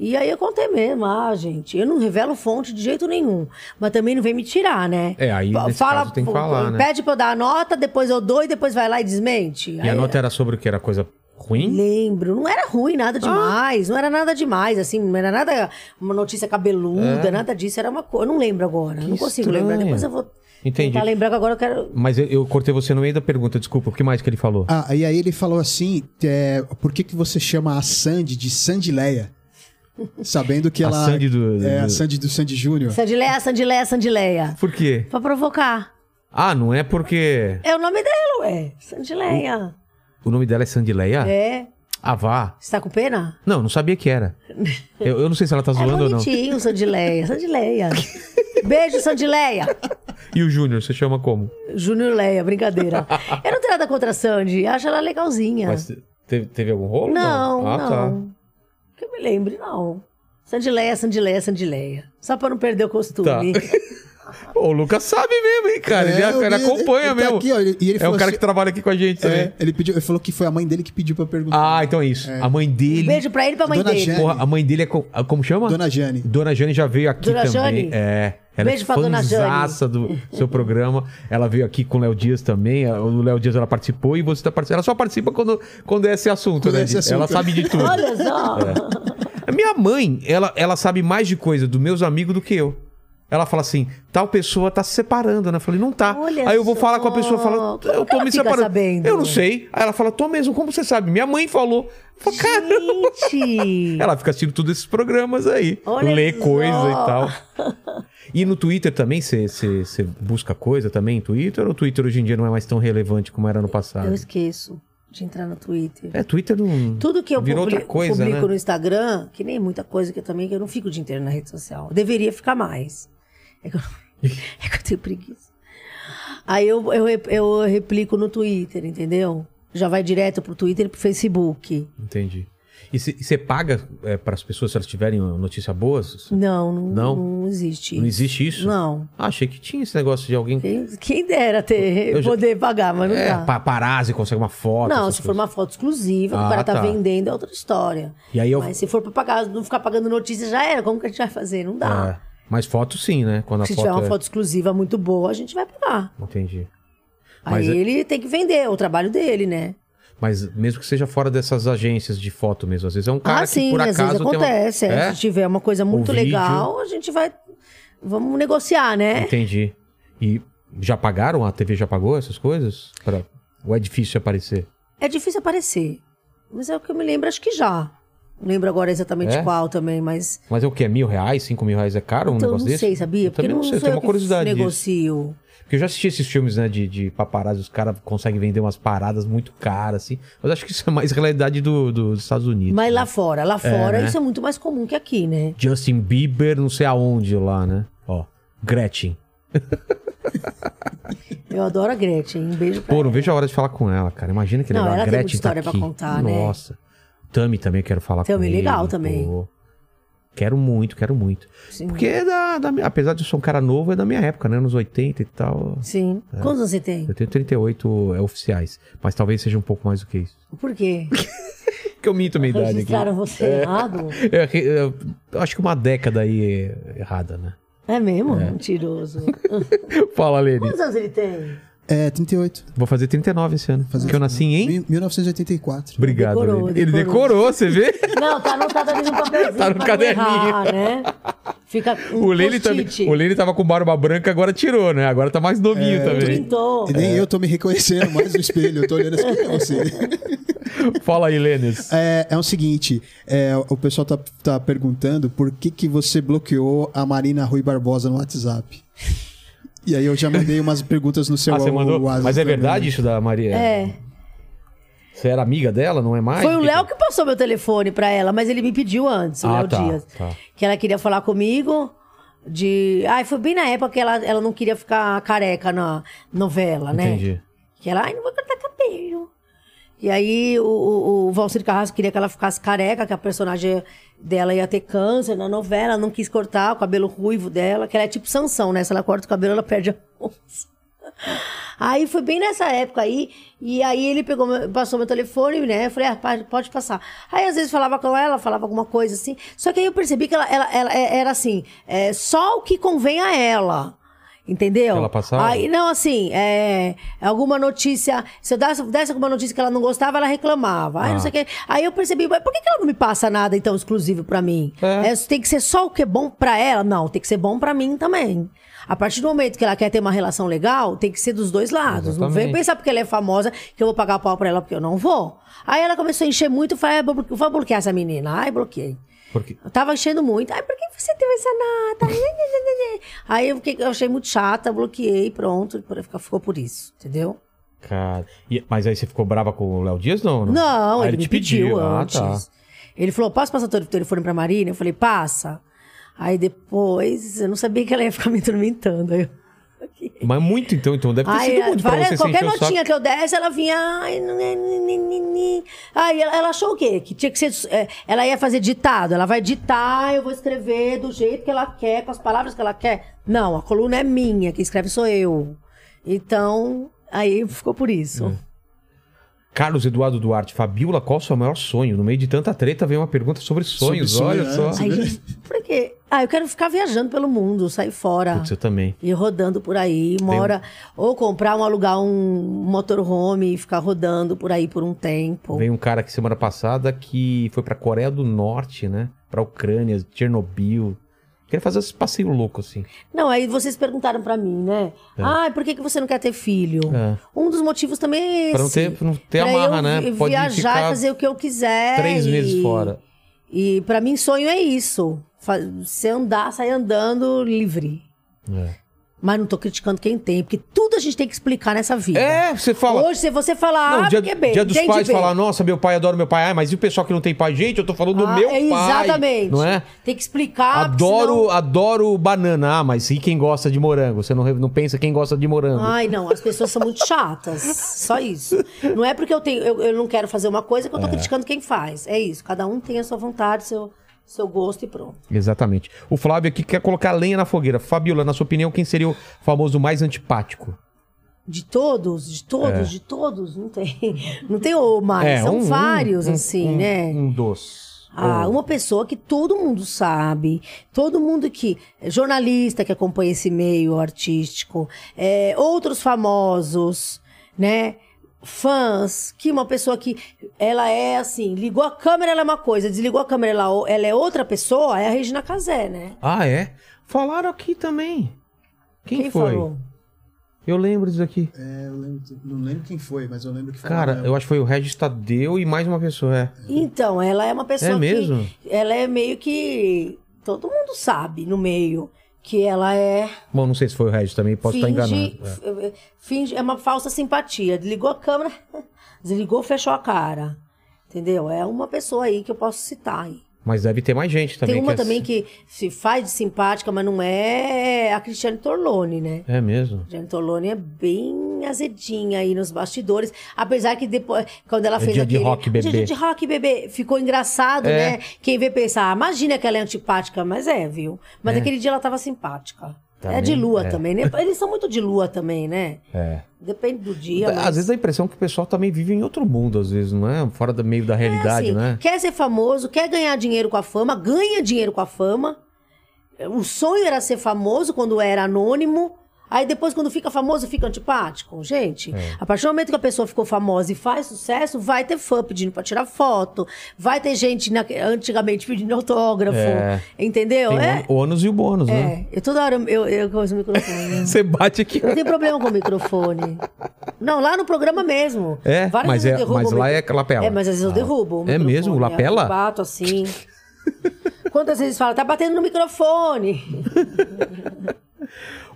[SPEAKER 3] E aí eu contei mesmo, ah, gente, eu não revelo fonte de jeito nenhum, mas também não vem me tirar, né?
[SPEAKER 1] É, aí
[SPEAKER 3] Pa-
[SPEAKER 1] nesse caso tem que falar, né?
[SPEAKER 3] Pede pra eu dar a nota, depois eu dou e depois vai lá e desmente.
[SPEAKER 1] E a nota era sobre o que? Era coisa ruim?
[SPEAKER 3] Lembro, não era ruim,
[SPEAKER 1] Ah.
[SPEAKER 3] nada demais, não era nada demais, assim, não era nada uma notícia cabeluda, nada disso, era uma coisa, eu não lembro agora, não consigo
[SPEAKER 1] É. estranho.
[SPEAKER 3] lembrar, depois eu vou
[SPEAKER 1] Entendi.
[SPEAKER 3] tentar lembrar que agora eu quero...
[SPEAKER 1] Mas eu, eu cortei você no meio da pergunta, desculpa. O que mais que ele falou?
[SPEAKER 2] Ah, e aí ele falou assim: é, por que, que você chama a Sandy de Sandileia? Sabendo que
[SPEAKER 1] A
[SPEAKER 2] ela.
[SPEAKER 1] Sandy do-
[SPEAKER 2] É, a
[SPEAKER 1] do-
[SPEAKER 2] Sandy do Sandy Júnior.
[SPEAKER 3] Sandileia, Sandileia, Sandileia,
[SPEAKER 1] Por quê?
[SPEAKER 3] pra provocar.
[SPEAKER 1] Ah, não é porque
[SPEAKER 3] É o nome dela, ué. Sandileia.
[SPEAKER 1] o nome dela é Sandileia?
[SPEAKER 3] É.
[SPEAKER 1] Ah, vá.
[SPEAKER 3] Você tá com pena?
[SPEAKER 1] Não, não sabia que era. Eu, eu não sei se ela tá
[SPEAKER 3] É
[SPEAKER 1] zoando ou não.
[SPEAKER 3] bonitinho, Sandileia. Sandileia. Beijo, Sandileia.
[SPEAKER 1] E o Júnior, você chama como?
[SPEAKER 3] Júnior Leia, brincadeira. eu não tenho nada contra a Sandy, acho ela legalzinha.
[SPEAKER 1] Mas te- teve, teve algum rolo?
[SPEAKER 3] É. Não,
[SPEAKER 1] Ah,
[SPEAKER 3] não. Que eu me lembre, não. Sandileia, Sandileia, Sandileia. Só pra não perder o costume.
[SPEAKER 1] tá. Pô, o Lucas sabe mesmo, hein, cara. ele,
[SPEAKER 2] É, eu
[SPEAKER 1] ele
[SPEAKER 2] vi,
[SPEAKER 1] acompanha
[SPEAKER 2] ele tá
[SPEAKER 1] mesmo.
[SPEAKER 2] aqui, ó, ele- e ele
[SPEAKER 1] é o
[SPEAKER 2] falou
[SPEAKER 1] cara
[SPEAKER 2] assim-
[SPEAKER 1] que trabalha aqui com a gente
[SPEAKER 2] É,
[SPEAKER 1] também.
[SPEAKER 2] ele, pediu, ele falou que foi a mãe dele que pediu pra perguntar.
[SPEAKER 1] Ah, então é isso. A mãe
[SPEAKER 3] Um
[SPEAKER 1] dele.
[SPEAKER 3] beijo pra ele e pra mãe
[SPEAKER 2] Dona
[SPEAKER 3] dele.
[SPEAKER 2] Jane.
[SPEAKER 1] Porra, a mãe dele é. co- ah, Como chama?
[SPEAKER 2] Dona Jane.
[SPEAKER 1] Dona Jane já veio aqui
[SPEAKER 3] Dona
[SPEAKER 1] também.
[SPEAKER 3] Jane?
[SPEAKER 1] É. Ela
[SPEAKER 3] Beijo
[SPEAKER 1] é
[SPEAKER 3] pra Dona Jane.
[SPEAKER 1] fanzaça do seu programa. Ela veio aqui com o Léo Dias também. A- O Léo Dias ela participou e você tá participando. Ela só participa quando, quando é esse assunto,
[SPEAKER 2] Quando
[SPEAKER 1] né?
[SPEAKER 2] é esse
[SPEAKER 1] Di?
[SPEAKER 2] assunto.
[SPEAKER 1] Ela sabe de tudo.
[SPEAKER 3] Olha só.
[SPEAKER 1] É. A minha mãe, ela, ela sabe mais de coisa dos meus amigos do que eu. Ela fala assim, tal pessoa tá se separando, né? Eu falei, não tá.
[SPEAKER 3] Olha
[SPEAKER 1] Aí eu vou
[SPEAKER 3] só.
[SPEAKER 1] falar com a pessoa, fala,
[SPEAKER 3] Como
[SPEAKER 1] eu
[SPEAKER 3] que
[SPEAKER 1] tô
[SPEAKER 3] ela
[SPEAKER 1] me
[SPEAKER 3] fica
[SPEAKER 1] separando.
[SPEAKER 3] sabendo?
[SPEAKER 1] Eu não sei. Aí ela fala, tô mesmo, como você sabe? Minha mãe falou. Eu falo, cara,
[SPEAKER 3] Gente.
[SPEAKER 1] ela fica assistindo todos esses programas aí.
[SPEAKER 3] Olha
[SPEAKER 1] lê
[SPEAKER 3] só.
[SPEAKER 1] coisa e tal. E no Twitter também, você você- você busca coisa também em Twitter? Ou o Twitter hoje em dia não é mais tão relevante como era no
[SPEAKER 3] Eu
[SPEAKER 1] passado?
[SPEAKER 3] esqueço de entrar no Twitter.
[SPEAKER 1] É, Twitter não...
[SPEAKER 3] Tudo que eu
[SPEAKER 1] Virou outra
[SPEAKER 3] publico,
[SPEAKER 1] coisa,
[SPEAKER 3] publico
[SPEAKER 1] né?
[SPEAKER 3] no Instagram, que nem muita coisa que eu também, que eu não fico o dia inteiro na rede social. Eu deveria ficar mais. É que eu, é que eu tenho preguiça. Aí eu, eu, rep- eu replico no Twitter, entendeu? Já vai direto pro Twitter e pro Facebook.
[SPEAKER 1] Entendi. E você paga é, para as pessoas se elas tiverem uh, notícia boa? Cê-
[SPEAKER 3] Não, não,
[SPEAKER 1] Não?
[SPEAKER 3] não. existe.
[SPEAKER 1] Não existe isso?
[SPEAKER 3] Não.
[SPEAKER 1] Ah, achei que tinha esse negócio de alguém.
[SPEAKER 3] Quem, quem dera ter,
[SPEAKER 1] Eu já-
[SPEAKER 3] poder pagar, mas não
[SPEAKER 1] É,
[SPEAKER 3] dá.
[SPEAKER 1] paparazzi consegue uma foto.
[SPEAKER 3] tá. Não,
[SPEAKER 1] essas
[SPEAKER 3] se for uma foto exclusiva, que
[SPEAKER 1] Ah,
[SPEAKER 3] o cara tá,
[SPEAKER 1] tá.
[SPEAKER 3] vendendo, é outra história.
[SPEAKER 1] E aí eu-
[SPEAKER 3] Mas se for pra pagar, não ficar pagando notícia, já era. Como que a gente vai fazer? Não
[SPEAKER 1] coisas.
[SPEAKER 3] dá.
[SPEAKER 1] É, Mas foto sim, né? Quando a
[SPEAKER 3] se
[SPEAKER 1] foto.
[SPEAKER 3] tiver uma
[SPEAKER 1] é-
[SPEAKER 3] foto exclusiva muito boa, a gente vai pagar.
[SPEAKER 1] Entendi. Mas
[SPEAKER 3] Aí
[SPEAKER 1] é-
[SPEAKER 3] ele tem que vender é o trabalho dele, né?
[SPEAKER 1] Mas mesmo que seja fora dessas agências de foto mesmo, às vezes é um cara
[SPEAKER 3] ah, sim,
[SPEAKER 1] que por
[SPEAKER 3] às
[SPEAKER 1] acaso.
[SPEAKER 3] vezes
[SPEAKER 1] tem uma-
[SPEAKER 3] acontece. é.
[SPEAKER 1] É?
[SPEAKER 3] Se tiver uma coisa muito
[SPEAKER 1] vídeo.
[SPEAKER 3] legal, a gente vai. Vamos negociar, né?
[SPEAKER 1] É? Entendi. E já pagaram? A TV já pagou essas coisas? Pra... Ou é difícil aparecer?
[SPEAKER 3] É difícil aparecer. Mas é o que eu me lembro, acho que já. Não lembro agora exatamente
[SPEAKER 1] É?
[SPEAKER 3] qual também, mas.
[SPEAKER 1] Mas é o quê? É mil reais? Cinco mil reais é caro um
[SPEAKER 3] então, eu não
[SPEAKER 1] negócio desse?
[SPEAKER 3] sei, sabia?
[SPEAKER 1] Eu
[SPEAKER 3] Porque
[SPEAKER 1] também
[SPEAKER 3] não
[SPEAKER 1] não sei, eu
[SPEAKER 3] sou
[SPEAKER 1] tenho
[SPEAKER 3] eu
[SPEAKER 1] uma
[SPEAKER 3] que
[SPEAKER 1] curiosidade disso.
[SPEAKER 3] negocio.
[SPEAKER 1] Porque eu já assisti esses filmes, né, de, de paparazzi, os caras conseguem vender umas paradas muito caras, assim. Mas acho que isso é mais realidade do, do- dos Estados Unidos.
[SPEAKER 3] Mas
[SPEAKER 1] né?
[SPEAKER 3] lá fora, lá fora,
[SPEAKER 1] né?
[SPEAKER 3] isso é muito mais comum que aqui, né?
[SPEAKER 1] Justin Bieber, não sei aonde lá, né? Ó, Gretchen.
[SPEAKER 3] Eu adoro a Gretchen. Um beijo pra
[SPEAKER 1] Pô, não
[SPEAKER 3] ela.
[SPEAKER 1] vejo a hora de falar com ela, cara. Imagina que
[SPEAKER 3] Não,
[SPEAKER 1] legal. a
[SPEAKER 3] ela tem
[SPEAKER 1] Gretchen
[SPEAKER 3] muita história
[SPEAKER 1] tá
[SPEAKER 3] pra
[SPEAKER 1] aqui.
[SPEAKER 3] contar, né?
[SPEAKER 1] Nossa. Tami também eu quero falar com
[SPEAKER 3] Tami,
[SPEAKER 1] ele.
[SPEAKER 3] legal também.
[SPEAKER 1] pô. Quero muito, quero muito.
[SPEAKER 3] Sim.
[SPEAKER 1] Porque é da, da minha- apesar de eu ser um cara novo, é da minha época, né? Anos 80 e tal.
[SPEAKER 3] Sim.
[SPEAKER 1] É.
[SPEAKER 3] Quantos anos você tem?
[SPEAKER 1] Eu tenho 38 é, oficiais, mas talvez seja um pouco mais do que isso.
[SPEAKER 3] Por quê?
[SPEAKER 1] Porque eu minto a minha idade é? aqui.
[SPEAKER 3] Registraram você errado?
[SPEAKER 1] Eu errei- eu- eu acho que uma década aí errada, né?
[SPEAKER 3] É mesmo? Mentiroso.
[SPEAKER 1] Fala, Lene.
[SPEAKER 3] Quantos anos ele tem?
[SPEAKER 2] É, 38.
[SPEAKER 1] Vou fazer 39 esse ano.
[SPEAKER 2] Fazer
[SPEAKER 1] que eu nasci em.
[SPEAKER 2] Mil- 1984.
[SPEAKER 1] Obrigado,
[SPEAKER 3] Decorou,
[SPEAKER 1] Lene. Ele
[SPEAKER 3] decorou.
[SPEAKER 1] decorou, você vê?
[SPEAKER 3] Não, tá anotado ali no papelzinho.
[SPEAKER 1] Tá no
[SPEAKER 3] pra não
[SPEAKER 1] caderninho.
[SPEAKER 3] errar, né? Fica um
[SPEAKER 1] O Lene, também,
[SPEAKER 3] post-it.
[SPEAKER 1] o Lene tava com barba branca, agora tirou, né? Agora tá mais
[SPEAKER 3] É.
[SPEAKER 1] novinho também.
[SPEAKER 3] Pintou.
[SPEAKER 2] E
[SPEAKER 1] É.
[SPEAKER 2] nem eu tô me reconhecendo mais no espelho. Eu tô olhando assim, quem é você?
[SPEAKER 1] Fala aí, Lênis.
[SPEAKER 2] É, é o seguinte, é, o pessoal tá, tá perguntando por que, que você bloqueou a Marina Rui Barbosa no WhatsApp. E aí eu já mandei umas perguntas no seu
[SPEAKER 1] Ah, você mandou.
[SPEAKER 2] WhatsApp
[SPEAKER 1] Mas é
[SPEAKER 2] também.
[SPEAKER 1] verdade isso da Maria?
[SPEAKER 3] É.
[SPEAKER 1] Você era amiga dela, não é mais?
[SPEAKER 3] Foi o
[SPEAKER 1] Que-
[SPEAKER 3] Léo que passou meu telefone pra ela, mas ele me pediu antes, o
[SPEAKER 1] Ah,
[SPEAKER 3] Léo
[SPEAKER 1] tá,
[SPEAKER 3] Dias.
[SPEAKER 1] tá.
[SPEAKER 3] Que ela queria falar comigo de. Ai, foi bem na época que ela, ela não queria ficar careca na novela, né?
[SPEAKER 1] Entendi.
[SPEAKER 3] Que ela, ai, não vou cortar cabelo. E aí o, o, o Valcir Carrasco queria que ela ficasse careca, que a personagem dela ia ter câncer na novela, não quis cortar o cabelo ruivo dela, que ela é tipo Sansão, né? Se ela corta o cabelo, ela perde a força. Aí foi bem nessa época aí, e aí ele pegou, meu- passou meu telefone, né? Eu falei, ah, pa- pode passar. Aí às vezes falava com ela, falava alguma coisa assim, só que aí eu percebi que ela, ela- ela é- era assim, é, só o que convém a ela. Entendeu?
[SPEAKER 1] Ela passava?
[SPEAKER 3] Aí, não, assim, é, alguma notícia. Se eu desse, desse alguma notícia que ela não gostava, ela reclamava. Aí,
[SPEAKER 1] Ah.
[SPEAKER 3] não sei o quê. Aí eu percebi, mas por que, que ela não me passa nada, então, exclusivo pra mim?
[SPEAKER 1] É.
[SPEAKER 3] É, tem que ser só o que é bom pra ela? Não, tem que ser bom pra mim também. A partir do momento que ela quer ter uma relação legal, tem que ser dos dois lados. Não vem
[SPEAKER 1] Exatamente.
[SPEAKER 3] pensar porque ela é famosa que eu vou pagar pau pra ela porque eu não vou. Aí ela começou a encher muito e falei, ah, vou blo- vou bloquear essa menina. Ai, bloqueei.
[SPEAKER 1] Porque...
[SPEAKER 3] Eu tava enchendo muito. Ai, por que você teve essa nata? Aí eu, fiquei, eu achei muito chata, bloqueei, pronto. por- Ficou, ficou por isso, entendeu?
[SPEAKER 1] Cara. e- Mas aí você ficou brava com o Léo Dias, não? Ah,
[SPEAKER 3] Não,
[SPEAKER 1] Aí
[SPEAKER 3] ele, me pediu, antes.
[SPEAKER 1] Ah, tá.
[SPEAKER 3] Ele falou, posso passar o telefone pra Marina? Eu falei, passa. Aí depois, eu não sabia que ela ia ficar me atormentando. Aí eu- aqui.
[SPEAKER 1] Mas muito então, então. Deve ter
[SPEAKER 3] Ai,
[SPEAKER 1] sido muito pra
[SPEAKER 3] várias-
[SPEAKER 1] você assim, se
[SPEAKER 3] qualquer
[SPEAKER 1] encher o saco.
[SPEAKER 3] notinha que eu desse, ela vinha. Ai, não é, ni, ni, ni, ni. Ai, ela, ela achou o quê? Que tinha que ser. é, ela ia fazer ditado. Ela vai ditar, eu vou escrever do jeito que ela quer, com as palavras que ela quer. Não, a coluna é minha, quem escreve sou eu. Então, aí ficou por isso.
[SPEAKER 1] Carlos Eduardo Duarte, Fabiola, qual o seu maior sonho? No meio de tanta treta vem uma pergunta sobre sonhos,
[SPEAKER 2] Sobre
[SPEAKER 1] olha
[SPEAKER 2] sonho,
[SPEAKER 1] só.
[SPEAKER 2] né?
[SPEAKER 3] Aí,
[SPEAKER 2] vê?
[SPEAKER 3] por quê? Ah, eu quero ficar viajando pelo mundo, sair fora.
[SPEAKER 1] Putz, eu também.
[SPEAKER 3] E rodando por aí, uma
[SPEAKER 1] Tem um-
[SPEAKER 3] hora. Ou comprar um alugar um motorhome e ficar rodando por aí por um tempo.
[SPEAKER 1] Veio um cara aqui semana passada que foi pra Coreia do Norte, né? Pra Ucrânia, Chernobyl. Queria fazer esse passeio louco, assim.
[SPEAKER 3] Não, aí vocês perguntaram pra mim, né?
[SPEAKER 1] É.
[SPEAKER 3] Ah, por que, que você não quer ter filho?
[SPEAKER 1] É.
[SPEAKER 3] Um dos motivos também é esse.
[SPEAKER 1] Pra não ter, pra não ter
[SPEAKER 3] Pra
[SPEAKER 1] amarra,
[SPEAKER 3] eu
[SPEAKER 1] né?
[SPEAKER 3] vi-
[SPEAKER 1] Pode
[SPEAKER 3] viajar
[SPEAKER 1] ficar
[SPEAKER 3] e fazer o que eu quiser.
[SPEAKER 1] três
[SPEAKER 3] e-
[SPEAKER 1] meses fora.
[SPEAKER 3] E pra mim, sonho é isso. Fa- Você andar, sair andando livre.
[SPEAKER 1] É.
[SPEAKER 3] Mas não tô criticando quem tem, porque tudo a gente tem que explicar nessa vida.
[SPEAKER 1] É, você fala.
[SPEAKER 3] Hoje, se você falar,
[SPEAKER 1] Não,
[SPEAKER 3] ah,
[SPEAKER 1] dia,
[SPEAKER 3] porque bem,
[SPEAKER 1] dia dos
[SPEAKER 3] entende
[SPEAKER 1] pais
[SPEAKER 3] bem.
[SPEAKER 1] falar, nossa, meu pai adora meu pai. Ah, mas e o pessoal que não tem pai? Gente, eu tô falando do
[SPEAKER 3] Ah,
[SPEAKER 1] meu
[SPEAKER 3] é,
[SPEAKER 1] pai.
[SPEAKER 3] Exatamente.
[SPEAKER 1] Não é?
[SPEAKER 3] Tem que explicar. porque
[SPEAKER 1] adoro,
[SPEAKER 3] senão-
[SPEAKER 1] adoro banana. Ah, mas e quem gosta de morango? Você não, re- não pensa quem gosta de morango.
[SPEAKER 3] Ai, não, as pessoas são muito chatas. Só isso. Não é porque eu tenho, eu, eu não quero fazer uma coisa que eu tô criticando quem faz. É isso. Cada um tem a sua vontade, seu, seu gosto e pronto.
[SPEAKER 1] Exatamente. O Flávio aqui quer colocar lenha na fogueira. Fabiola, na sua opinião, quem seria o famoso mais antipático?
[SPEAKER 3] De todos, de todos, de todos, não tem. Não tem o mais. Ah, São
[SPEAKER 1] É. um- um-
[SPEAKER 3] vários,
[SPEAKER 1] um-
[SPEAKER 3] assim,
[SPEAKER 1] um-
[SPEAKER 3] né?
[SPEAKER 1] Um doce.
[SPEAKER 3] Ah,
[SPEAKER 1] Ou-
[SPEAKER 3] uma pessoa que todo mundo sabe, todo mundo que. eh, jornalista que acompanha esse meio artístico, é, outros famosos, né? Fãs, que uma pessoa que ela é assim, ligou a câmera, ela é uma coisa, desligou a câmera, ela, o- ela é outra pessoa, é a Regina Casé, né?
[SPEAKER 1] Ah, é? Falaram aqui também. Quem,
[SPEAKER 3] Quem
[SPEAKER 1] foi?
[SPEAKER 3] falou?
[SPEAKER 1] Eu lembro disso aqui.
[SPEAKER 2] É, eu lembro- não lembro quem foi, mas eu lembro que foi.
[SPEAKER 1] Cara, eu acho que foi o Regis Tadeu e mais uma pessoa, é.
[SPEAKER 3] Então, ela é uma pessoa
[SPEAKER 1] É mesmo?
[SPEAKER 3] que. Ela é meio que. Todo mundo sabe no meio que ela é.
[SPEAKER 1] Bom, não sei se foi o Regis também, posso estar enganado. É.
[SPEAKER 3] f- eh, finge- é uma falsa simpatia. Desligou a câmera, desligou, fechou a cara. Entendeu? É uma pessoa aí que eu posso citar. aí.
[SPEAKER 1] Mas deve ter mais gente também.
[SPEAKER 3] Tem uma
[SPEAKER 1] é
[SPEAKER 3] também
[SPEAKER 1] assim.
[SPEAKER 3] que se faz de simpática, mas não é a Cristiane Torlone, né?
[SPEAKER 1] É mesmo.
[SPEAKER 3] Cristiane Torlone é bem azedinha aí nos bastidores. Apesar que depois, quando ela
[SPEAKER 1] É
[SPEAKER 3] fez
[SPEAKER 1] dia de
[SPEAKER 3] aquele...
[SPEAKER 1] rock, bebê.
[SPEAKER 3] Dia de rock, bebê. Ficou engraçado,
[SPEAKER 1] É.
[SPEAKER 3] né? Quem vê pensar, ah, imagina que ela é antipática. Mas é, viu? Mas aquele dia ela tava simpática.
[SPEAKER 1] Também,
[SPEAKER 3] é de lua
[SPEAKER 1] é.
[SPEAKER 3] também, né? Eles são muito de lua também, né?
[SPEAKER 1] É.
[SPEAKER 3] Depende do dia, mas...
[SPEAKER 1] Às vezes dá a impressão que o pessoal também vive em outro mundo, às vezes, não é? Fora do meio da
[SPEAKER 3] É
[SPEAKER 1] realidade,
[SPEAKER 3] assim,
[SPEAKER 1] né?
[SPEAKER 3] Quer ser famoso, quer ganhar dinheiro com a fama, ganha dinheiro com a fama. O sonho era ser famoso quando era anônimo. Aí depois, quando fica famoso, fica antipático. Gente,
[SPEAKER 1] É.
[SPEAKER 3] a partir do momento que a pessoa ficou famosa e faz sucesso, vai ter fã pedindo pra tirar foto, vai ter gente na- antigamente pedindo autógrafo.
[SPEAKER 1] É.
[SPEAKER 3] Entendeu?
[SPEAKER 1] Tem um-
[SPEAKER 3] é,
[SPEAKER 1] o ônus e o bônus, né?
[SPEAKER 3] é. Eu toda hora eu, eu, eu uso o microfone. né?
[SPEAKER 1] Você bate aqui.
[SPEAKER 3] Eu não tenho problema com o microfone. Não, lá no programa mesmo.
[SPEAKER 1] É,
[SPEAKER 3] Várias
[SPEAKER 1] mas,
[SPEAKER 3] vezes
[SPEAKER 1] é,
[SPEAKER 3] eu derrubo
[SPEAKER 1] mas
[SPEAKER 3] o
[SPEAKER 1] lá é
[SPEAKER 3] micro-
[SPEAKER 1] lapela.
[SPEAKER 3] é, mas às vezes eu
[SPEAKER 1] Ah.
[SPEAKER 3] derrubo.
[SPEAKER 1] É
[SPEAKER 3] microfone,
[SPEAKER 1] mesmo?
[SPEAKER 3] eu
[SPEAKER 1] Lapela?
[SPEAKER 3] Bato assim. Quantas vezes fala, tá batendo no microfone?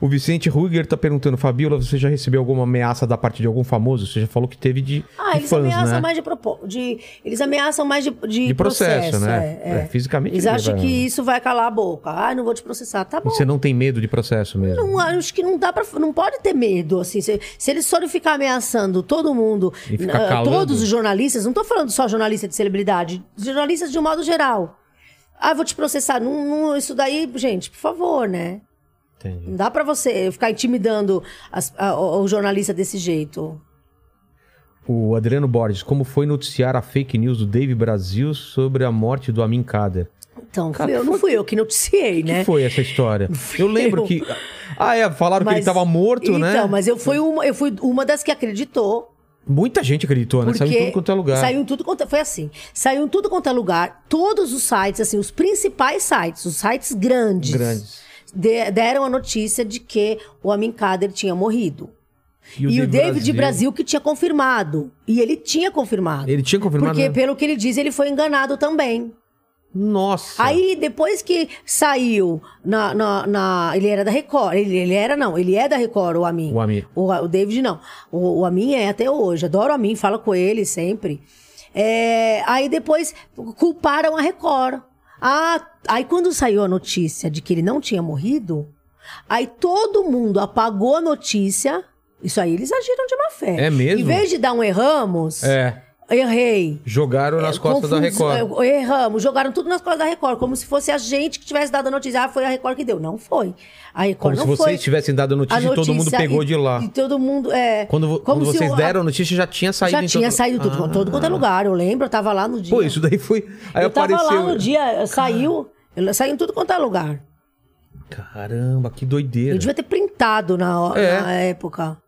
[SPEAKER 1] O Vicente Ruger tá perguntando, Fabiola, você já recebeu alguma ameaça da parte de algum famoso? Você já falou que teve de,
[SPEAKER 3] Ah,
[SPEAKER 1] de
[SPEAKER 3] eles
[SPEAKER 1] fãs,
[SPEAKER 3] ameaçam
[SPEAKER 1] né?
[SPEAKER 3] mais de, propo- de. Eles ameaçam mais de, de,
[SPEAKER 1] de processo, né?
[SPEAKER 3] é, é.
[SPEAKER 1] fisicamente.
[SPEAKER 3] Eles
[SPEAKER 1] ninguém
[SPEAKER 3] acham
[SPEAKER 1] vai-
[SPEAKER 3] que isso vai calar a boca. Ah, não vou te processar. Tá bom.
[SPEAKER 1] Você não tem medo de processo mesmo.
[SPEAKER 3] Não, acho que não dá para não pode ter medo assim se, se eles forem ficar ameaçando todo mundo
[SPEAKER 1] E ficar
[SPEAKER 3] ah,
[SPEAKER 1] calando.
[SPEAKER 3] todos os jornalistas não tô falando só jornalista de celebridade jornalistas de um modo geral ah vou te processar não, não, isso daí gente por favor né
[SPEAKER 1] Entendi.
[SPEAKER 3] não dá para você ficar intimidando as- a- o, o jornalista desse jeito
[SPEAKER 1] O Adriano Borges, como foi noticiar a fake news do Dave Brasil sobre a morte do Amin Kader?
[SPEAKER 3] então fui
[SPEAKER 1] Cara,
[SPEAKER 3] eu, não fui eu que noticiei
[SPEAKER 1] O que
[SPEAKER 3] né
[SPEAKER 1] foi essa história?
[SPEAKER 3] fui
[SPEAKER 1] Eu lembro
[SPEAKER 3] eu.
[SPEAKER 1] que. Ah, é, falaram que ele
[SPEAKER 3] Mas-
[SPEAKER 1] tava morto,
[SPEAKER 3] então,
[SPEAKER 1] né?
[SPEAKER 3] mas eu fui uma, eu fui uma das que acreditou
[SPEAKER 1] Muita gente acreditou, né?
[SPEAKER 3] Porque
[SPEAKER 1] Saiu em tudo quanto é lugar.
[SPEAKER 3] Saiu em tudo quanto foi assim. Saiu em tudo quanto é lugar. Todos os sites, assim, os principais sites, os sites grandes,
[SPEAKER 1] Grandes.
[SPEAKER 3] de- deram a notícia de que o Amin Kader tinha morrido. E o, David Brasil... que tinha confirmado. E ele tinha confirmado.
[SPEAKER 1] Ele tinha confirmado.
[SPEAKER 3] Porque,
[SPEAKER 1] né?
[SPEAKER 3] pelo que ele diz, ele foi enganado também.
[SPEAKER 1] Nossa.
[SPEAKER 3] Aí, depois que saiu na, na- na- Ele era da Record. Ele, ele era, não. Ele é da Record, o Amin.
[SPEAKER 1] O Amin.
[SPEAKER 3] O, o David não. O, o Amin é até hoje. Adoro o Amin, falo com ele sempre. É, aí depois culparam a Record. Ah, aí quando saiu a notícia de que ele não tinha morrido, Aí todo mundo apagou a notícia. Isso aí eles agiram de má fé.
[SPEAKER 1] É mesmo?
[SPEAKER 3] Em vez de dar um erramos,
[SPEAKER 1] É.
[SPEAKER 3] errei.
[SPEAKER 1] Jogaram
[SPEAKER 3] É,
[SPEAKER 1] nas costas da
[SPEAKER 3] Confundi-
[SPEAKER 1] Record.
[SPEAKER 3] eh, Erramos, jogaram tudo nas costas da Record, como se fosse a gente que tivesse dado a notícia. Ah, foi a Record que deu. Não foi. A
[SPEAKER 1] Como
[SPEAKER 3] Record
[SPEAKER 1] se
[SPEAKER 3] não foi.
[SPEAKER 1] vocês tivessem dado a notícia,
[SPEAKER 3] A
[SPEAKER 1] e todo mundo
[SPEAKER 3] notícia
[SPEAKER 1] pegou
[SPEAKER 3] e-
[SPEAKER 1] de lá.
[SPEAKER 3] E todo mundo. É,
[SPEAKER 1] Quando, vo-
[SPEAKER 3] como
[SPEAKER 1] quando
[SPEAKER 3] se
[SPEAKER 1] vocês
[SPEAKER 3] o- a-
[SPEAKER 1] deram a notícia, já tinha saído.
[SPEAKER 3] Já
[SPEAKER 1] em
[SPEAKER 3] tinha
[SPEAKER 1] todo-
[SPEAKER 3] saído tudo,
[SPEAKER 1] Ah.
[SPEAKER 3] todo quanto é lugar. Eu lembro, eu tava lá no dia.
[SPEAKER 1] Pô, isso daí foi. Aí
[SPEAKER 3] eu tava
[SPEAKER 1] apareceu.
[SPEAKER 3] lá no dia, eh, saiu, ele saiu em tudo quanto é lugar.
[SPEAKER 1] Caramba, que
[SPEAKER 3] Eu
[SPEAKER 1] doideira.
[SPEAKER 3] devia ter printado na, ho-
[SPEAKER 1] É.
[SPEAKER 3] na época.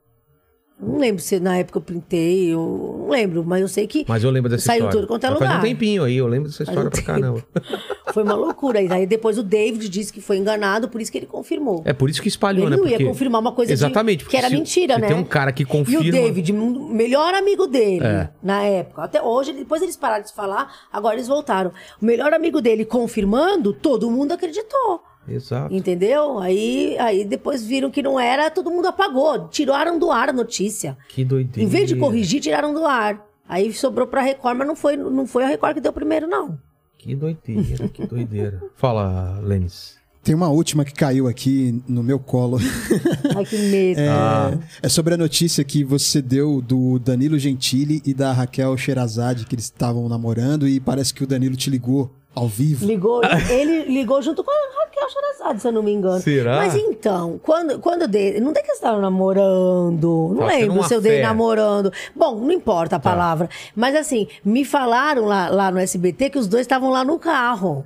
[SPEAKER 3] Não lembro se na época eu printei, eu não lembro, mas eu sei que
[SPEAKER 1] Mas eu lembro dessa
[SPEAKER 3] saiu
[SPEAKER 1] história.
[SPEAKER 3] tudo quanto é
[SPEAKER 1] Mas
[SPEAKER 3] lugar.
[SPEAKER 1] Faz um tempinho aí, eu lembro dessa
[SPEAKER 3] Faz
[SPEAKER 1] história
[SPEAKER 3] um
[SPEAKER 1] pra
[SPEAKER 3] tempo.
[SPEAKER 1] caramba.
[SPEAKER 3] Foi uma loucura. E aí depois o David disse que foi enganado, por isso que ele confirmou.
[SPEAKER 1] É por isso que espalhou,
[SPEAKER 3] Ele
[SPEAKER 1] né?
[SPEAKER 3] não ia
[SPEAKER 1] Porque-
[SPEAKER 3] confirmar uma coisa de-
[SPEAKER 1] Exatamente,
[SPEAKER 3] que
[SPEAKER 1] porque
[SPEAKER 3] era
[SPEAKER 1] se-
[SPEAKER 3] mentira,
[SPEAKER 1] se
[SPEAKER 3] né?
[SPEAKER 1] Tem um cara que confirma.
[SPEAKER 3] E o David, um melhor amigo dele
[SPEAKER 1] É.
[SPEAKER 3] na época. Até hoje, depois eles pararam de falar, agora eles voltaram. O melhor amigo dele confirmando, todo mundo acreditou.
[SPEAKER 1] Exato.
[SPEAKER 3] Entendeu? Aí, aí depois viram que não era, todo mundo apagou. Tiraram do ar a notícia.
[SPEAKER 1] Que doideira.
[SPEAKER 3] Em vez de corrigir, tiraram do ar. Aí sobrou pra Record, mas não foi, não foi a Record que deu primeiro, não.
[SPEAKER 1] Que doideira, que doideira. Fala, Lênis.
[SPEAKER 2] Tem uma última que caiu aqui no meu colo.
[SPEAKER 3] Ai, que medo.
[SPEAKER 2] É,
[SPEAKER 1] Ah.
[SPEAKER 2] é sobre a notícia que você deu do Danilo Gentili e da Raquel Sherazade, que eles estavam namorando e parece que o Danilo te ligou ao vivo.
[SPEAKER 3] Ligou,
[SPEAKER 1] Ah.
[SPEAKER 3] ele ligou junto com a Raquel Charazade, se eu não me engano.
[SPEAKER 1] Será?
[SPEAKER 3] Mas então, quando, quando eu dei. Não tem que estar namorando. Não
[SPEAKER 1] Tá sendo
[SPEAKER 3] lembro
[SPEAKER 1] uma
[SPEAKER 3] se eu dei
[SPEAKER 1] fé. Tá.
[SPEAKER 3] namorando. Bom, não importa a palavra. Mas assim, me falaram lá, lá no SBT que os dois estavam lá no carro.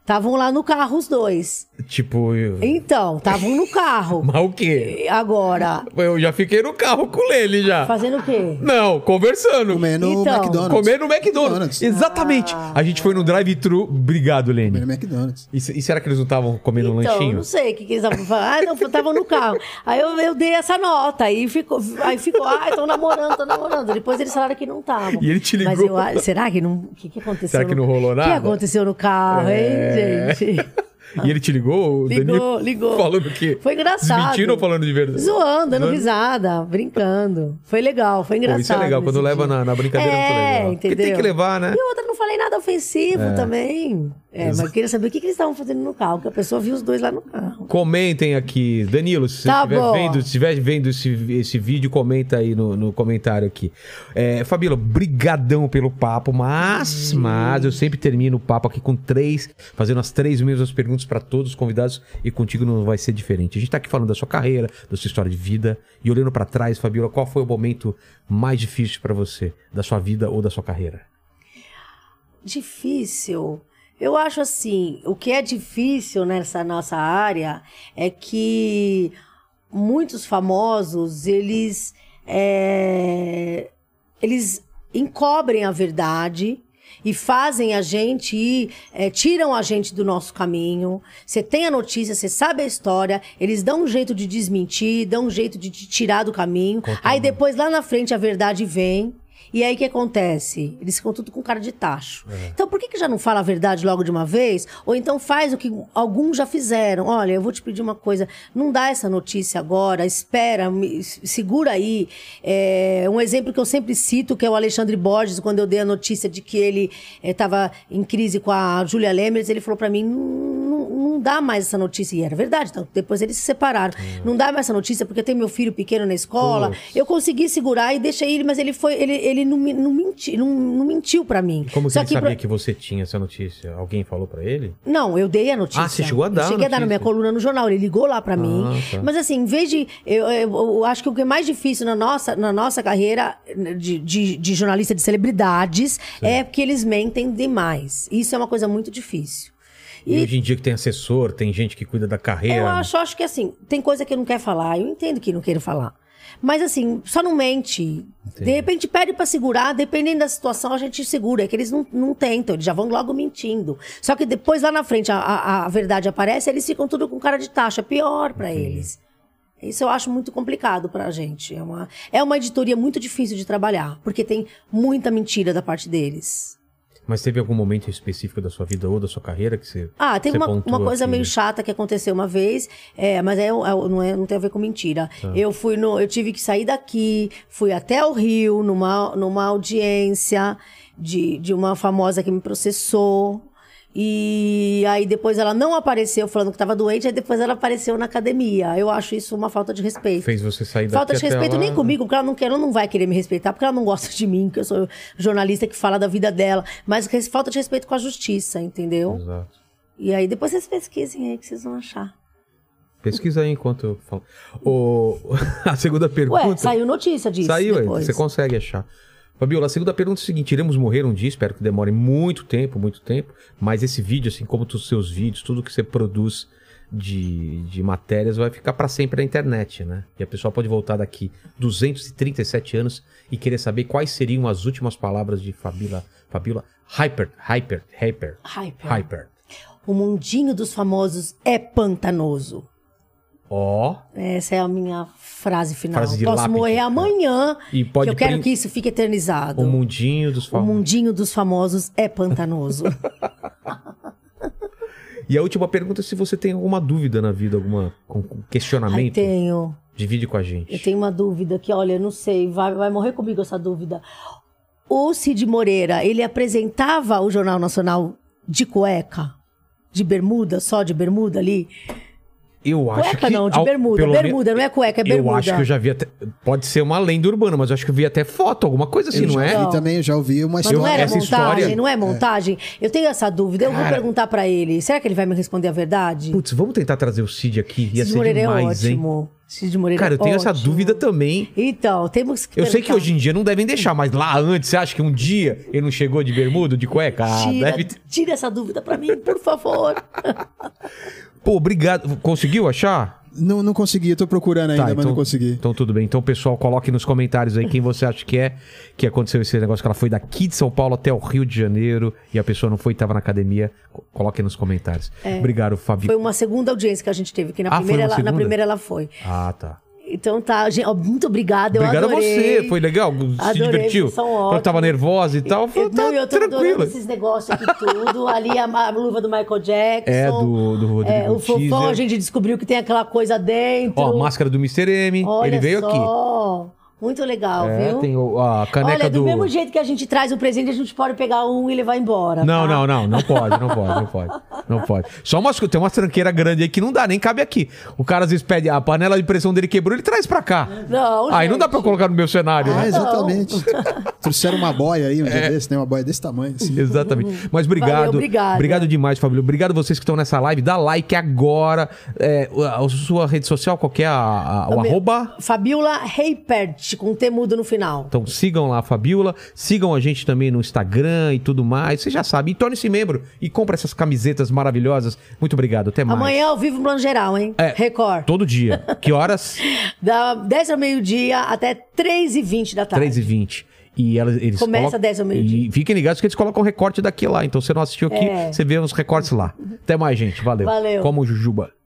[SPEAKER 3] Estavam lá no carro os dois.
[SPEAKER 1] Tipo, eu...
[SPEAKER 3] Então, estavam no carro.
[SPEAKER 1] mas o quê?
[SPEAKER 3] Agora,
[SPEAKER 1] Eu já fiquei no carro com ele já.
[SPEAKER 3] fazendo o quê?
[SPEAKER 1] Não, conversando.
[SPEAKER 2] Comendo no
[SPEAKER 3] Então.
[SPEAKER 2] McDonald's.
[SPEAKER 1] Comer no um McDonald's.
[SPEAKER 2] McDonald's.
[SPEAKER 1] Exatamente.
[SPEAKER 3] Ah.
[SPEAKER 1] A gente foi no drive-thru. Obrigado, Lene.
[SPEAKER 2] Comendo no um McDonald's.
[SPEAKER 1] E, se- e será que eles não estavam comendo um
[SPEAKER 3] Então,
[SPEAKER 1] lanchinho?
[SPEAKER 3] não sei o que, que eles estavam falando. Ah, não, estavam no carro. Aí eu, eu dei essa nota, aí ficou, aí ficou, ah, estão namorando, estão namorando. Depois eles falaram que não estavam.
[SPEAKER 1] E ele te
[SPEAKER 3] Mas
[SPEAKER 1] ligou.
[SPEAKER 3] eu acho- será que não. O que, que aconteceu?
[SPEAKER 1] Será que
[SPEAKER 3] no-
[SPEAKER 1] não rolou
[SPEAKER 3] O
[SPEAKER 1] nada?
[SPEAKER 3] que aconteceu no carro,
[SPEAKER 1] É.
[SPEAKER 3] hein, gente?
[SPEAKER 1] E ele te ligou? o
[SPEAKER 3] Ligou,
[SPEAKER 1] Danilo?
[SPEAKER 3] ligou.
[SPEAKER 1] Falando o quê?
[SPEAKER 3] Foi engraçado.
[SPEAKER 1] Desmentindo ou falando de verdade?
[SPEAKER 3] Zoando, dando risada, brincando. Foi legal, foi engraçado.
[SPEAKER 1] isso é legal, quando
[SPEAKER 3] nesse
[SPEAKER 1] leva
[SPEAKER 3] dia.
[SPEAKER 1] na- na brincadeira é muito
[SPEAKER 3] é,
[SPEAKER 1] legal. Porque tem
[SPEAKER 3] Entendeu?
[SPEAKER 1] que levar, né?
[SPEAKER 3] E outra, não falei nada ofensivo também. É, mas eu queria saber o que, que eles estavam fazendo no carro, que a pessoa viu os dois lá no carro.
[SPEAKER 1] Comentem aqui. Danilo, se
[SPEAKER 3] Tá
[SPEAKER 1] você estiver
[SPEAKER 3] bom.
[SPEAKER 1] vendo, se estiver vendo esse, esse vídeo, comenta aí no, no comentário aqui. É, Fabíola, brigadão pelo papo, mas, mas eu sempre termino o papo aqui com três, fazendo as três mesmas perguntas para todos os convidados e contigo não vai ser diferente. A gente tá aqui falando da sua carreira, da sua história de vida e olhando para trás, Fabíola, qual foi o momento mais difícil para você, da sua vida ou da sua carreira?
[SPEAKER 3] Difícil. Eu acho assim, o que é difícil nessa nossa área é que muitos famosos, eles, é, eles encobrem a verdade e fazem a gente ir, é, tiram a gente do nosso caminho. Você tem a notícia, você sabe a história, eles dão um jeito de desmentir, dão um jeito de te tirar do caminho. Aí depois lá na frente a verdade vem. E aí o que acontece? Eles ficam tudo com cara de tacho. Então por que, que já não fala a verdade logo de uma vez? Ou então faz o que alguns já fizeram. Olha, eu vou te pedir uma coisa, não dá essa notícia agora, espera, me- segura aí. É, um exemplo que eu sempre cito, que é o Alexandre Borges, quando eu dei a notícia de que ele estava em crise com a Julia Lemers, ele falou para mim, não, não dá mais essa notícia. E era verdade, então, depois eles se separaram. Não dá mais essa notícia porque tem meu filho pequeno na escola.
[SPEAKER 1] Putz.
[SPEAKER 3] Eu consegui segurar e deixei ele, mas ele foi, ele, ele não, me- não, menti, não, não mentiu para mim.
[SPEAKER 1] E como que
[SPEAKER 3] Só
[SPEAKER 1] ele sabia
[SPEAKER 3] pra-
[SPEAKER 1] que você tinha essa notícia? Alguém falou para ele?
[SPEAKER 3] Não, eu dei a notícia.
[SPEAKER 1] Ah, você chegou a dar
[SPEAKER 3] Eu
[SPEAKER 1] a
[SPEAKER 3] cheguei a dar na minha
[SPEAKER 1] notícia.
[SPEAKER 3] coluna no jornal, ele ligou lá pra mim.
[SPEAKER 1] tá.
[SPEAKER 3] Mas assim, em vez de. Eu, eu- eu acho que o que é mais difícil na nossa, na nossa carreira de, de, de jornalista de celebridades é que eles mentem demais. Isso é uma coisa muito difícil.
[SPEAKER 1] E,
[SPEAKER 3] E-
[SPEAKER 1] hoje em dia que tem assessor, tem gente que cuida da carreira.
[SPEAKER 3] eu acho, acho que assim, tem coisa que eu não quero falar, eu entendo que não quero falar. Mas assim, só não mente. De repente pede pra segurar, dependendo da situação, a gente segura. É que eles não, não tentam, eles já vão logo mentindo. Só que depois lá na frente a, a, a verdade aparece, eles ficam tudo com cara de taxa. É pior pra eles. Isso eu acho muito complicado pra gente. É uma, é uma editoria muito difícil de trabalhar, porque tem muita mentira da parte deles.
[SPEAKER 1] Mas teve algum momento específico da sua vida ou da sua carreira que você.
[SPEAKER 3] Ah, tem
[SPEAKER 1] você
[SPEAKER 3] uma,
[SPEAKER 1] pontua
[SPEAKER 3] uma coisa
[SPEAKER 1] que-
[SPEAKER 3] meio chata que aconteceu uma vez, é, mas é, é- não, é- não tem a ver com mentira.
[SPEAKER 1] Tá.
[SPEAKER 3] Eu fui no, eu tive que sair daqui, fui até o Rio numa, numa audiência de, de uma famosa que me processou. E aí depois ela não apareceu falando que estava doente, aí depois ela apareceu na academia. Eu acho isso uma falta de respeito.
[SPEAKER 1] Fez você sair daqui
[SPEAKER 3] Falta de
[SPEAKER 1] até
[SPEAKER 3] respeito
[SPEAKER 1] lá.
[SPEAKER 3] nem comigo, porque ela não, quer, ela não vai querer me respeitar, porque ela não gosta de mim, que eu sou jornalista que fala da vida dela. Mas res- falta de respeito com a justiça, entendeu?
[SPEAKER 1] Exato.
[SPEAKER 3] E aí depois vocês pesquisem aí que vocês vão achar.
[SPEAKER 1] Pesquisa aí enquanto eu falo. O... A segunda
[SPEAKER 3] Ué,
[SPEAKER 1] pergunta.
[SPEAKER 3] saiu notícia disso.
[SPEAKER 1] Saiu, é,
[SPEAKER 3] depois.
[SPEAKER 1] você consegue achar. Fabiola, a segunda pergunta é o seguinte: iremos morrer um dia, espero que demore muito tempo, muito tempo. Mas esse vídeo, assim como todos os seus vídeos, tudo que você produz de, de matérias, vai ficar pra sempre na internet, né? E a pessoa pode voltar daqui 237 anos e querer saber quais seriam as últimas palavras de Fabiola. Fabiola Hyper, Hyper, Hyper,
[SPEAKER 3] Hyper.
[SPEAKER 1] Hyper.
[SPEAKER 3] O mundinho dos famosos é pantanoso.
[SPEAKER 1] Ó,
[SPEAKER 3] Essa é a minha frase final.
[SPEAKER 1] Frase de
[SPEAKER 3] Posso
[SPEAKER 1] lápide,
[SPEAKER 3] morrer
[SPEAKER 1] né?
[SPEAKER 3] amanhã,
[SPEAKER 1] E pode
[SPEAKER 3] que eu quero
[SPEAKER 1] prin-
[SPEAKER 3] que isso fique eternizado.
[SPEAKER 1] o mundinho dos
[SPEAKER 3] O
[SPEAKER 1] famosos.
[SPEAKER 3] mundinho dos famosos é pantanoso.
[SPEAKER 1] E a última pergunta é se você tem alguma dúvida na vida, alguma com- com
[SPEAKER 3] Ai,
[SPEAKER 1] questionamento.
[SPEAKER 3] tenho.
[SPEAKER 1] Divide com a gente.
[SPEAKER 3] Eu tenho uma dúvida que, olha, eu não sei, vai, vai morrer comigo essa dúvida. O Cid Moreira, ele apresentava o Jornal Nacional de cueca? De bermuda, só de bermuda ali?
[SPEAKER 1] Eu acho
[SPEAKER 3] Cueca
[SPEAKER 1] que
[SPEAKER 3] não, de
[SPEAKER 1] ao-
[SPEAKER 3] bermuda.
[SPEAKER 1] pelo
[SPEAKER 3] Bermuda, não é cueca, é
[SPEAKER 1] menos-
[SPEAKER 3] bermuda.
[SPEAKER 1] Eu acho que eu já vi até. Pode ser uma lenda urbana, mas eu acho que eu vi até foto, alguma coisa assim,
[SPEAKER 2] eu
[SPEAKER 1] não
[SPEAKER 2] já
[SPEAKER 1] é?
[SPEAKER 2] ouvi
[SPEAKER 3] Não.
[SPEAKER 2] também, eu já ouvi uma
[SPEAKER 3] Mas não
[SPEAKER 2] história.
[SPEAKER 3] era
[SPEAKER 1] essa
[SPEAKER 3] montagem,
[SPEAKER 1] história-
[SPEAKER 3] não é montagem? Eu tenho essa dúvida, eu vou
[SPEAKER 1] Cara.
[SPEAKER 3] perguntar pra ele. Será que ele vai me responder a verdade?
[SPEAKER 1] Putz, vamos tentar trazer o Cid aqui. Ia
[SPEAKER 3] Cid
[SPEAKER 1] ser
[SPEAKER 3] Moreira é
[SPEAKER 1] demais, hein?
[SPEAKER 3] ótimo. Cid Moreira
[SPEAKER 1] Cara,
[SPEAKER 3] é
[SPEAKER 1] eu tenho essa
[SPEAKER 3] ótimo.
[SPEAKER 1] dúvida também.
[SPEAKER 3] Então, temos que
[SPEAKER 1] Eu sei que
[SPEAKER 3] perguntar.
[SPEAKER 1] hoje em dia não devem deixar, mas lá antes, você acha que um dia ele não chegou de bermuda, de cueca? Ah,
[SPEAKER 3] Tira,
[SPEAKER 1] deve ter-
[SPEAKER 3] tira essa dúvida pra mim, por favor.
[SPEAKER 1] Pô, obrigado. Conseguiu achar?
[SPEAKER 2] Não, não consegui, eu tô procurando ainda,
[SPEAKER 1] Tá,
[SPEAKER 2] mas não consegui.
[SPEAKER 1] Então tudo bem. Então, pessoal, coloque nos comentários aí quem você acha que é que aconteceu esse negócio que ela foi daqui de São Paulo até o Rio de Janeiro e a pessoa não foi, estava na academia. Co- Coloque nos comentários. Obrigado, Fabi.
[SPEAKER 3] É. Foi uma segunda audiência que a gente teve, que na,
[SPEAKER 1] Ah, foi
[SPEAKER 3] primeira,
[SPEAKER 1] uma
[SPEAKER 3] ela, na
[SPEAKER 1] segunda?
[SPEAKER 3] primeira ela foi.
[SPEAKER 1] Ah, tá.
[SPEAKER 3] Então tá, gente, ó, muito obrigada, eu
[SPEAKER 1] Obrigado
[SPEAKER 3] adorei.
[SPEAKER 1] a você. Foi legal. Se
[SPEAKER 3] Adorei,
[SPEAKER 1] divertiu.
[SPEAKER 3] são
[SPEAKER 1] Ela tava
[SPEAKER 3] ótimos.
[SPEAKER 1] nervosa e tal. Foi,
[SPEAKER 3] Eu, não,
[SPEAKER 1] tá
[SPEAKER 3] eu tô adorando
[SPEAKER 1] tranquila.
[SPEAKER 3] esses negócios aqui tudo. Ali a, ma- a luva do Michael Jackson.
[SPEAKER 1] É, do, do Rodrigo
[SPEAKER 3] É, o fofão,
[SPEAKER 1] Teaser.
[SPEAKER 3] a gente descobriu que tem aquela coisa dentro.
[SPEAKER 1] Ó, a máscara do Mr. M.
[SPEAKER 3] Olha
[SPEAKER 1] ele veio aqui.
[SPEAKER 3] só. Muito legal,
[SPEAKER 1] É,
[SPEAKER 3] viu?
[SPEAKER 1] tem o- a caneca
[SPEAKER 3] Olha, é do,
[SPEAKER 1] do.
[SPEAKER 3] mesmo jeito que a gente traz o presente, a gente pode pegar um e levar embora.
[SPEAKER 1] Não,
[SPEAKER 3] tá?
[SPEAKER 1] não, não, não pode, não pode, não pode. Não pode. Só umas, co- tem uma tranqueira grande aí que não dá, nem cabe aqui. O cara às vezes pede, a panela de pressão dele quebrou, ele traz pra cá.
[SPEAKER 3] Não,
[SPEAKER 1] aí não dá
[SPEAKER 3] gente.
[SPEAKER 1] pra colocar no meu cenário,
[SPEAKER 2] Ah,
[SPEAKER 1] né?
[SPEAKER 2] exatamente. Trouxeram uma boia aí um dia
[SPEAKER 1] É.
[SPEAKER 2] desse, né? Uma boia desse tamanho. assim.
[SPEAKER 1] Exatamente. Mas obrigado.
[SPEAKER 3] Valeu, obrigada.
[SPEAKER 1] Obrigado demais, Fabílio. Obrigado vocês que estão nessa live. Dá like agora. É, a, a sua rede social, qual que é a, a- o
[SPEAKER 3] Também.
[SPEAKER 1] arroba?
[SPEAKER 3] Fabiola Reipert, com T mudo no final.
[SPEAKER 1] Então sigam lá a Fabiola, sigam a gente também no Instagram e tudo mais. Você já sabe. E torne-se membro e compra essas camisetas maravilhosas. Muito obrigado. Até mais.
[SPEAKER 3] Amanhã ao vivo no plano geral, hein?
[SPEAKER 1] É.
[SPEAKER 3] Record.
[SPEAKER 1] Todo dia. Que horas?
[SPEAKER 3] Da 10 ao meio-dia até 3h20 da tarde.
[SPEAKER 1] 3 e 20 E elas, eles
[SPEAKER 3] Começa
[SPEAKER 1] colocam-
[SPEAKER 3] 10 ao meio-dia.
[SPEAKER 1] E fiquem ligados que eles colocam recorte daqui lá. Então você não assistiu aqui,
[SPEAKER 3] É.
[SPEAKER 1] você vê uns recortes lá. Até mais, gente. Valeu.
[SPEAKER 3] Valeu.
[SPEAKER 1] Como Jujuba.